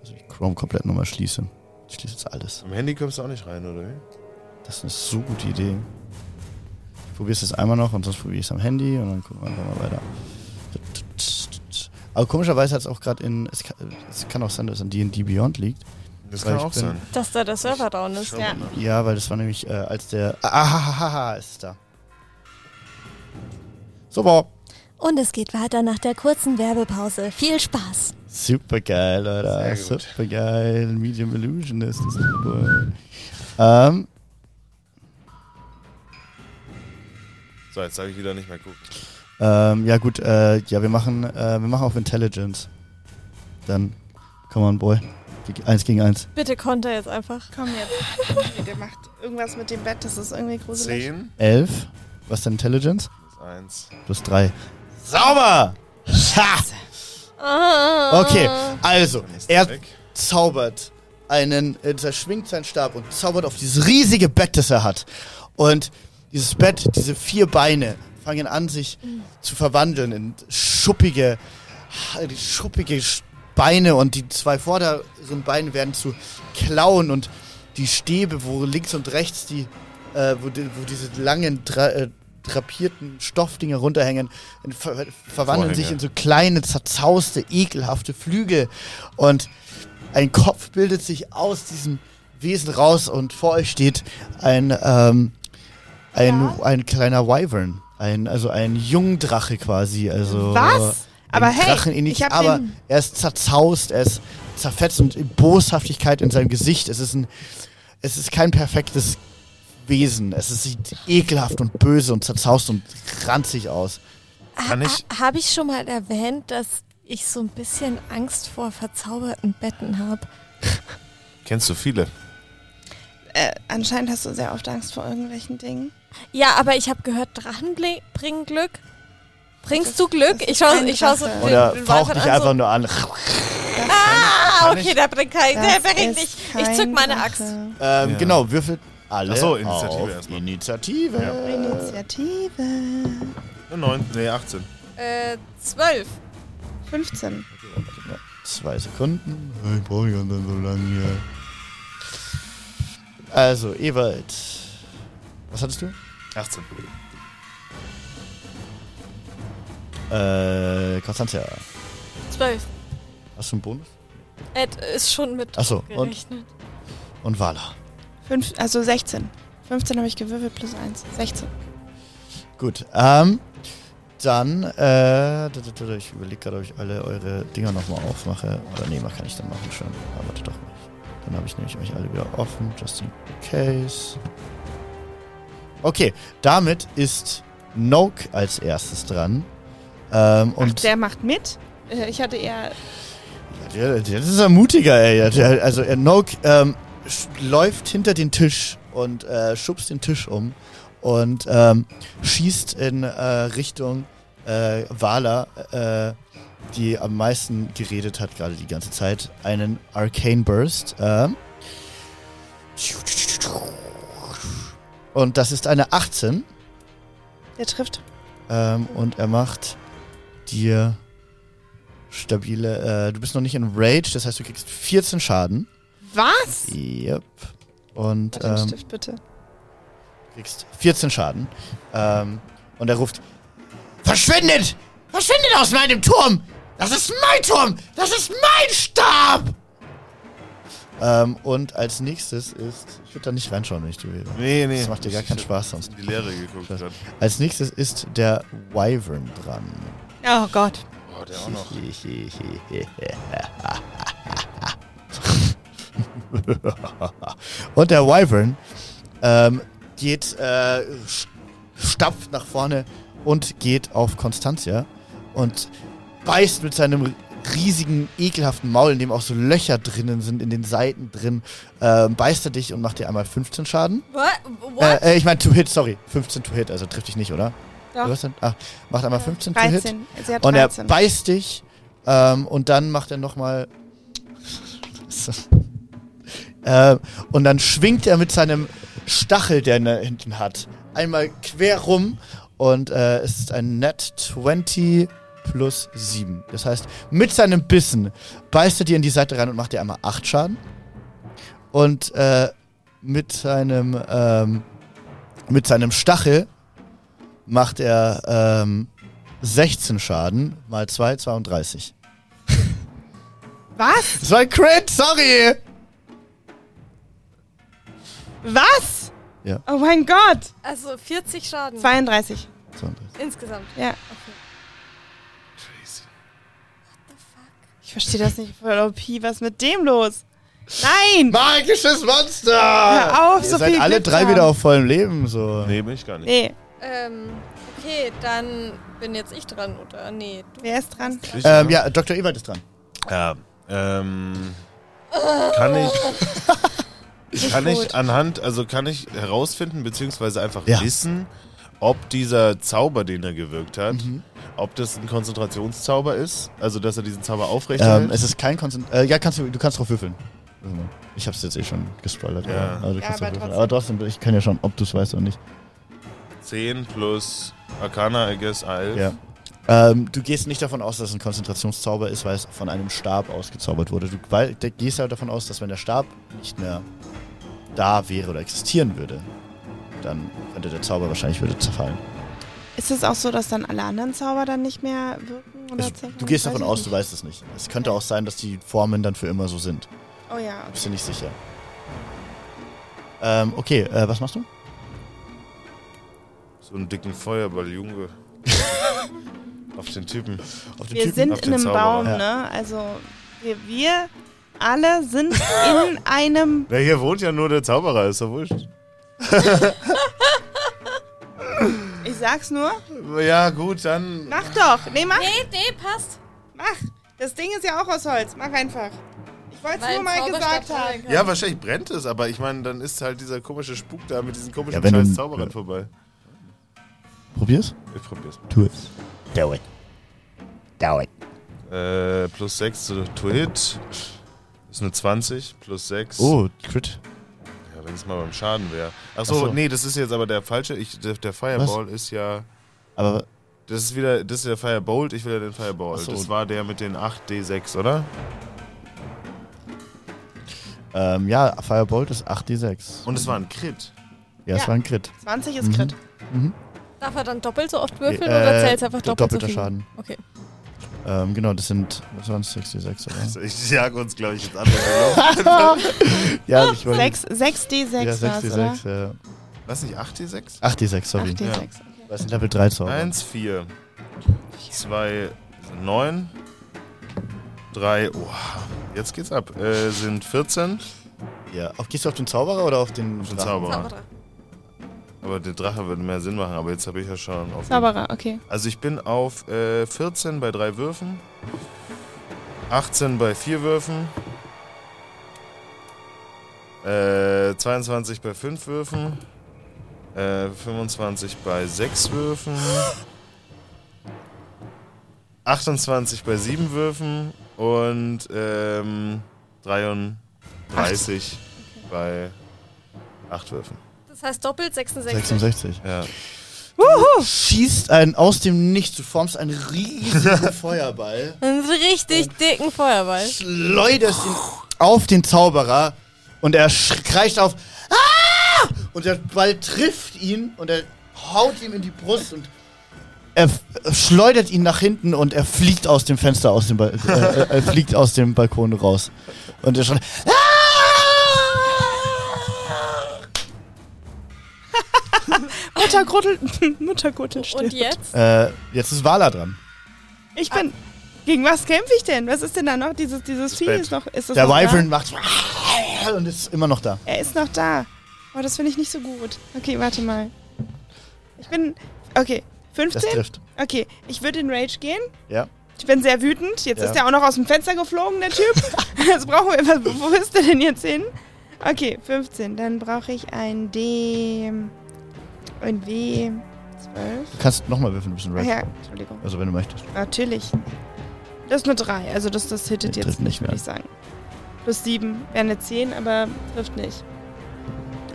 [SPEAKER 5] Also ich Chrome komplett nochmal schließe. Ich schließe jetzt alles.
[SPEAKER 4] Im Handy kommst du auch nicht rein, oder wie?
[SPEAKER 5] Das ist eine so gute Idee. Ich probier's jetzt einmal noch und sonst probiere ich es am Handy und dann gucken wir einfach mal weiter. Aber komischerweise hat es auch gerade in. Es kann, es kann auch sein, dass es an DD Beyond liegt.
[SPEAKER 4] Das
[SPEAKER 5] Weil
[SPEAKER 4] kann
[SPEAKER 5] ich
[SPEAKER 4] auch
[SPEAKER 5] bin-
[SPEAKER 4] sein.
[SPEAKER 3] Dass da der Server down ist.
[SPEAKER 4] Schau
[SPEAKER 2] ja.
[SPEAKER 4] mal nach.
[SPEAKER 5] Ja, weil das war nämlich äh, als der. Ahahaha, ah, ist es da. Super.
[SPEAKER 3] Und es geht weiter nach der kurzen Werbepause. Viel Spaß.
[SPEAKER 5] Super geil, Leute.
[SPEAKER 4] Sehr gut.
[SPEAKER 5] Super geil. Medium Illusion ist das. Super. Ähm,
[SPEAKER 4] So, jetzt habe ich wieder nicht mehr geguckt.
[SPEAKER 5] ähm, ja, gut. Äh, ja, wir machen, äh, wir machen auf Intelligence. Dann, come on, boy. Ge- Eins gegen eins.
[SPEAKER 3] Bitte Konter jetzt einfach.
[SPEAKER 2] Komm jetzt. Der macht irgendwas mit dem Bett, das ist irgendwie gruselig.
[SPEAKER 4] Zehn.
[SPEAKER 5] Elf. Was ist denn Intelligence?
[SPEAKER 4] eins.
[SPEAKER 5] Plus drei. Sauber! Scheiße. Okay, also,
[SPEAKER 4] Dann ist
[SPEAKER 5] er
[SPEAKER 4] weg.
[SPEAKER 5] zaubert einen, äh, er schwingt seinen Stab und zaubert auf dieses riesige Bett, das er hat. Und dieses Bett, diese vier Beine fangen an, sich zu verwandeln in schuppige, Ah, die schuppige Sch- Beine und die zwei vorderen Beine werden zu Klauen und die Stäbe, wo links und rechts die, äh, wo, die, wo diese langen dra äh, drapierten Stoffdinger runterhängen, in- ver verwandeln sich
[SPEAKER 4] Vorhänge.
[SPEAKER 5] in so kleine, zerzauste, ekelhafte Flügel und ein Kopf bildet sich aus diesem Wesen raus und vor euch steht ein, ähm, ein, ein kleiner Wyvern. Ein, also ein Jungdrache quasi. Also
[SPEAKER 2] Was? Aber
[SPEAKER 5] ein
[SPEAKER 2] hey,
[SPEAKER 5] Drachenähnlich,
[SPEAKER 2] ich hab
[SPEAKER 5] aber
[SPEAKER 2] den-
[SPEAKER 5] er ist zerzaust, er ist zerfetzt und in Boshaftigkeit in seinem Gesicht. Es ist ein, es ist kein perfektes Wesen. Es ist, sieht ekelhaft und böse und zerzaust und ranzig aus.
[SPEAKER 4] Kann ich,
[SPEAKER 3] Habe ich schon mal erwähnt, dass ich so ein bisschen Angst vor verzauberten Betten habe?
[SPEAKER 4] kennst du viele?
[SPEAKER 2] Äh, anscheinend hast du sehr oft Angst vor irgendwelchen Dingen.
[SPEAKER 3] Ja, aber ich habe gehört, Drachen bli- bringen Glück. Bringst
[SPEAKER 2] Das
[SPEAKER 3] du Glück?
[SPEAKER 2] das
[SPEAKER 3] Ich
[SPEAKER 2] ist
[SPEAKER 3] schaue
[SPEAKER 2] eine
[SPEAKER 3] ich schau so
[SPEAKER 2] Sache.
[SPEAKER 5] Oder
[SPEAKER 3] den
[SPEAKER 5] faucht
[SPEAKER 3] Wolfert
[SPEAKER 5] dich
[SPEAKER 3] an,
[SPEAKER 2] also
[SPEAKER 5] einfach nur an.
[SPEAKER 3] Ah,
[SPEAKER 4] Kann ich-
[SPEAKER 3] okay, der bringt keinen. Der
[SPEAKER 2] Das
[SPEAKER 3] bringt
[SPEAKER 2] ist
[SPEAKER 3] nicht. Ich
[SPEAKER 2] kein
[SPEAKER 3] zück meine Axt.
[SPEAKER 2] Drache.
[SPEAKER 5] Ähm,
[SPEAKER 4] Ja.
[SPEAKER 5] Genau, würfelt alle.
[SPEAKER 4] Ach so, Initiative
[SPEAKER 5] auf
[SPEAKER 4] erstmal.
[SPEAKER 5] Initiative.
[SPEAKER 4] Ja.
[SPEAKER 2] Initiative.
[SPEAKER 4] Ne, Neun, nee, 18.
[SPEAKER 3] Äh, zwölf.
[SPEAKER 2] 15.
[SPEAKER 5] Zwei Sekunden. Ich brauche nicht dann so lange hier. Also, Ewald. Was hattest du?
[SPEAKER 4] 18.
[SPEAKER 5] Äh, Konstantia.
[SPEAKER 3] Zwölf.
[SPEAKER 5] Hast du einen Bonus?
[SPEAKER 3] Ed ist schon mit
[SPEAKER 5] Ach so, und?
[SPEAKER 3] gerechnet.
[SPEAKER 5] Und Vala.
[SPEAKER 2] Fünf, also 16. 15 habe ich gewürfelt plus 1. 16.
[SPEAKER 5] Gut. Ähm, dann, äh, da, da, da, da, ich überlege gerade, ob ich alle eure Dinger nochmal aufmache. Oder nee, mach- kann ich dann machen schon. Aber warte doch mal. Dann habe ich nämlich euch alle wieder offen. Just in case. Okay, damit ist Noke als erstes dran. Ähm,
[SPEAKER 2] Ach,
[SPEAKER 5] und
[SPEAKER 2] der macht mit? Äh, Ich hatte eher.
[SPEAKER 5] Ja, der- Das ist ja mutiger, ey. Der- Also äh, Noak ähm, sch- läuft hinter den Tisch und äh, schubst den Tisch um und ähm, schießt in äh, Richtung äh, Vala, äh, die am meisten geredet hat gerade die ganze Zeit, einen Arcane Burst. ähm. und das ist eine 18
[SPEAKER 2] Der trifft.
[SPEAKER 5] ähm, und er macht dir stabile. Äh, du bist noch nicht in Rage, das heißt, du kriegst 14 Schaden.
[SPEAKER 2] Was?
[SPEAKER 5] Yep. Und
[SPEAKER 2] Warte, den
[SPEAKER 5] ähm,
[SPEAKER 2] Also Stift bitte.
[SPEAKER 5] kriegst 14 Schaden. Ähm, und er ruft: Verschwindet! Verschwindet aus meinem Turm! Das ist mein Turm! Das ist mein Stab! Ähm, und als nächstes ist. Ich würde da nicht reinschauen, wenn ich du wäre.
[SPEAKER 4] Nee, nee.
[SPEAKER 5] Das macht dir gar keinen Spaß sonst.
[SPEAKER 4] In die Leere geguckt gerade.
[SPEAKER 5] Als nächstes ist der Wyvern dran.
[SPEAKER 2] Oh Gott.
[SPEAKER 4] Boah, der auch noch.
[SPEAKER 5] Und der Wyvern ähm, geht, äh, sch- stapft nach vorne und geht auf Konstantia und beißt mit seinem riesigen, ekelhaften Maul, in dem auch so Löcher drinnen sind, in den Seiten drin, ähm, beißt er dich und macht dir einmal 15 Schaden.
[SPEAKER 3] What? What?
[SPEAKER 5] Äh, äh, ich meine, to hit, sorry. 15 to hit, also trifft dich nicht, oder?
[SPEAKER 2] Doch.
[SPEAKER 5] Du hast dann- ach, macht einmal 15 to hit.
[SPEAKER 2] 13. Sie hat
[SPEAKER 5] Und er
[SPEAKER 2] 13.
[SPEAKER 5] beißt dich ähm, und dann macht er nochmal. äh, und dann schwingt er mit seinem Stachel, den er hinten hat, einmal quer rum und äh, es ist ein Net 20 plus 7. Das heißt, mit seinem Bissen beißt er dir in die Seite rein und macht dir einmal 8 Schaden. Und äh, mit seinem ähm, mit seinem Stachel macht er ähm, 16 Schaden mal 2, 32.
[SPEAKER 2] Was?
[SPEAKER 5] Das war ein Crit, sorry!
[SPEAKER 2] Was?
[SPEAKER 5] Ja.
[SPEAKER 2] Oh mein Gott.
[SPEAKER 3] Also 40 Schaden
[SPEAKER 2] 32.
[SPEAKER 5] 32.
[SPEAKER 3] insgesamt.
[SPEAKER 2] Ja.
[SPEAKER 4] Crazy.
[SPEAKER 2] Ich verstehe das nicht. Voll OP. Was ist mit dem los? Nein.
[SPEAKER 5] Magisches Monster!
[SPEAKER 2] Hör auf,
[SPEAKER 5] Ihr
[SPEAKER 2] so
[SPEAKER 5] seid
[SPEAKER 2] viel
[SPEAKER 5] alle
[SPEAKER 2] Glück
[SPEAKER 5] drei
[SPEAKER 2] haben.
[SPEAKER 5] wieder auf vollem Leben, so.
[SPEAKER 4] Nee, bin ich gar nicht.
[SPEAKER 2] Nee.
[SPEAKER 3] Ähm, okay, dann bin jetzt ich dran, oder? Nee, du.
[SPEAKER 2] Wer ist dran?
[SPEAKER 4] Ich,
[SPEAKER 5] Ähm, ja, Dr. Ebert ist dran.
[SPEAKER 4] Ja. Ähm, kann ich. Kann ich anhand, also kann ich herausfinden, beziehungsweise einfach
[SPEAKER 5] Ja.
[SPEAKER 4] wissen, ob dieser Zauber, den er gewirkt hat, ob das ein Konzentrationszauber ist, also dass er diesen Zauber aufrechterhält.
[SPEAKER 5] Ähm, es ist kein Konzent. Äh, ja, kannst du, du kannst drauf würfeln. Warte mal. Ich hab's jetzt eh schon gespoilert.
[SPEAKER 4] Ja.
[SPEAKER 5] aber, also, du
[SPEAKER 2] Ja,
[SPEAKER 5] kannst
[SPEAKER 2] aber
[SPEAKER 5] drauf würfeln.
[SPEAKER 2] trotzdem.
[SPEAKER 5] aber trotzdem, ich kann ja schon, ob du es weißt oder nicht.
[SPEAKER 4] 10 plus Arcana, I guess, 11.
[SPEAKER 5] Ja. Ähm, du gehst nicht davon aus, dass es ein Konzentrationszauber ist, weil es von einem Stab ausgezaubert wurde. Du weil, de- gehst halt davon aus, dass wenn der Stab nicht mehr da wäre oder existieren würde, dann könnte der Zauber wahrscheinlich würde zerfallen.
[SPEAKER 2] Ist es auch so, dass dann alle anderen Zauber dann nicht mehr wirken? Oder
[SPEAKER 5] Es,
[SPEAKER 2] zerfallen?
[SPEAKER 5] du gehst
[SPEAKER 2] Weiß
[SPEAKER 5] davon
[SPEAKER 2] ich
[SPEAKER 5] aus, du
[SPEAKER 2] nicht.
[SPEAKER 5] weißt es nicht. Es könnte auch sein, dass die Formen dann für immer so sind.
[SPEAKER 2] Oh ja, okay.
[SPEAKER 5] Bist du nicht sicher? Ähm, okay, äh, was machst du?
[SPEAKER 4] So einen dicken Feuerball, Junge. Auf den Typen.
[SPEAKER 5] Auf den
[SPEAKER 2] Wir
[SPEAKER 5] Typen?
[SPEAKER 2] sind
[SPEAKER 4] auf
[SPEAKER 2] in
[SPEAKER 4] den
[SPEAKER 2] einem
[SPEAKER 4] Zauberer.
[SPEAKER 2] Baum,
[SPEAKER 5] Ja.
[SPEAKER 2] ne? Also wir, wir alle sind in einem.
[SPEAKER 4] Na, hier wohnt ja nur der Zauberer, ist doch wurscht.
[SPEAKER 2] Ich sag's nur.
[SPEAKER 4] Ja, gut, dann.
[SPEAKER 2] Mach doch. Nee, mach.
[SPEAKER 6] Nee, nee, passt.
[SPEAKER 2] Mach. Das Ding ist ja auch aus Holz. Mach einfach. Ich wollte es
[SPEAKER 6] Weil
[SPEAKER 2] nur mal
[SPEAKER 6] Zauberstab
[SPEAKER 2] gesagt haben.
[SPEAKER 4] Ja, wahrscheinlich brennt es, aber ich meine, dann ist halt dieser komische Spuk da mit diesen komischen
[SPEAKER 5] Ja, wenn du-
[SPEAKER 4] scheiß Zauberern vorbei.
[SPEAKER 5] Probier's?
[SPEAKER 4] Ich probier's mal.
[SPEAKER 5] Tu es. Do it. Do it.
[SPEAKER 4] Äh, plus 6 to, to hit. Ist eine 20, plus 6.
[SPEAKER 5] Oh, Crit.
[SPEAKER 4] Ja, wenn es mal beim Schaden wäre. Achso,
[SPEAKER 5] Ach
[SPEAKER 4] Ach
[SPEAKER 5] so.
[SPEAKER 4] so. nee, das ist jetzt aber der falsche. Ich, der, der Fireball ist ja.
[SPEAKER 5] Aber
[SPEAKER 4] Das ist wieder. Das ist der Firebolt, ich will ja den Fireball.
[SPEAKER 5] Ach so.
[SPEAKER 4] Das war der mit den 8d6, oder?
[SPEAKER 5] ähm, ja, Firebolt ist 8d6.
[SPEAKER 4] Und es war ein Crit.
[SPEAKER 5] Ja, es
[SPEAKER 2] Ja.
[SPEAKER 5] war ein Crit.
[SPEAKER 2] 20 ist Crit.
[SPEAKER 6] Darf er dann doppelt so oft würfeln
[SPEAKER 5] Äh,
[SPEAKER 6] oder zählt es einfach
[SPEAKER 5] do-
[SPEAKER 6] doppelt so
[SPEAKER 5] doppelter
[SPEAKER 6] viel?
[SPEAKER 5] Schaden.
[SPEAKER 6] Okay.
[SPEAKER 5] Ähm, genau, das sind, was waren es, 66 oder?
[SPEAKER 4] Ich jag uns, glaube ich, jetzt andere.
[SPEAKER 5] ja, ich wollte.
[SPEAKER 2] 6, 6d6
[SPEAKER 5] Mhm. Ja,
[SPEAKER 2] war's, oder?
[SPEAKER 5] 6d6, ja.
[SPEAKER 4] Was nicht, 8d6?
[SPEAKER 5] 8d6, sorry.
[SPEAKER 2] 8d6.
[SPEAKER 5] Das sind Level 3 Zauber.
[SPEAKER 4] 1, 4, 2, 9, 3, oh, jetzt geht's ab. Äh, sind 14
[SPEAKER 5] Ja. Auf, gehst du auf den Zauberer oder auf den,
[SPEAKER 4] auf den
[SPEAKER 5] Drachen?
[SPEAKER 4] Zauberer.
[SPEAKER 6] Zauberer.
[SPEAKER 4] Aber der Drache würde mehr Sinn machen, aber jetzt habe ich ja schon auf.
[SPEAKER 2] Zauberer, okay.
[SPEAKER 4] Also ich bin auf äh, 14 bei 3 Würfen, 18 bei 4 Würfen, äh, 22 bei 5 Würfen, äh, 25 bei 6 Würfen, 28 bei 7 Würfen und ähm, 33 bei 8 Würfen.
[SPEAKER 6] Das heißt doppelt 66.
[SPEAKER 5] 66.
[SPEAKER 4] Ja.
[SPEAKER 5] Schießt einen aus dem Nichts, du formst einen riesigen Feuerball,
[SPEAKER 6] Einen richtig dicken Feuerball.
[SPEAKER 5] schleuderst ihn auf den Zauberer und er sch- kreischt auf. "Ah!" Und der Ball trifft ihn und er haut ihm in die Brust und er f- schleudert ihn nach hinten und er fliegt aus dem Fenster, aus dem Bal äh, äh, er fliegt aus dem Balkon raus. Und er schreit. "Ah!"
[SPEAKER 2] Muttergürtel, Muttergürtel stirbt.
[SPEAKER 6] Und jetzt?
[SPEAKER 5] Äh, jetzt ist Wala dran.
[SPEAKER 2] Ich bin. Gegen was kämpfe ich denn? Was ist denn da noch? Dieses, dieses Vieh
[SPEAKER 4] Bett.
[SPEAKER 2] ist noch. Ist das
[SPEAKER 5] Der
[SPEAKER 2] noch
[SPEAKER 5] Wyvern macht und ist immer noch da.
[SPEAKER 2] Da? Er ist noch da. Oh, das finde ich nicht so gut. Okay, warte mal. Ich bin. Okay,
[SPEAKER 5] Das
[SPEAKER 2] 15?
[SPEAKER 5] trifft.
[SPEAKER 2] Okay, ich würde in Rage gehen.
[SPEAKER 5] Ja.
[SPEAKER 2] Ich bin sehr wütend. Jetzt
[SPEAKER 5] Ja.
[SPEAKER 2] ist er auch noch aus dem Fenster geflogen, der Typ. Jetzt brauchen wir. was- Wo ist der denn jetzt hin? Okay, 15. Dann brauche ich ein D. Ein W. 12.
[SPEAKER 5] Du kannst nochmal würfeln, ein bisschen
[SPEAKER 2] Ach
[SPEAKER 5] Rage.
[SPEAKER 2] ja, Entschuldigung.
[SPEAKER 5] Also wenn du möchtest.
[SPEAKER 2] Natürlich. Das ist eine 3, also das, das hittet
[SPEAKER 5] Nee,
[SPEAKER 2] jetzt
[SPEAKER 5] trifft nicht
[SPEAKER 2] nicht, würde
[SPEAKER 5] mehr.
[SPEAKER 2] ich sagen. Plus 7 wäre eine 10, aber trifft nicht.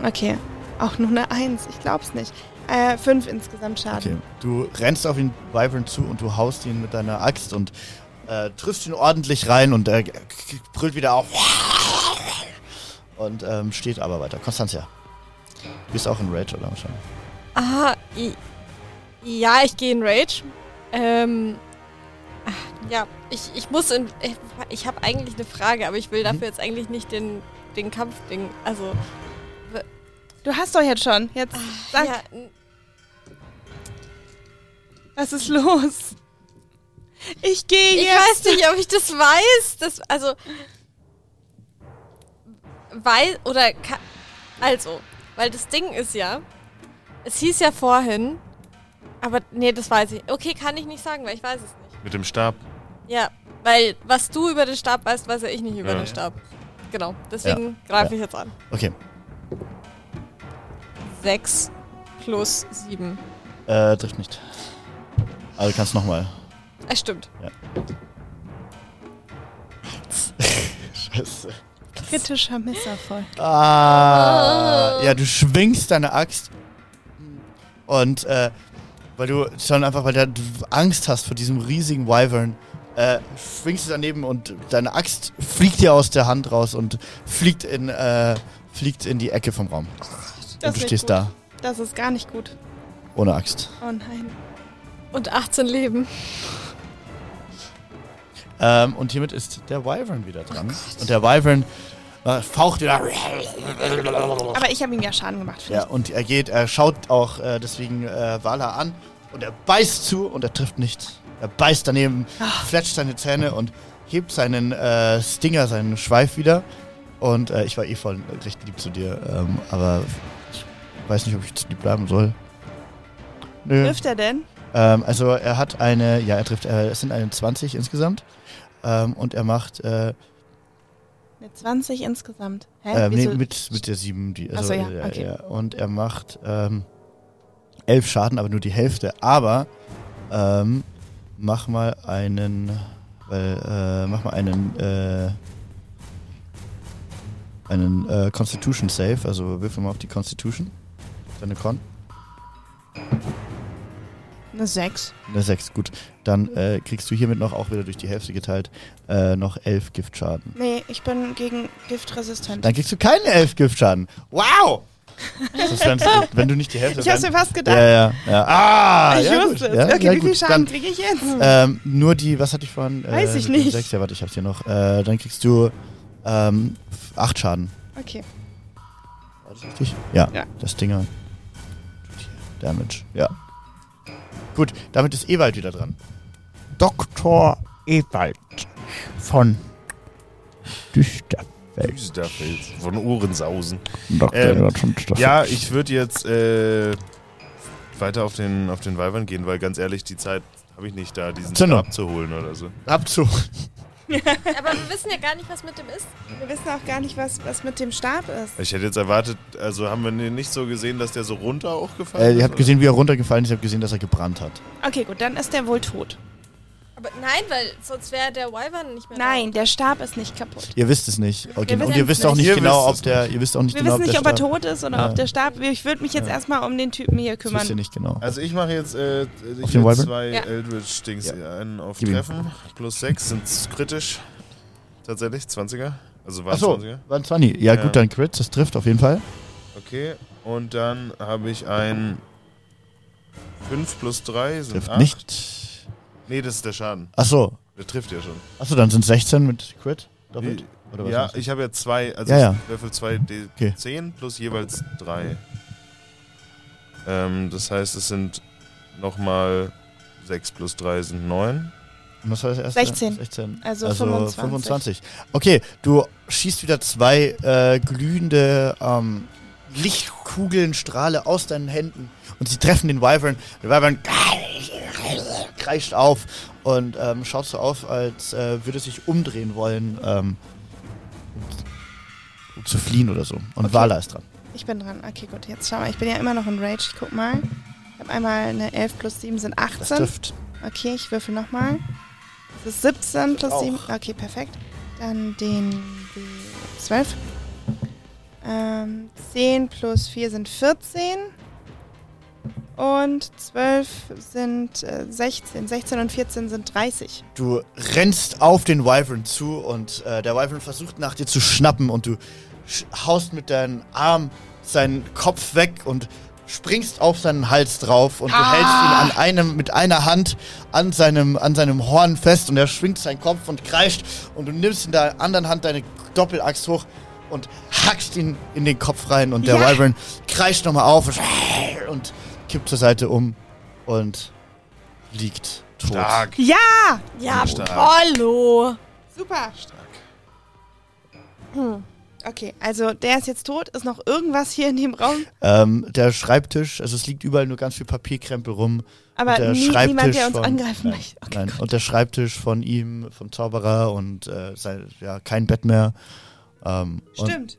[SPEAKER 2] Okay, auch nur eine 1, ich glaub's nicht. Äh, 5 insgesamt Schaden.
[SPEAKER 5] Okay. Du rennst auf den Wyvern zu und du haust ihn mit deiner Axt und äh, triffst ihn ordentlich rein und er k- k- brüllt wieder auf. Und ähm, steht aber weiter. Konstanzia. Du bist auch in Rage oder wahrscheinlich.
[SPEAKER 6] Ah, i- ja, ich gehe in Rage. Ähm, ah, ja, ich, ich muss in. Ich, ich habe eigentlich eine Frage, aber ich will dafür jetzt eigentlich nicht den, den Kampfding. Also,
[SPEAKER 2] Du hast doch jetzt schon. Jetzt sag,
[SPEAKER 6] Ah, ja, n-
[SPEAKER 2] was ist los? Ich gehe
[SPEAKER 6] ich
[SPEAKER 2] jetzt.
[SPEAKER 6] weiß nicht, ob ich das weiß. Das, also, weil oder ka- also, weil das Ding ist ja, es hieß ja vorhin, aber nee, das weiß ich. Okay, kann ich nicht sagen, weil ich weiß es nicht.
[SPEAKER 4] Mit dem Stab.
[SPEAKER 6] Ja, weil was du über den Stab weißt, weiß ja ich nicht über
[SPEAKER 4] Ja.
[SPEAKER 6] den Stab. Genau, deswegen greife ich jetzt an.
[SPEAKER 5] Okay.
[SPEAKER 6] 6 plus 7.
[SPEAKER 5] Äh, trifft nicht. Aber du kannst nochmal.
[SPEAKER 6] Ah, stimmt.
[SPEAKER 5] Scheiße.
[SPEAKER 2] Kritischer Misserfolg.
[SPEAKER 5] Ah, ja, du schwingst deine Axt und äh, weil du schon einfach, weil du Angst hast vor diesem riesigen Wyvern, äh, schwingst du daneben und deine Axt fliegt dir aus der Hand raus und fliegt in, äh, fliegt in die Ecke vom Raum.
[SPEAKER 2] Das
[SPEAKER 5] und du
[SPEAKER 2] ist
[SPEAKER 5] stehst
[SPEAKER 2] gut.
[SPEAKER 5] da
[SPEAKER 2] Das ist gar nicht gut.
[SPEAKER 5] ohne Axt.
[SPEAKER 2] Oh nein.
[SPEAKER 6] Und 18 Leben.
[SPEAKER 5] Ähm, und hiermit ist der Wyvern wieder dran. und der Wyvern äh, faucht wieder.
[SPEAKER 2] Aber ich habe ihm ja Schaden gemacht.
[SPEAKER 5] Ja, und er geht, er schaut auch äh, deswegen äh, Vala an und er beißt zu und er trifft nicht. Er beißt daneben, fletscht seine Zähne und hebt seinen äh, Stinger, seinen Schweif wieder. Und äh, ich war eh voll recht lieb zu dir, ähm, aber ich weiß nicht, ob ich zu lieb bleiben soll. Nö.
[SPEAKER 2] Hilft er denn?
[SPEAKER 5] Ähm, also er hat eine, ja, er trifft, äh, es sind eine 20 insgesamt. Ähm, und er macht äh,
[SPEAKER 2] Eine 20 insgesamt. Hä?
[SPEAKER 5] äh, nee,
[SPEAKER 2] Wieso?
[SPEAKER 5] mit, mit der 7, die. Also,
[SPEAKER 2] Ach so, ja,
[SPEAKER 5] äh,
[SPEAKER 2] okay.
[SPEAKER 5] Und er macht ähm, 11 Schaden, aber nur die Hälfte. Aber ähm, mach mal einen. Weil, äh, mach mal einen. Äh, einen äh, Constitution Save, also wirf mal auf die Constitution. Deine Con.
[SPEAKER 2] Eine 6.
[SPEAKER 5] Eine 6, gut. Dann äh, kriegst du hiermit noch, auch wieder durch die Hälfte geteilt, äh, noch 11 Giftschaden.
[SPEAKER 2] Nee, ich bin gegen giftresistent.
[SPEAKER 5] Dann kriegst du keine 11 Giftschaden. Wow! Das ist, wenn's- wenn du nicht die Hälfte
[SPEAKER 2] Ich hab's mir fast gedacht.
[SPEAKER 5] Ja, ja, ja. Ah,
[SPEAKER 2] ich
[SPEAKER 5] ja, gut.
[SPEAKER 2] wusste es.
[SPEAKER 5] Ja,
[SPEAKER 2] okay,
[SPEAKER 5] ja,
[SPEAKER 2] wie viel
[SPEAKER 5] gut.
[SPEAKER 2] Schaden
[SPEAKER 5] Dann,
[SPEAKER 2] kriege ich jetzt?
[SPEAKER 5] ähm, nur die, was hatte ich vorhin?
[SPEAKER 2] Weiß ich
[SPEAKER 5] mit den
[SPEAKER 2] nicht.
[SPEAKER 5] Sechs, ja, warte, ich hab's hier noch. Äh, dann kriegst du ähm, f- acht Schaden.
[SPEAKER 2] Okay.
[SPEAKER 5] War das richtig? Ja,
[SPEAKER 2] Ja.
[SPEAKER 5] das Dinger. Damage, ja. Gut, damit ist Ewald wieder dran.
[SPEAKER 7] Dr. Ewald von Düsterfeld.
[SPEAKER 4] Düsterfels. Von Uhrensausen.
[SPEAKER 7] Dr.
[SPEAKER 4] Ähm,
[SPEAKER 7] Ewald von Düsterfeld.
[SPEAKER 4] Ja, ich würde jetzt äh, weiter auf den, auf den Weibern gehen, weil ganz ehrlich, die Zeit habe ich nicht da, diesen
[SPEAKER 5] Zündung.
[SPEAKER 4] abzuholen oder so.
[SPEAKER 5] Abzug.
[SPEAKER 6] Aber wir wissen ja gar nicht, was mit dem ist.
[SPEAKER 2] Wir wissen auch gar nicht, was, was mit dem Stab ist.
[SPEAKER 4] Ich hätte jetzt erwartet, also haben wir den nicht so gesehen, dass der so runter auch gefallen
[SPEAKER 5] Äh,
[SPEAKER 4] ist?
[SPEAKER 5] ihr habt
[SPEAKER 4] oder?
[SPEAKER 5] gesehen, wie er runtergefallen ist, ihr habt gesehen, dass er gebrannt hat.
[SPEAKER 2] Okay, gut, dann ist der wohl tot.
[SPEAKER 6] Aber nein, weil sonst wäre der Wyvern nicht mehr
[SPEAKER 2] Nein, der Stab ist nicht kaputt.
[SPEAKER 5] Ihr wisst es nicht. Okay.
[SPEAKER 2] wissen
[SPEAKER 5] Und ihr wisst
[SPEAKER 2] es
[SPEAKER 5] auch nicht
[SPEAKER 2] nicht.
[SPEAKER 4] Ihr
[SPEAKER 5] genau,
[SPEAKER 4] wisst
[SPEAKER 5] ob
[SPEAKER 4] es
[SPEAKER 5] der. Ihr wisst auch nicht
[SPEAKER 2] Wir
[SPEAKER 5] genau,
[SPEAKER 2] wissen
[SPEAKER 5] ob
[SPEAKER 2] nicht,
[SPEAKER 5] der
[SPEAKER 2] ob er
[SPEAKER 5] starb.
[SPEAKER 2] tot ist oder
[SPEAKER 5] Ja.
[SPEAKER 2] ob der Stab. Ich würde mich jetzt
[SPEAKER 5] Ja.
[SPEAKER 2] erstmal um den Typen hier
[SPEAKER 5] Das wisst ihr
[SPEAKER 2] kümmern.
[SPEAKER 5] nicht genau.
[SPEAKER 4] Also ich mache jetzt äh, äh,
[SPEAKER 5] den
[SPEAKER 4] hier
[SPEAKER 5] Weibern?
[SPEAKER 4] zwei
[SPEAKER 2] Ja.
[SPEAKER 4] Eldritch-Dings. Einen auf
[SPEAKER 5] Gib ihm.
[SPEAKER 4] Treffen, plus sechs, sind kritisch. Tatsächlich, 20er. Also war
[SPEAKER 5] Achso,
[SPEAKER 4] 20er.
[SPEAKER 5] waren 20. Ja,
[SPEAKER 4] Ja.
[SPEAKER 5] gut, dann Crit, das trifft auf jeden Fall.
[SPEAKER 4] Okay, und dann habe ich ein 5 plus 3 sind
[SPEAKER 5] Trifft
[SPEAKER 4] acht.
[SPEAKER 5] nicht.
[SPEAKER 4] Nee, das ist der Schaden.
[SPEAKER 5] Achso,
[SPEAKER 4] Der trifft ja schon.
[SPEAKER 5] achso, dann sind 16 mit Crit. Doppelt.
[SPEAKER 4] Nee,
[SPEAKER 5] Oder was
[SPEAKER 4] ja,
[SPEAKER 5] meinst du?
[SPEAKER 4] ich habe ja zwei, also
[SPEAKER 5] Ja, ja.
[SPEAKER 4] ich würfel zwei D10
[SPEAKER 5] Okay.
[SPEAKER 4] plus jeweils drei. Ähm, das heißt, es sind nochmal 6 plus 3 sind 9.
[SPEAKER 5] Und was war das erste?
[SPEAKER 2] 16.
[SPEAKER 5] 16.
[SPEAKER 2] Also 25.
[SPEAKER 5] 25. Okay, du schießt wieder zwei äh, glühende ähm, Lichtkugeln, Strahle aus deinen Händen und sie treffen den Wyvern. Der Wyvern kreischt auf und ähm, schaut so auf, als äh, würde sich umdrehen wollen, ähm, um zu fliehen oder so. Und Vala ist dran.
[SPEAKER 2] Ich bin dran. Okay, gut, jetzt schau mal. Ich bin ja immer noch in Rage. Ich guck mal. Ich habe einmal eine 11 plus 7 sind
[SPEAKER 5] Das
[SPEAKER 2] 18.
[SPEAKER 5] trifft.
[SPEAKER 2] Okay, ich würfel nochmal. Das ist 17 plus
[SPEAKER 5] auch.
[SPEAKER 2] 7. Okay, perfekt. Dann den die 12. Ähm, 10 plus 4 sind 14. Und 12 sind äh, 16. 16 und 14 sind 30.
[SPEAKER 5] Du rennst auf den Wyvern zu und äh, der Wyvern versucht nach dir zu schnappen und du sch- haust mit deinem Arm seinen Kopf weg und springst auf seinen Hals drauf und du hältst ihn an einem, mit einer Hand an seinem, an seinem Horn fest und er schwingt seinen Kopf und kreischt und du nimmst in der anderen Hand deine Doppelaxt hoch und hackst ihn in den Kopf rein und der
[SPEAKER 2] Ja.
[SPEAKER 5] Wyvern kreischt nochmal auf und kippt zur Seite um und liegt tot.
[SPEAKER 4] Stark.
[SPEAKER 2] Ja!
[SPEAKER 6] Ja,
[SPEAKER 4] Stark.
[SPEAKER 6] Polo.
[SPEAKER 2] Super! Hm. Okay, also der ist jetzt tot. Ist noch irgendwas hier in dem Raum?
[SPEAKER 5] Ähm, der Schreibtisch, also es liegt überall nur ganz viel Papierkrempel rum.
[SPEAKER 2] Aber
[SPEAKER 5] Und der
[SPEAKER 2] nie,
[SPEAKER 5] Schreibtisch
[SPEAKER 2] niemand, der uns
[SPEAKER 5] von-
[SPEAKER 2] angreifen
[SPEAKER 5] Nein,
[SPEAKER 2] möchte. Okay,
[SPEAKER 5] nein.
[SPEAKER 2] gut.
[SPEAKER 5] Und der Schreibtisch von ihm, vom Zauberer und äh, sein, ja, kein Bett mehr. Ähm,
[SPEAKER 2] Stimmt.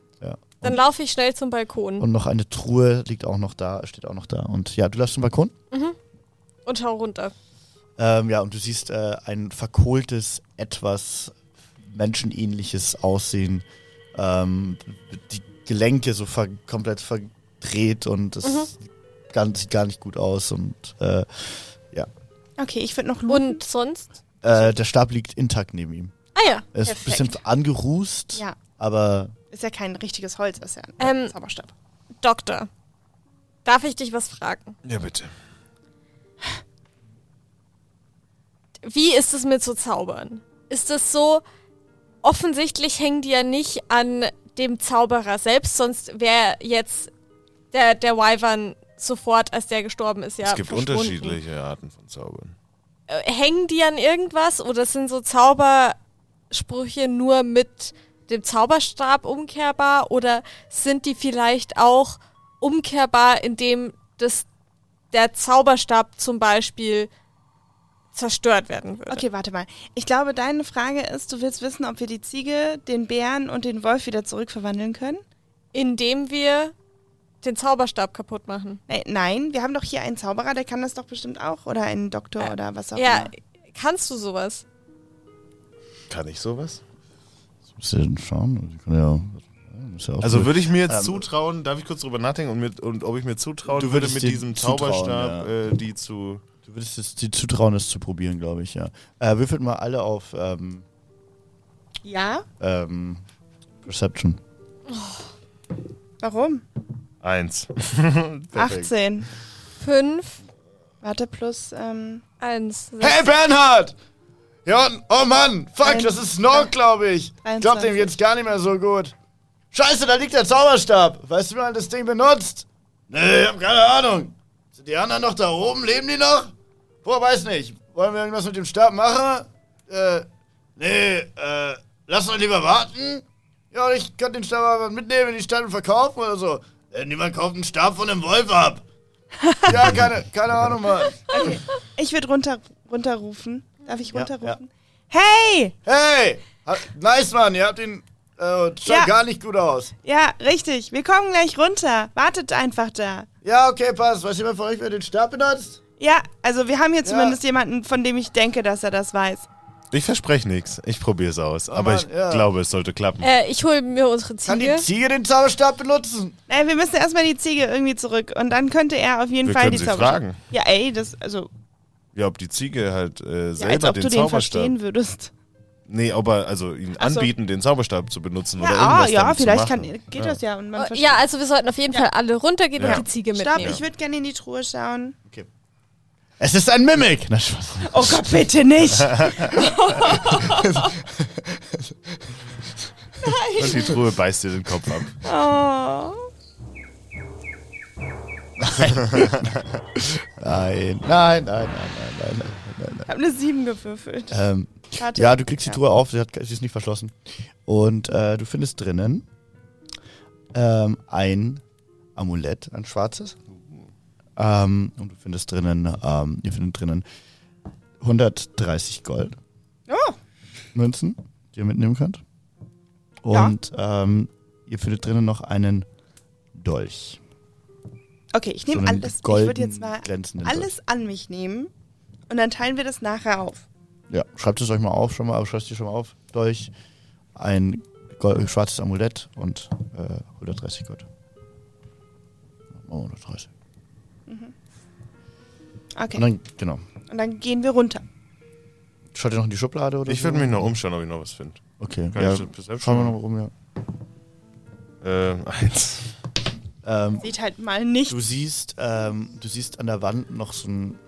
[SPEAKER 5] Und, ja.
[SPEAKER 6] Dann laufe ich schnell zum Balkon.
[SPEAKER 5] und noch eine Truhe liegt auch noch da, steht auch noch da. Und ja, du läufst zum Balkon.
[SPEAKER 3] Und schau runter.
[SPEAKER 5] Ähm, ja, und du siehst äh, ein verkohltes, etwas menschenähnliches Aussehen. Ähm, die Gelenke so ver komplett verdreht und es
[SPEAKER 2] Mhm.
[SPEAKER 5] ganz, sieht gar nicht gut aus. Und äh,
[SPEAKER 2] Okay, ich würde noch looten.
[SPEAKER 3] Und sonst?
[SPEAKER 5] äh, der Stab liegt intakt neben ihm.
[SPEAKER 3] Ah ja.
[SPEAKER 5] Er ist ein
[SPEAKER 3] Perfekt.
[SPEAKER 5] bisschen angerußt,
[SPEAKER 2] Ja,
[SPEAKER 5] aber
[SPEAKER 2] ist ja kein richtiges Holz, ist ja ein
[SPEAKER 3] Ähm,
[SPEAKER 2] Zauberstab.
[SPEAKER 3] Doktor, darf ich dich was fragen?
[SPEAKER 4] Ja, bitte.
[SPEAKER 3] Wie ist es mit so Zaubern? Ist es so, offensichtlich hängen die ja nicht an dem Zauberer selbst, sonst wäre jetzt der, der Wyvern sofort, als der gestorben ist, ja
[SPEAKER 4] es gibt
[SPEAKER 3] verschwunden.
[SPEAKER 4] unterschiedliche Arten von Zaubern.
[SPEAKER 3] Äh, Hängen die an irgendwas oder sind so Zaubersprüche nur mit dem Zauberstab umkehrbar oder sind die vielleicht auch umkehrbar, indem das, der Zauberstab zum Beispiel zerstört werden würde?
[SPEAKER 2] Okay, warte mal. Ich glaube, deine Frage ist, du willst wissen, ob wir die Ziege, den Bären und den Wolf wieder zurückverwandeln können?
[SPEAKER 3] Indem wir den Zauberstab kaputt machen.
[SPEAKER 2] Nein, nein, wir haben doch hier einen Zauberer, der kann das doch bestimmt auch. Oder einen Doktor
[SPEAKER 3] Äh,
[SPEAKER 2] oder was auch
[SPEAKER 3] ja,
[SPEAKER 2] immer.
[SPEAKER 3] kannst du sowas?
[SPEAKER 4] Kann ich sowas?
[SPEAKER 5] Muss ja schauen. Sie also können ja- ja, muss ja auch
[SPEAKER 4] Also
[SPEAKER 5] gut.
[SPEAKER 4] würde ich mir jetzt
[SPEAKER 5] Ähm,
[SPEAKER 4] zutrauen, darf ich kurz drüber nachdenken und, mit, und ob ich mir zutrauen
[SPEAKER 5] Du
[SPEAKER 4] würde,
[SPEAKER 5] würdest
[SPEAKER 4] mit
[SPEAKER 5] dir
[SPEAKER 4] diesem
[SPEAKER 5] zutrauen,
[SPEAKER 4] Zauberstab
[SPEAKER 5] ja.
[SPEAKER 4] äh, die zu.
[SPEAKER 5] du würdest es dir zutrauen, es zu probieren, glaube ich, ja. Äh, würfelt mal alle auf ähm,
[SPEAKER 2] Ja?
[SPEAKER 5] ähm, Perception.
[SPEAKER 2] Warum?
[SPEAKER 4] Eins.
[SPEAKER 2] 18.
[SPEAKER 3] Fünf,
[SPEAKER 2] Warte, plus, ähm,
[SPEAKER 3] eins, sechs.
[SPEAKER 5] Hey Bernhard! Ja, und- oh Mann, fuck,
[SPEAKER 2] Ein-
[SPEAKER 5] das ist Snog, glaube ich. Ich glaub dem
[SPEAKER 2] 23.
[SPEAKER 5] jetzt gar nicht mehr so gut. Scheiße, da liegt der Zauberstab. Weißt du, wie man das Ding benutzt? Nee, ich hab keine Ahnung. Sind die anderen noch da oben? Leben die noch? Boah, weiß nicht. Wollen wir irgendwas mit dem Stab machen? Äh, nee, äh, lass mal lieber warten. Ja, und ich könnte den Stab aber mitnehmen in die Stadt und verkaufen oder so. Äh, niemand kauft einen Stab von einem Wolf ab. Ja, keine, keine Ahnung, Mann.
[SPEAKER 2] ich würde runter, runterrufen. Darf ich
[SPEAKER 5] Ja,
[SPEAKER 2] runterrufen? Hey!
[SPEAKER 5] Hey! ha- Nice, Mann, ihr habt ihn. Äh, schaut
[SPEAKER 2] Ja.
[SPEAKER 5] gar nicht gut aus.
[SPEAKER 2] Ja, richtig. Wir kommen gleich runter. Wartet einfach da.
[SPEAKER 5] Ja, okay, passt. Weiß jemand von euch, wer den Stab benutzt?
[SPEAKER 2] Ja, also wir haben hier zumindest jemanden, von dem ich denke, dass er das weiß.
[SPEAKER 4] Ich verspreche nichts. Ich probiere es aus. Aber
[SPEAKER 5] Mann,
[SPEAKER 4] ich
[SPEAKER 5] ja.
[SPEAKER 4] glaube, es sollte klappen.
[SPEAKER 3] Äh, ich hole mir unsere
[SPEAKER 5] Kann
[SPEAKER 3] Ziege.
[SPEAKER 5] die Ziege den Zauberstab benutzen?
[SPEAKER 2] Nein, Äh, wir müssen erstmal die Ziege irgendwie zurück und dann könnte er auf jeden
[SPEAKER 4] Wir
[SPEAKER 2] Fall
[SPEAKER 4] können
[SPEAKER 2] die
[SPEAKER 4] sie
[SPEAKER 2] Zauberstab-
[SPEAKER 4] fragen.
[SPEAKER 2] Ja, ey, das also
[SPEAKER 4] Ja, ob die Ziege halt äh,
[SPEAKER 2] ja, als
[SPEAKER 4] selber
[SPEAKER 2] ob
[SPEAKER 4] den
[SPEAKER 2] du den
[SPEAKER 4] Zauberstab.
[SPEAKER 2] verstehen würdest.
[SPEAKER 4] nee, ob er, also ihn
[SPEAKER 2] Ach so.
[SPEAKER 4] anbieten, den Zauberstab zu benutzen oder
[SPEAKER 2] Ja, ah,
[SPEAKER 4] irgendwas
[SPEAKER 2] ja,
[SPEAKER 4] damit
[SPEAKER 2] vielleicht
[SPEAKER 4] zu
[SPEAKER 2] kann,
[SPEAKER 4] machen.
[SPEAKER 2] geht das Äh, ja und man
[SPEAKER 3] Oh,
[SPEAKER 2] versteht.
[SPEAKER 3] ja, also wir sollten auf jeden Fall alle runtergehen
[SPEAKER 4] Ja.
[SPEAKER 3] und die Ziege
[SPEAKER 2] Stopp,
[SPEAKER 3] mitnehmen.
[SPEAKER 2] ich würde gerne in die Truhe schauen.
[SPEAKER 5] Es ist ein Mimik. Na, Spaß.
[SPEAKER 2] Oh Gott, bitte nicht!
[SPEAKER 4] Und die Truhe beißt dir den Kopf ab.
[SPEAKER 2] Oh.
[SPEAKER 5] Nein, nein, nein, nein, nein, nein, nein, nein, nein.
[SPEAKER 2] Ich habe eine 7 gewürfelt.
[SPEAKER 5] Ähm,
[SPEAKER 2] Warte.
[SPEAKER 5] ja, du kriegst die
[SPEAKER 2] Ja.
[SPEAKER 5] Truhe auf. Sie, hat, sie ist nicht verschlossen. Und äh, du findest drinnen ähm, ein Amulett, ein schwarzes. Ähm, und du findest drinnen, ähm, ihr findet drinnen 130 Gold.
[SPEAKER 2] Oh,
[SPEAKER 5] Münzen, die ihr mitnehmen könnt.
[SPEAKER 2] Ja.
[SPEAKER 5] Und ähm, ihr findet drinnen noch einen Dolch.
[SPEAKER 2] okay, ich nehme
[SPEAKER 5] so einen
[SPEAKER 2] alles. Ich
[SPEAKER 5] golden,
[SPEAKER 2] würde jetzt mal
[SPEAKER 5] glänzenden
[SPEAKER 2] alles an mich nehmen und dann teilen wir das nachher auf.
[SPEAKER 5] Dolch. Ja, schreibt es euch mal auf, schon mal, aber schreibt es dir schon mal auf. Dolch, ein Gold, schwarzes Amulett und äh, 130 Gold. Oh, 130.
[SPEAKER 2] Okay,
[SPEAKER 5] Und dann, genau.
[SPEAKER 2] und dann gehen wir runter.
[SPEAKER 5] Schaut ihr noch in die Schublade oder
[SPEAKER 4] Ich
[SPEAKER 5] so?
[SPEAKER 4] würde mich noch umschauen, ob ich noch was finde.
[SPEAKER 5] Okay,
[SPEAKER 4] Kann
[SPEAKER 5] ja,
[SPEAKER 4] ich das Perception
[SPEAKER 5] schauen wir
[SPEAKER 4] machen?
[SPEAKER 5] noch rum, ja.
[SPEAKER 4] Äh, eins.
[SPEAKER 5] Ähm,
[SPEAKER 2] Sieht halt mal nicht.
[SPEAKER 5] du siehst, ähm, du siehst an der Wand noch so ein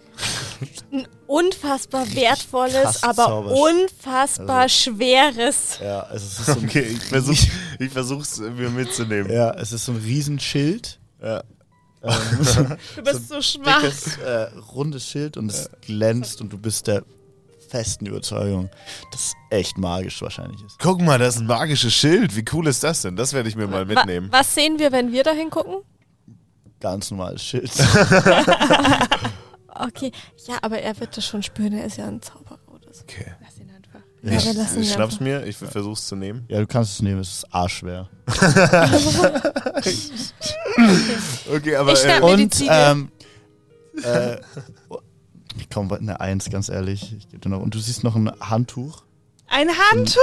[SPEAKER 3] ein unfassbar
[SPEAKER 5] krass
[SPEAKER 3] wertvolles, aber
[SPEAKER 5] Zauber-
[SPEAKER 3] unfassbar schweres.
[SPEAKER 5] ja, also es ist so ein
[SPEAKER 4] Okay, ich versuche ich versuch's äh, mir mitzunehmen.
[SPEAKER 5] Ja, es ist so ein Riesenschild.
[SPEAKER 4] Ja.
[SPEAKER 5] Ähm, so ein
[SPEAKER 2] Du bist so schwach.
[SPEAKER 5] dickes, äh, rundes Schild und es glänzt und du bist der festen Überzeugung, dass es echt magisch wahrscheinlich ist.
[SPEAKER 4] Guck mal, das ist ein magisches Schild. Wie cool ist das denn? Das werde ich mir mal
[SPEAKER 3] Wa
[SPEAKER 4] mitnehmen.
[SPEAKER 3] was sehen wir, wenn wir da hingucken?
[SPEAKER 5] Ganz normales Schild.
[SPEAKER 3] Okay, ja, aber er wird das schon spüren, er ist ja ein Zauberer oder so.
[SPEAKER 4] Okay.
[SPEAKER 2] Lass ihn einfach.
[SPEAKER 5] Ja.
[SPEAKER 3] Aber lassen
[SPEAKER 4] Ich
[SPEAKER 3] wir
[SPEAKER 4] schnapp's
[SPEAKER 3] einfach.
[SPEAKER 4] mir, ich versuch's zu nehmen.
[SPEAKER 5] ja, du kannst es nehmen, es ist arschschwer.
[SPEAKER 4] Okay, aber
[SPEAKER 3] Ich schnapp-
[SPEAKER 4] äh,
[SPEAKER 3] Mir die
[SPEAKER 5] Und
[SPEAKER 3] Ziege.
[SPEAKER 5] ähm, äh, kaum bei eine Eins, ganz ehrlich. Ich geb dir noch, und du siehst noch ein Handtuch,
[SPEAKER 2] Ein Handtuch!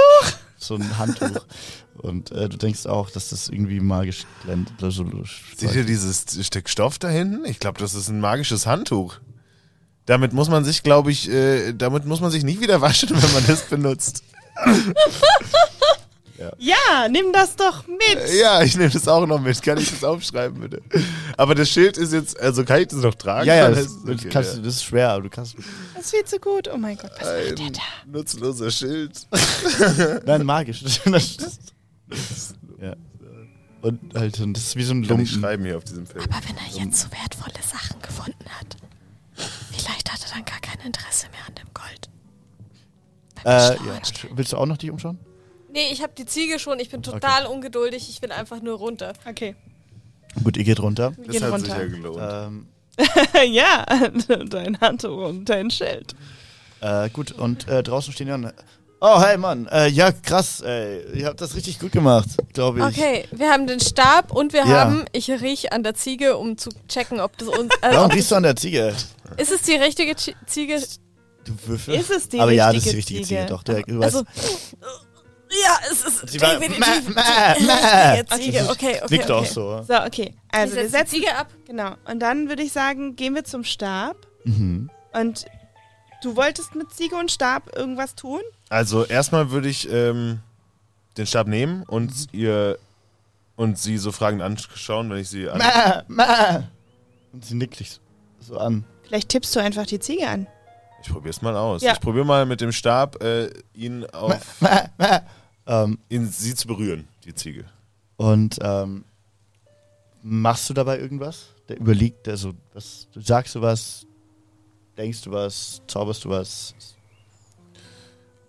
[SPEAKER 5] so ein Handtuch. und äh, du denkst auch, dass das irgendwie magisch glänzt. oder so
[SPEAKER 4] Seht ihr dieses Stück Stoff da hinten? Ich glaube, das ist ein magisches Handtuch. Damit muss man sich, glaube ich, äh, damit muss man sich nicht wieder waschen, wenn man das benutzt.
[SPEAKER 2] Ja, nimm das doch mit!
[SPEAKER 4] Äh, Ja, ich nehme das auch noch mit. Kann ich das aufschreiben, bitte? Aber das Schild ist jetzt, also kann ich das noch tragen?
[SPEAKER 5] ja, ja,
[SPEAKER 4] Dann
[SPEAKER 5] das,
[SPEAKER 4] ist-
[SPEAKER 5] das,
[SPEAKER 4] okay,
[SPEAKER 5] kannst,
[SPEAKER 4] ja.
[SPEAKER 5] du- das ist schwer, aber du kannst.
[SPEAKER 2] Das ist viel zu gut. Oh mein Gott, was macht
[SPEAKER 4] Ähm,
[SPEAKER 2] der da?
[SPEAKER 4] Nutzloser Schild.
[SPEAKER 5] Nein, magisch. Das ist- ja. Und halt, und das ist wie so ein
[SPEAKER 4] Kann ich
[SPEAKER 5] Lumpen.
[SPEAKER 4] schreiben hier auf diesem Feld.
[SPEAKER 3] Aber wenn er jetzt so wertvolle Sachen gefunden hat, vielleicht hat er dann gar kein Interesse mehr an dem Gold.
[SPEAKER 5] Äh, ja. Willst du auch noch dich umschauen?
[SPEAKER 6] Nee, ich habe die Ziege schon. Ich bin total ungeduldig. Ich will einfach nur runter.
[SPEAKER 2] Okay,
[SPEAKER 5] Gut, ihr geht runter.
[SPEAKER 2] wir
[SPEAKER 4] Das
[SPEAKER 2] gehen
[SPEAKER 4] hat sich
[SPEAKER 2] runter.
[SPEAKER 4] ja gelohnt.
[SPEAKER 5] Ähm,
[SPEAKER 2] ja, dein Handtuch und dein Schild.
[SPEAKER 5] Äh, gut, und äh, draußen stehen dann. Oh, hey Mann, äh, ja krass, ey. Ihr habt das richtig gut gemacht, glaube ich.
[SPEAKER 6] Okay, wir haben den Stab und wir
[SPEAKER 5] Ja.
[SPEAKER 6] haben. Ich riech an der Ziege, um zu checken, ob das uns. Äh,
[SPEAKER 5] Warum
[SPEAKER 6] ob
[SPEAKER 5] riechst du an der Ziege?
[SPEAKER 6] das- ist es die richtige Chi- Ziege?
[SPEAKER 5] Du Würfel.
[SPEAKER 2] Ist es die
[SPEAKER 5] Aber
[SPEAKER 2] richtige
[SPEAKER 5] ja, das ist die richtige Ziege, doch. Der, du
[SPEAKER 6] Also,
[SPEAKER 5] weißt,
[SPEAKER 6] ja, es ist
[SPEAKER 5] Sie war-
[SPEAKER 6] definitiv
[SPEAKER 5] Mäh,
[SPEAKER 6] die
[SPEAKER 5] mäh,
[SPEAKER 6] richtige Ziege. Okay, okay.
[SPEAKER 5] liegt
[SPEAKER 6] okay.
[SPEAKER 5] auch so.
[SPEAKER 2] So, okay. Also, wir setzen
[SPEAKER 6] ich setze die Ziege ab.
[SPEAKER 2] Genau. Und dann würde ich sagen, gehen wir zum Stab.
[SPEAKER 4] Mhm.
[SPEAKER 2] Und du wolltest mit Ziege und Stab irgendwas tun?
[SPEAKER 4] Also erstmal würde ich ähm, den Stab nehmen und ihr und sie so fragend anschauen, wenn ich sie an
[SPEAKER 5] Mäh, mäh. Und sie nickt dich so an.
[SPEAKER 2] Vielleicht tippst du einfach die Ziege an.
[SPEAKER 4] Ich probier's mal aus.
[SPEAKER 2] Ja.
[SPEAKER 4] Ich probier mal mit dem Stab äh, ihn auf
[SPEAKER 5] Mäh, mäh. Ähm,
[SPEAKER 4] ihn, sie zu berühren, die Ziege.
[SPEAKER 5] und ähm, machst du dabei irgendwas? Der überlegt, also was, sagst du was? Denkst du was? Zauberst du was?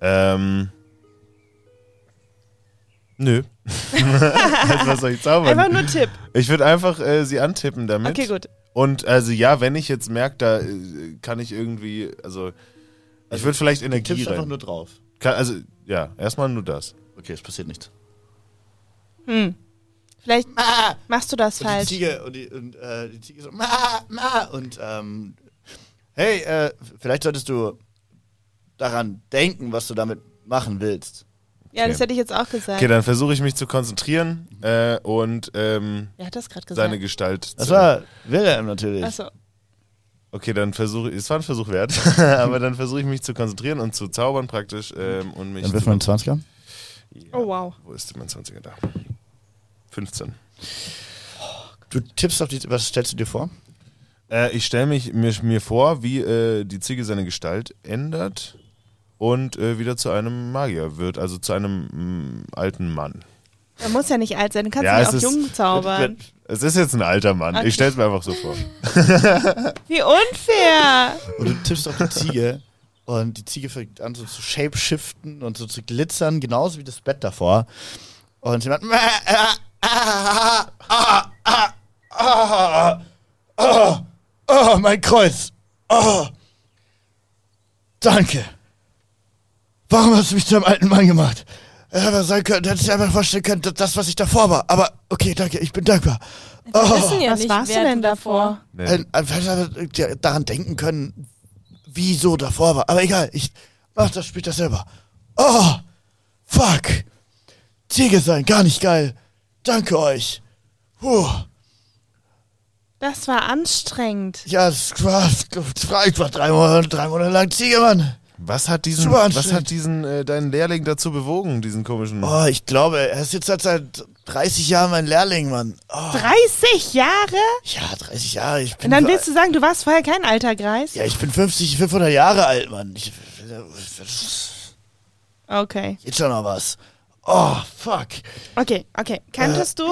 [SPEAKER 4] Ähm. Nö. also, was soll ich zaubern?
[SPEAKER 2] Einfach nur Tipp.
[SPEAKER 4] ich würde einfach äh, sie antippen damit.
[SPEAKER 2] Okay, gut.
[SPEAKER 4] Und also ja, wenn ich jetzt merke, da äh, kann ich irgendwie, also ich würde vielleicht Energie
[SPEAKER 5] Tippst einfach
[SPEAKER 4] rein.
[SPEAKER 5] nur drauf.
[SPEAKER 4] Kann, also ja, erstmal nur das.
[SPEAKER 5] Okay, es passiert nichts.
[SPEAKER 2] Hm. Vielleicht
[SPEAKER 5] Ah!
[SPEAKER 2] machst du das
[SPEAKER 5] Und die
[SPEAKER 2] falsch.
[SPEAKER 5] Ziege und die, und, äh, die Ziege so, ma, ma, und ähm, hey, äh, vielleicht solltest du daran denken, was du damit machen willst.
[SPEAKER 2] Ja, das hätte ich jetzt auch gesagt.
[SPEAKER 4] Okay, dann versuche ich mich zu konzentrieren äh, und ähm,
[SPEAKER 2] Wer hat das gerade gesagt?
[SPEAKER 4] seine Gestalt zu.
[SPEAKER 5] Das war Wilhelm natürlich.
[SPEAKER 2] Achso.
[SPEAKER 4] Okay, dann versuche ich, es war ein Versuch wert, aber dann versuche ich mich zu konzentrieren und zu zaubern praktisch ähm, und mich.
[SPEAKER 5] Dann wirf mal einen 20er.
[SPEAKER 4] zu,
[SPEAKER 2] Oh, wow.
[SPEAKER 4] Wo ist denn mein 20er da? 15.
[SPEAKER 5] Du tippst auf die, was stellst du dir vor?
[SPEAKER 4] Äh, ich stelle mich mir, mir vor, wie äh, die Ziege seine Gestalt ändert und äh, wieder zu einem Magier wird, also zu einem mh, alten Mann.
[SPEAKER 2] Man muss ja nicht alt sein. Du kannst
[SPEAKER 4] Ja,
[SPEAKER 2] ja,
[SPEAKER 4] es
[SPEAKER 2] auch
[SPEAKER 4] ist-
[SPEAKER 2] jung zaubern. Ah,
[SPEAKER 4] Es ist jetzt ein alter Mann.
[SPEAKER 2] Okay.
[SPEAKER 4] Ich stelle es mir einfach so vor.
[SPEAKER 2] Wie unfair.
[SPEAKER 5] Und du tippst auf die Ziege und die Ziege fängt an so zu shapeshiften und so zu glitzern, genauso wie das Bett davor. Und sie macht "Mäh, ah, ah, ah, ah, ah, ah, oh, mein Kreuz. Oh. Danke. Warum hast du mich zu einem alten Mann gemacht? Er hätte sein können, hätte sich einfach vorstellen können, dass das, was ich davor war. Aber okay, danke, ich bin dankbar.
[SPEAKER 6] Wir wissen ja
[SPEAKER 2] Was
[SPEAKER 6] nicht,
[SPEAKER 2] warst du
[SPEAKER 6] wer
[SPEAKER 2] denn davor?
[SPEAKER 4] Nee.
[SPEAKER 5] Ein, ein, ein, der daran denken können, wieso davor war. Aber egal, ich mach das später selber. Oh, fuck. Ziege sein, gar nicht geil. Danke euch. Puh,
[SPEAKER 2] Das war anstrengend.
[SPEAKER 5] ja, es war, es war, ich war drei Monate, drei Monate lang Ziege, Mann.
[SPEAKER 4] Was hat diesen,
[SPEAKER 5] Super
[SPEAKER 4] was
[SPEAKER 5] anstrengend.
[SPEAKER 4] hat diesen äh, deinen Lehrling dazu bewogen, diesen komischen?
[SPEAKER 5] Oh, ich glaube, er ist jetzt seit- seit 30 Jahren mein Lehrling, Mann. Oh,
[SPEAKER 2] 30 Jahre?
[SPEAKER 5] ja, 30 Jahre, ich bin...
[SPEAKER 2] Und dann
[SPEAKER 5] ver-
[SPEAKER 2] willst du sagen, du warst vorher kein alter Greis?
[SPEAKER 5] ja, ich bin 50, 500 Jahre alt, Mann. Ich,
[SPEAKER 2] Okay.
[SPEAKER 5] geht schon noch was. Oh, fuck.
[SPEAKER 2] Okay, okay. Kanntest du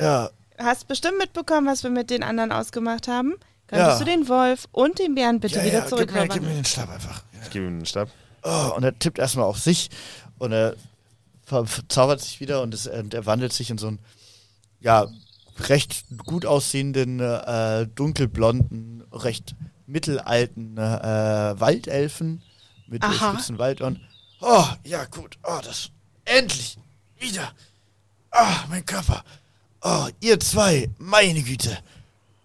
[SPEAKER 5] Ja,
[SPEAKER 2] hast bestimmt mitbekommen, was wir mit den anderen ausgemacht haben. Könntest
[SPEAKER 5] Ja.
[SPEAKER 2] du den Wolf und den Bären bitte
[SPEAKER 5] ja,
[SPEAKER 2] wieder
[SPEAKER 5] ja, gib mir, gib
[SPEAKER 2] zurückerobern?
[SPEAKER 5] mir den Stab einfach.
[SPEAKER 4] Ich gebe ihm den Stab.
[SPEAKER 5] Oh, und er tippt erstmal auf sich und er ver- verzaubert sich wieder und, es, und er wandelt sich in so einen, ja, recht gut aussehenden, äh, dunkelblonden, recht mittelalten äh, Waldelfen mit
[SPEAKER 2] Aha.
[SPEAKER 5] spitzen Waldohren. Oh, ja, gut. Oh, das. Endlich! Wieder! Oh, Ah, mein Körper! Oh, ihr zwei, meine Güte!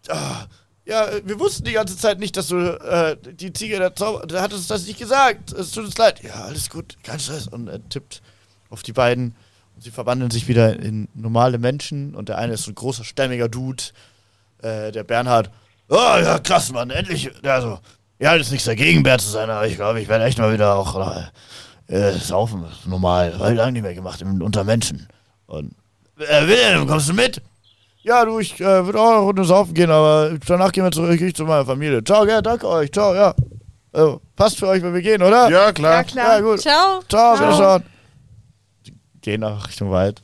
[SPEAKER 5] Ah, Ja, äh, wir wussten die ganze Zeit nicht, dass du äh, die Ziege der Zauber. Da hat uns das nicht gesagt. Es tut uns leid. Ja, alles gut, kein Stress. Und er tippt auf die beiden. Und sie verwandeln sich wieder in normale Menschen. Und der eine ist so ein großer, stämmiger Dude. Äh, der Bernhard. Oh, ja, krass, Mann. Endlich. Also, ja, das ist nichts dagegen, Bär zu sein. Aber ich glaube, ich werde echt mal wieder auch äh, saufen. Das ist normal. Weil lange nicht mehr gemacht. im- Unter Menschen. Und. Äh, Wilhelm, kommst du mit? Ja, du, ich äh, würde auch eine Runde saufen gehen, aber danach gehen wir zurück ich zu meiner Familie. Ciao, ja, danke euch. Ciao, ja. Also, passt für euch, wenn wir gehen, oder?
[SPEAKER 4] Ja, klar.
[SPEAKER 2] Ja,
[SPEAKER 5] Ja,
[SPEAKER 2] klar.
[SPEAKER 5] gut.
[SPEAKER 6] Ciao.
[SPEAKER 5] Ciao, wiederschauen. Gehen nach Richtung Wald.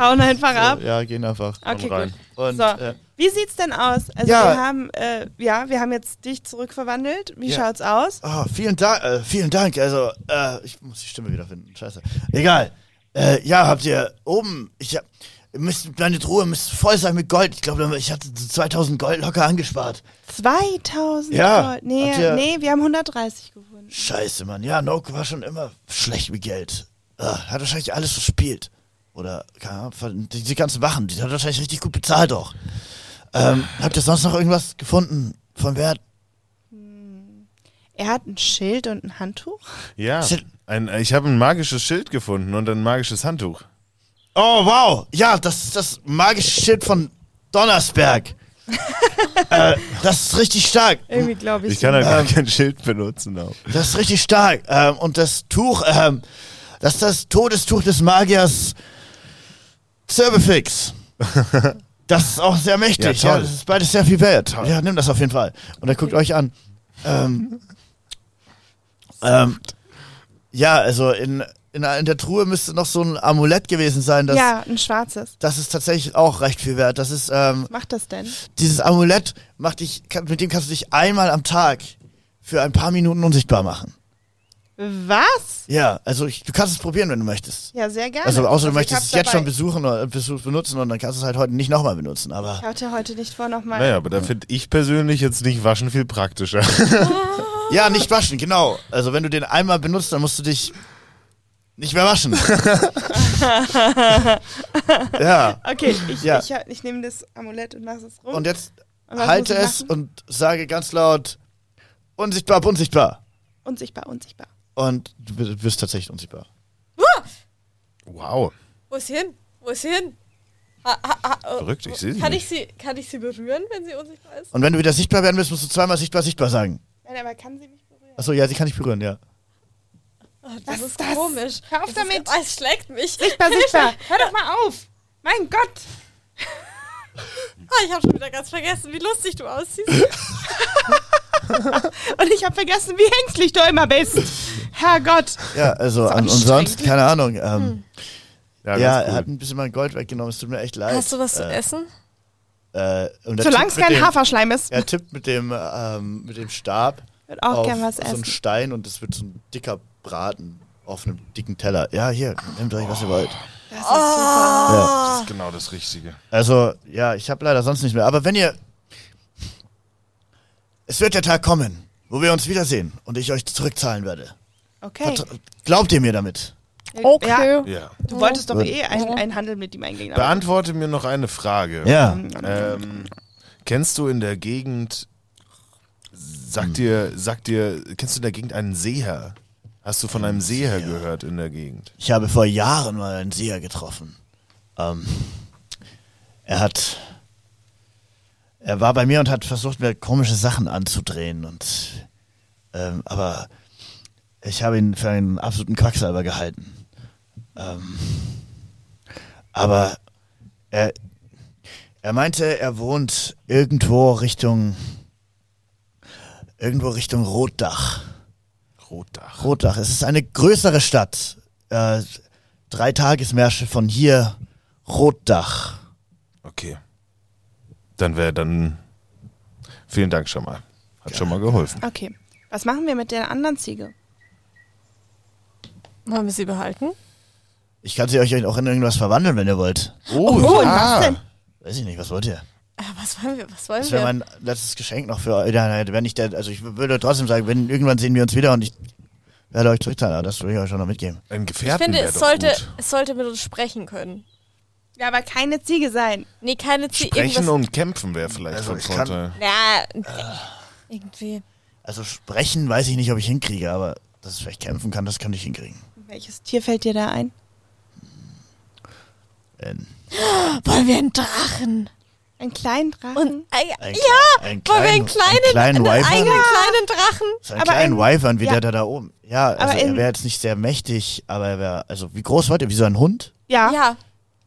[SPEAKER 2] Hauen einfach ab.
[SPEAKER 5] Ja, gehen einfach.
[SPEAKER 2] Okay,
[SPEAKER 4] rein.
[SPEAKER 2] gut.
[SPEAKER 5] Und,
[SPEAKER 2] So.
[SPEAKER 5] äh,
[SPEAKER 2] Wie sieht's denn aus? Also
[SPEAKER 5] Ja.
[SPEAKER 2] wir haben, äh, ja, wir haben jetzt dich zurückverwandelt. Wie
[SPEAKER 5] Ja.
[SPEAKER 2] schaut's aus?
[SPEAKER 5] ah, vielen Dank, äh, vielen Dank. Also, äh, ich muss die Stimme wiederfinden. Scheiße. Egal. Äh, ja, habt ihr oben, ich hab, müsst, meine Truhe müsste voll sein mit Gold. Ich glaube, ich hatte so 2000 Gold locker angespart.
[SPEAKER 2] 2000
[SPEAKER 5] Ja.
[SPEAKER 2] Gold. Nee,
[SPEAKER 5] Habt ihr-
[SPEAKER 2] nee, wir haben 130 gefunden.
[SPEAKER 5] Scheiße, Mann. Ja, Noke war schon immer schlecht mit Geld. Ah, hat wahrscheinlich alles verspielt. Oder, keine Ahnung, ver- diese ganzen Wachen, die hat wahrscheinlich richtig gut bezahlt auch. Ähm, habt ihr sonst noch irgendwas gefunden von Wert?
[SPEAKER 2] Er hat ein Schild und ein Handtuch.
[SPEAKER 4] Ja.
[SPEAKER 5] Shit.
[SPEAKER 4] Ein, ich habe ein magisches Schild gefunden und ein magisches Handtuch.
[SPEAKER 5] Oh, wow. Ja, das ist das magische Schild von Donnersberg. äh, das ist richtig stark.
[SPEAKER 2] Irgendwie glaube ich.
[SPEAKER 4] Ich kann halt gar kein Schild benutzen. Auch.
[SPEAKER 5] Das ist richtig stark. Ähm, und das Tuch, ähm, das ist das Todestuch des Magiers Zerbefix. Das ist auch sehr mächtig.
[SPEAKER 4] Ja,
[SPEAKER 5] Ja,
[SPEAKER 4] toll.
[SPEAKER 5] das ist beides sehr viel wert. Ja, nimm das auf jeden Fall. Und dann guckt euch an. Ähm, ähm, ja, also in, in, in der Truhe müsste noch so ein Amulett gewesen sein. Das,
[SPEAKER 2] ja, ein schwarzes.
[SPEAKER 5] das ist tatsächlich auch recht viel wert. Das ist ähm,
[SPEAKER 2] Was macht das denn?
[SPEAKER 5] dieses Amulett macht dich, kann, mit dem kannst du dich einmal am Tag für ein paar Minuten unsichtbar machen.
[SPEAKER 2] Was?
[SPEAKER 5] Ja, also ich, du kannst es probieren, wenn du möchtest.
[SPEAKER 2] Ja, sehr gerne.
[SPEAKER 5] Also außer du
[SPEAKER 2] ich
[SPEAKER 5] möchtest
[SPEAKER 2] hab's
[SPEAKER 5] es jetzt
[SPEAKER 2] dabei.
[SPEAKER 5] schon besuchen oder besuch, benutzen und dann kannst du es halt heute nicht nochmal benutzen. Aber
[SPEAKER 2] Ich hatte heute nicht vor, nochmal.
[SPEAKER 4] Naja, aber da finde ich persönlich jetzt nicht waschen viel praktischer.
[SPEAKER 5] ja, nicht waschen, genau. Also wenn du den einmal benutzt, dann musst du dich nicht mehr waschen. ja.
[SPEAKER 2] Okay, ich,
[SPEAKER 5] Ja.
[SPEAKER 2] ich, ich nehme das Amulett und lasse es rum.
[SPEAKER 5] Und jetzt
[SPEAKER 2] Und was
[SPEAKER 5] halte
[SPEAKER 2] muss ich
[SPEAKER 5] es
[SPEAKER 2] machen?
[SPEAKER 5] und sage ganz laut: Unsichtbar, ab, unsichtbar.
[SPEAKER 2] Unsichtbar, unsichtbar.
[SPEAKER 5] Und du bi- bist tatsächlich unsichtbar.
[SPEAKER 4] Wow.
[SPEAKER 6] Wo ist sie hin? Wo ist sie hin? Ha, ha, ha, äh,
[SPEAKER 4] Verrückt, ich seh sie
[SPEAKER 6] kann
[SPEAKER 4] nicht.
[SPEAKER 6] Ich sie. Kann ich sie berühren, wenn sie unsichtbar ist?
[SPEAKER 5] Und wenn du wieder sichtbar werden willst, musst du zweimal sichtbar, sichtbar sagen.
[SPEAKER 2] Nein, aber kann sie mich berühren?
[SPEAKER 5] Achso, ja, sie kann ich berühren, ja.
[SPEAKER 6] Ah, das
[SPEAKER 2] Was
[SPEAKER 6] ist
[SPEAKER 2] das?
[SPEAKER 6] komisch.
[SPEAKER 2] Hör auf
[SPEAKER 6] Das ist-
[SPEAKER 2] damit.
[SPEAKER 6] ah, Es schlägt mich.
[SPEAKER 2] Sichtbar, sichtbar. Hör doch mal auf. Mein Gott.
[SPEAKER 6] Ah, ich habe schon wieder ganz vergessen, wie lustig du aussiehst.
[SPEAKER 2] Und ich habe vergessen, wie ängstlich du immer bist. Herrgott.
[SPEAKER 5] Ja, also an, und
[SPEAKER 2] anstrengend.
[SPEAKER 5] sonst, keine Ahnung. Ähm,
[SPEAKER 2] Hm.
[SPEAKER 4] Ja,
[SPEAKER 5] Ja,
[SPEAKER 4] ganz
[SPEAKER 5] er
[SPEAKER 4] cool.
[SPEAKER 5] hat ein bisschen mein Gold weggenommen, es tut mir echt leid.
[SPEAKER 3] Hast du was zu essen?
[SPEAKER 5] Äh, und er
[SPEAKER 2] Solange
[SPEAKER 5] tippt
[SPEAKER 2] es
[SPEAKER 5] mit
[SPEAKER 2] kein
[SPEAKER 5] dem-
[SPEAKER 2] Haferschleim ist,
[SPEAKER 5] Er tippt mit dem, ähm, mit dem Stab
[SPEAKER 2] wird auch
[SPEAKER 5] auf
[SPEAKER 2] gern was
[SPEAKER 5] so einen
[SPEAKER 2] essen.
[SPEAKER 5] Stein und es wird so ein dicker Braten auf einem dicken Teller. Ja, hier, nehmt euch, was ihr wollt.
[SPEAKER 2] Das ist super.
[SPEAKER 5] Ja.
[SPEAKER 4] das ist genau das Richtige.
[SPEAKER 5] Also, ja, ich habe leider sonst nicht mehr. Aber wenn ihr... Es wird der Tag kommen, wo wir uns wiedersehen und ich euch zurückzahlen werde.
[SPEAKER 2] Okay.
[SPEAKER 5] Vertra- Glaubt ihr mir damit?
[SPEAKER 2] Ja,
[SPEAKER 3] Okay.
[SPEAKER 4] Ja.
[SPEAKER 2] du wolltest doch eh einen, einen Handel mit ihm eingehen. aber-
[SPEAKER 4] Beantworte mir noch eine Frage.
[SPEAKER 5] Ja.
[SPEAKER 4] Ähm, kennst du in der Gegend, sag dir, sag dir, kennst du in der Gegend einen Seher? Hast du von einem Seher gehört in der Gegend?
[SPEAKER 5] Ich habe vor Jahren mal einen Seher getroffen. Ähm, er hat. Er war bei mir und hat versucht, mir komische Sachen anzudrehen. Und, ähm, aber ich habe ihn für einen absoluten Quacksalber gehalten. Ähm, aber er, er meinte, er wohnt irgendwo Richtung. Irgendwo Richtung Rotdach.
[SPEAKER 4] Rotdach.
[SPEAKER 5] Rotdach. Es ist eine größere Stadt. Äh, drei Tagesmärsche von hier. Rotdach.
[SPEAKER 4] Okay. Dann wäre dann. Vielen Dank schon mal. Hat schon mal geholfen.
[SPEAKER 2] Okay. Was machen wir mit der anderen Ziege?
[SPEAKER 6] Wollen wir sie behalten?
[SPEAKER 5] Ich kann sie euch auch in irgendwas verwandeln, wenn ihr wollt.
[SPEAKER 4] Oh, ja.
[SPEAKER 2] was denn?
[SPEAKER 5] Weiß ich nicht, was wollt ihr?
[SPEAKER 6] was wollen wir? Was wollen
[SPEAKER 5] Das
[SPEAKER 6] wir?
[SPEAKER 5] wäre mein letztes Geschenk noch für euch. Ja, Wenn ich der, also ich würde trotzdem sagen, wenn irgendwann sehen wir uns wieder und ich werde euch zurückzahlen. Aber das will ich euch schon noch mitgeben.
[SPEAKER 4] Ein
[SPEAKER 6] ich
[SPEAKER 4] Gefährten
[SPEAKER 6] finde,
[SPEAKER 4] wär
[SPEAKER 6] es
[SPEAKER 4] doch
[SPEAKER 6] sollte,
[SPEAKER 4] gut.
[SPEAKER 6] es sollte mit uns sprechen können.
[SPEAKER 2] Ja, aber keine Ziege sein.
[SPEAKER 3] Nee, keine Ziege.
[SPEAKER 4] Brechen
[SPEAKER 3] Irgendwas.
[SPEAKER 4] und kämpfen wäre vielleicht
[SPEAKER 5] Also
[SPEAKER 4] von
[SPEAKER 5] ich kann-
[SPEAKER 4] Vorteil.
[SPEAKER 6] Na,
[SPEAKER 3] Irgendwie.
[SPEAKER 5] Also sprechen weiß ich nicht, ob ich hinkriege, aber dass ich vielleicht kämpfen kann, das kann ich hinkriegen.
[SPEAKER 2] Welches Tier fällt dir da ein?
[SPEAKER 5] Ein,
[SPEAKER 3] Wollen wir einen Drachen?
[SPEAKER 2] Einen kleinen Drachen?
[SPEAKER 3] Und, äh,
[SPEAKER 5] ein,
[SPEAKER 3] ja,
[SPEAKER 5] ein
[SPEAKER 3] wollen wir
[SPEAKER 5] klein-
[SPEAKER 3] einen kleinen,
[SPEAKER 5] einen kleinen
[SPEAKER 3] einen
[SPEAKER 5] Wyvern?
[SPEAKER 3] eigenen kleinen Drachen?
[SPEAKER 5] So einen
[SPEAKER 2] Aber
[SPEAKER 5] kleinen
[SPEAKER 2] ein-
[SPEAKER 5] Wyvern wie
[SPEAKER 2] ja.
[SPEAKER 5] der da da oben. Ja,
[SPEAKER 2] Aber
[SPEAKER 5] also er
[SPEAKER 2] in-
[SPEAKER 5] wäre jetzt nicht sehr mächtig, aber er wäre, also wie groß war der? Wie so ein Hund?
[SPEAKER 2] ja,
[SPEAKER 3] Ja.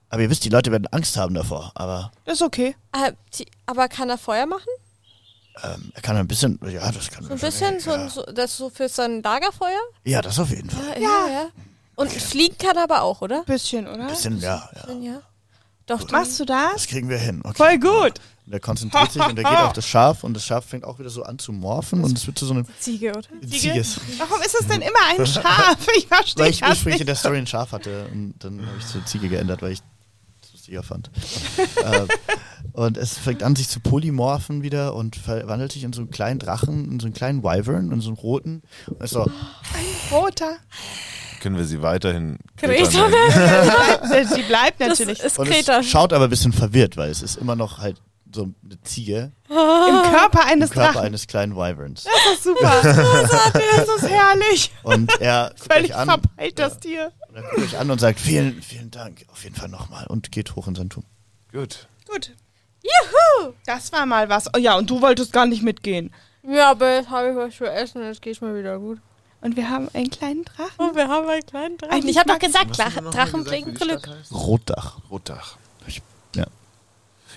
[SPEAKER 5] Aber ihr wisst, die Leute werden Angst haben davor. Aber
[SPEAKER 2] ist okay.
[SPEAKER 6] äh, die- aber kann er Feuer machen?
[SPEAKER 5] ähm, er kann ein bisschen, ja, das kann
[SPEAKER 6] So ein
[SPEAKER 5] schon-
[SPEAKER 6] bisschen? So,
[SPEAKER 5] ja.
[SPEAKER 6] ein- so, das so für sein Lagerfeuer?
[SPEAKER 5] ja, das auf jeden Fall.
[SPEAKER 6] Ja, ja. ja. Und fliegen kann er aber auch, oder?
[SPEAKER 2] Bisschen, oder?
[SPEAKER 5] Ein bisschen, ja, ja.
[SPEAKER 6] Ja. Doch, dann-
[SPEAKER 2] Machst du das?
[SPEAKER 5] Das kriegen wir hin. Okay.
[SPEAKER 2] Voll gut.
[SPEAKER 5] Und er konzentriert sich und er geht auf das Schaf und das Schaf fängt auch wieder so an zu morphen und es wird zu so einem
[SPEAKER 6] Ziege, oder?
[SPEAKER 2] Ziege?
[SPEAKER 5] Zieges.
[SPEAKER 2] Warum ist es denn immer ein Schaf? Ich
[SPEAKER 5] Weil
[SPEAKER 2] verstehe
[SPEAKER 5] ich
[SPEAKER 2] das
[SPEAKER 5] ursprünglich in
[SPEAKER 2] nicht.
[SPEAKER 5] der Story ein Schaf hatte und dann habe ich zur Ziege geändert, weil ich es lustiger fand. ähm, und es fängt an, sich zu polymorphen wieder und verwandelt sich in so einen kleinen Drachen, in so einen kleinen Wyvern, in so einen roten. Und ist so,
[SPEAKER 2] Roter.
[SPEAKER 4] Können wir sie weiterhin
[SPEAKER 6] Greta.
[SPEAKER 4] klettern lassen?
[SPEAKER 2] Sie bleibt
[SPEAKER 6] Das
[SPEAKER 2] natürlich
[SPEAKER 6] ist
[SPEAKER 5] und
[SPEAKER 6] Greta.
[SPEAKER 5] es schaut aber ein bisschen verwirrt, weil es ist immer noch halt so eine Ziege
[SPEAKER 2] im Körper
[SPEAKER 5] im
[SPEAKER 2] eines
[SPEAKER 5] Körper
[SPEAKER 2] Drachen.
[SPEAKER 5] eines kleinen Wyverns.
[SPEAKER 2] Das ist super. Großartig, das ist herrlich.
[SPEAKER 5] Und er guckt
[SPEAKER 2] Völlig
[SPEAKER 5] euch an,
[SPEAKER 2] verpeilt, das Tier.
[SPEAKER 5] er guckt euch an und sagt, vielen, vielen Dank, auf jeden Fall nochmal. Und geht hoch in sein Turm.
[SPEAKER 4] Gut.
[SPEAKER 2] Gut. Juhu! Das war mal was. Oh ja, und du wolltest gar nicht mitgehen.
[SPEAKER 6] Ja, aber jetzt habe ich was zu essen, jetzt geht's mir wieder gut.
[SPEAKER 2] Und wir haben einen kleinen Drachen.
[SPEAKER 6] Und wir haben einen kleinen Drachen.
[SPEAKER 3] Oh, Ich habe doch gesagt, Drachen bringen Glück.
[SPEAKER 5] Rotdach.
[SPEAKER 4] Rotdach.
[SPEAKER 5] Ja.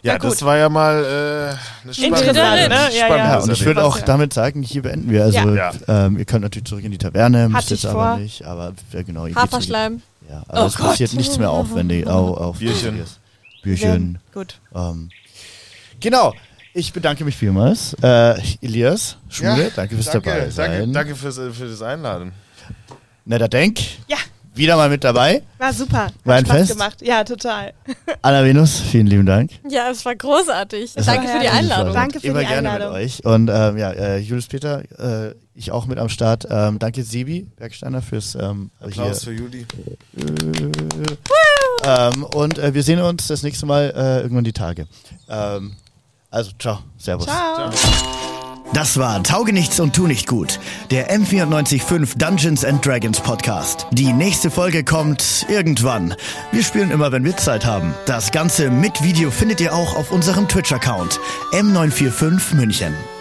[SPEAKER 4] Ja,
[SPEAKER 2] Na gut.
[SPEAKER 4] das war ja mal äh, eine spannende,
[SPEAKER 2] Interessant, ne? Ja,
[SPEAKER 4] spannende
[SPEAKER 2] ja.
[SPEAKER 5] Ja, und ich würde
[SPEAKER 4] Erlebnis.
[SPEAKER 5] auch damit sagen, hier beenden wir. Also,
[SPEAKER 4] Ja.
[SPEAKER 5] ähm, ihr könnt natürlich zurück in die Taverne, müsst
[SPEAKER 2] Hatte ich
[SPEAKER 5] jetzt aber
[SPEAKER 2] vor.
[SPEAKER 5] nicht. Aber ja, genau, ihr geht zurück.
[SPEAKER 6] Haferschleim.
[SPEAKER 5] Ja, aber es passiert nichts mehr aufwendig. Au, auf
[SPEAKER 4] Bierchen.
[SPEAKER 5] Wichtiges. Bierchen.
[SPEAKER 2] Gut.
[SPEAKER 5] Ähm, genau. Ich bedanke mich vielmals. Äh, Elias, Schmule, danke fürs
[SPEAKER 4] danke,
[SPEAKER 5] dabei sein.
[SPEAKER 4] Danke, danke fürs, äh, für das Einladen.
[SPEAKER 5] Netter Denk,
[SPEAKER 2] Ja,
[SPEAKER 5] wieder mal mit dabei.
[SPEAKER 2] war super. Hat
[SPEAKER 5] War ein
[SPEAKER 2] Spaß
[SPEAKER 5] Fest?
[SPEAKER 2] gemacht. Ja, total.
[SPEAKER 5] Anna Venus, vielen lieben Dank.
[SPEAKER 6] Ja, es war großartig.
[SPEAKER 5] Es
[SPEAKER 6] Danke
[SPEAKER 2] war
[SPEAKER 6] für die
[SPEAKER 2] herrlich.
[SPEAKER 6] Einladung.
[SPEAKER 2] Danke für
[SPEAKER 5] Immer
[SPEAKER 2] die
[SPEAKER 5] gerne
[SPEAKER 2] Einladung.
[SPEAKER 5] mit euch. Und ähm, ja, äh, Julius Peter, äh, ich auch mit am Start. Ähm, danke Sebi Bergsteiner fürs ähm, hier,
[SPEAKER 4] Applaus für Juli.
[SPEAKER 5] Ähm, und äh, wir sehen uns das nächste Mal äh, irgendwann die Tage. Ähm, also, ciao. Servus.
[SPEAKER 2] Ciao.
[SPEAKER 8] Das war Taugenichts und Tu nicht gut, der M945 Dungeons and Dragons Podcast. Die nächste Folge kommt irgendwann. Wir spielen immer, wenn wir Zeit haben. Das Ganze mit Video findet ihr auch auf unserem Twitch-Account M945 München.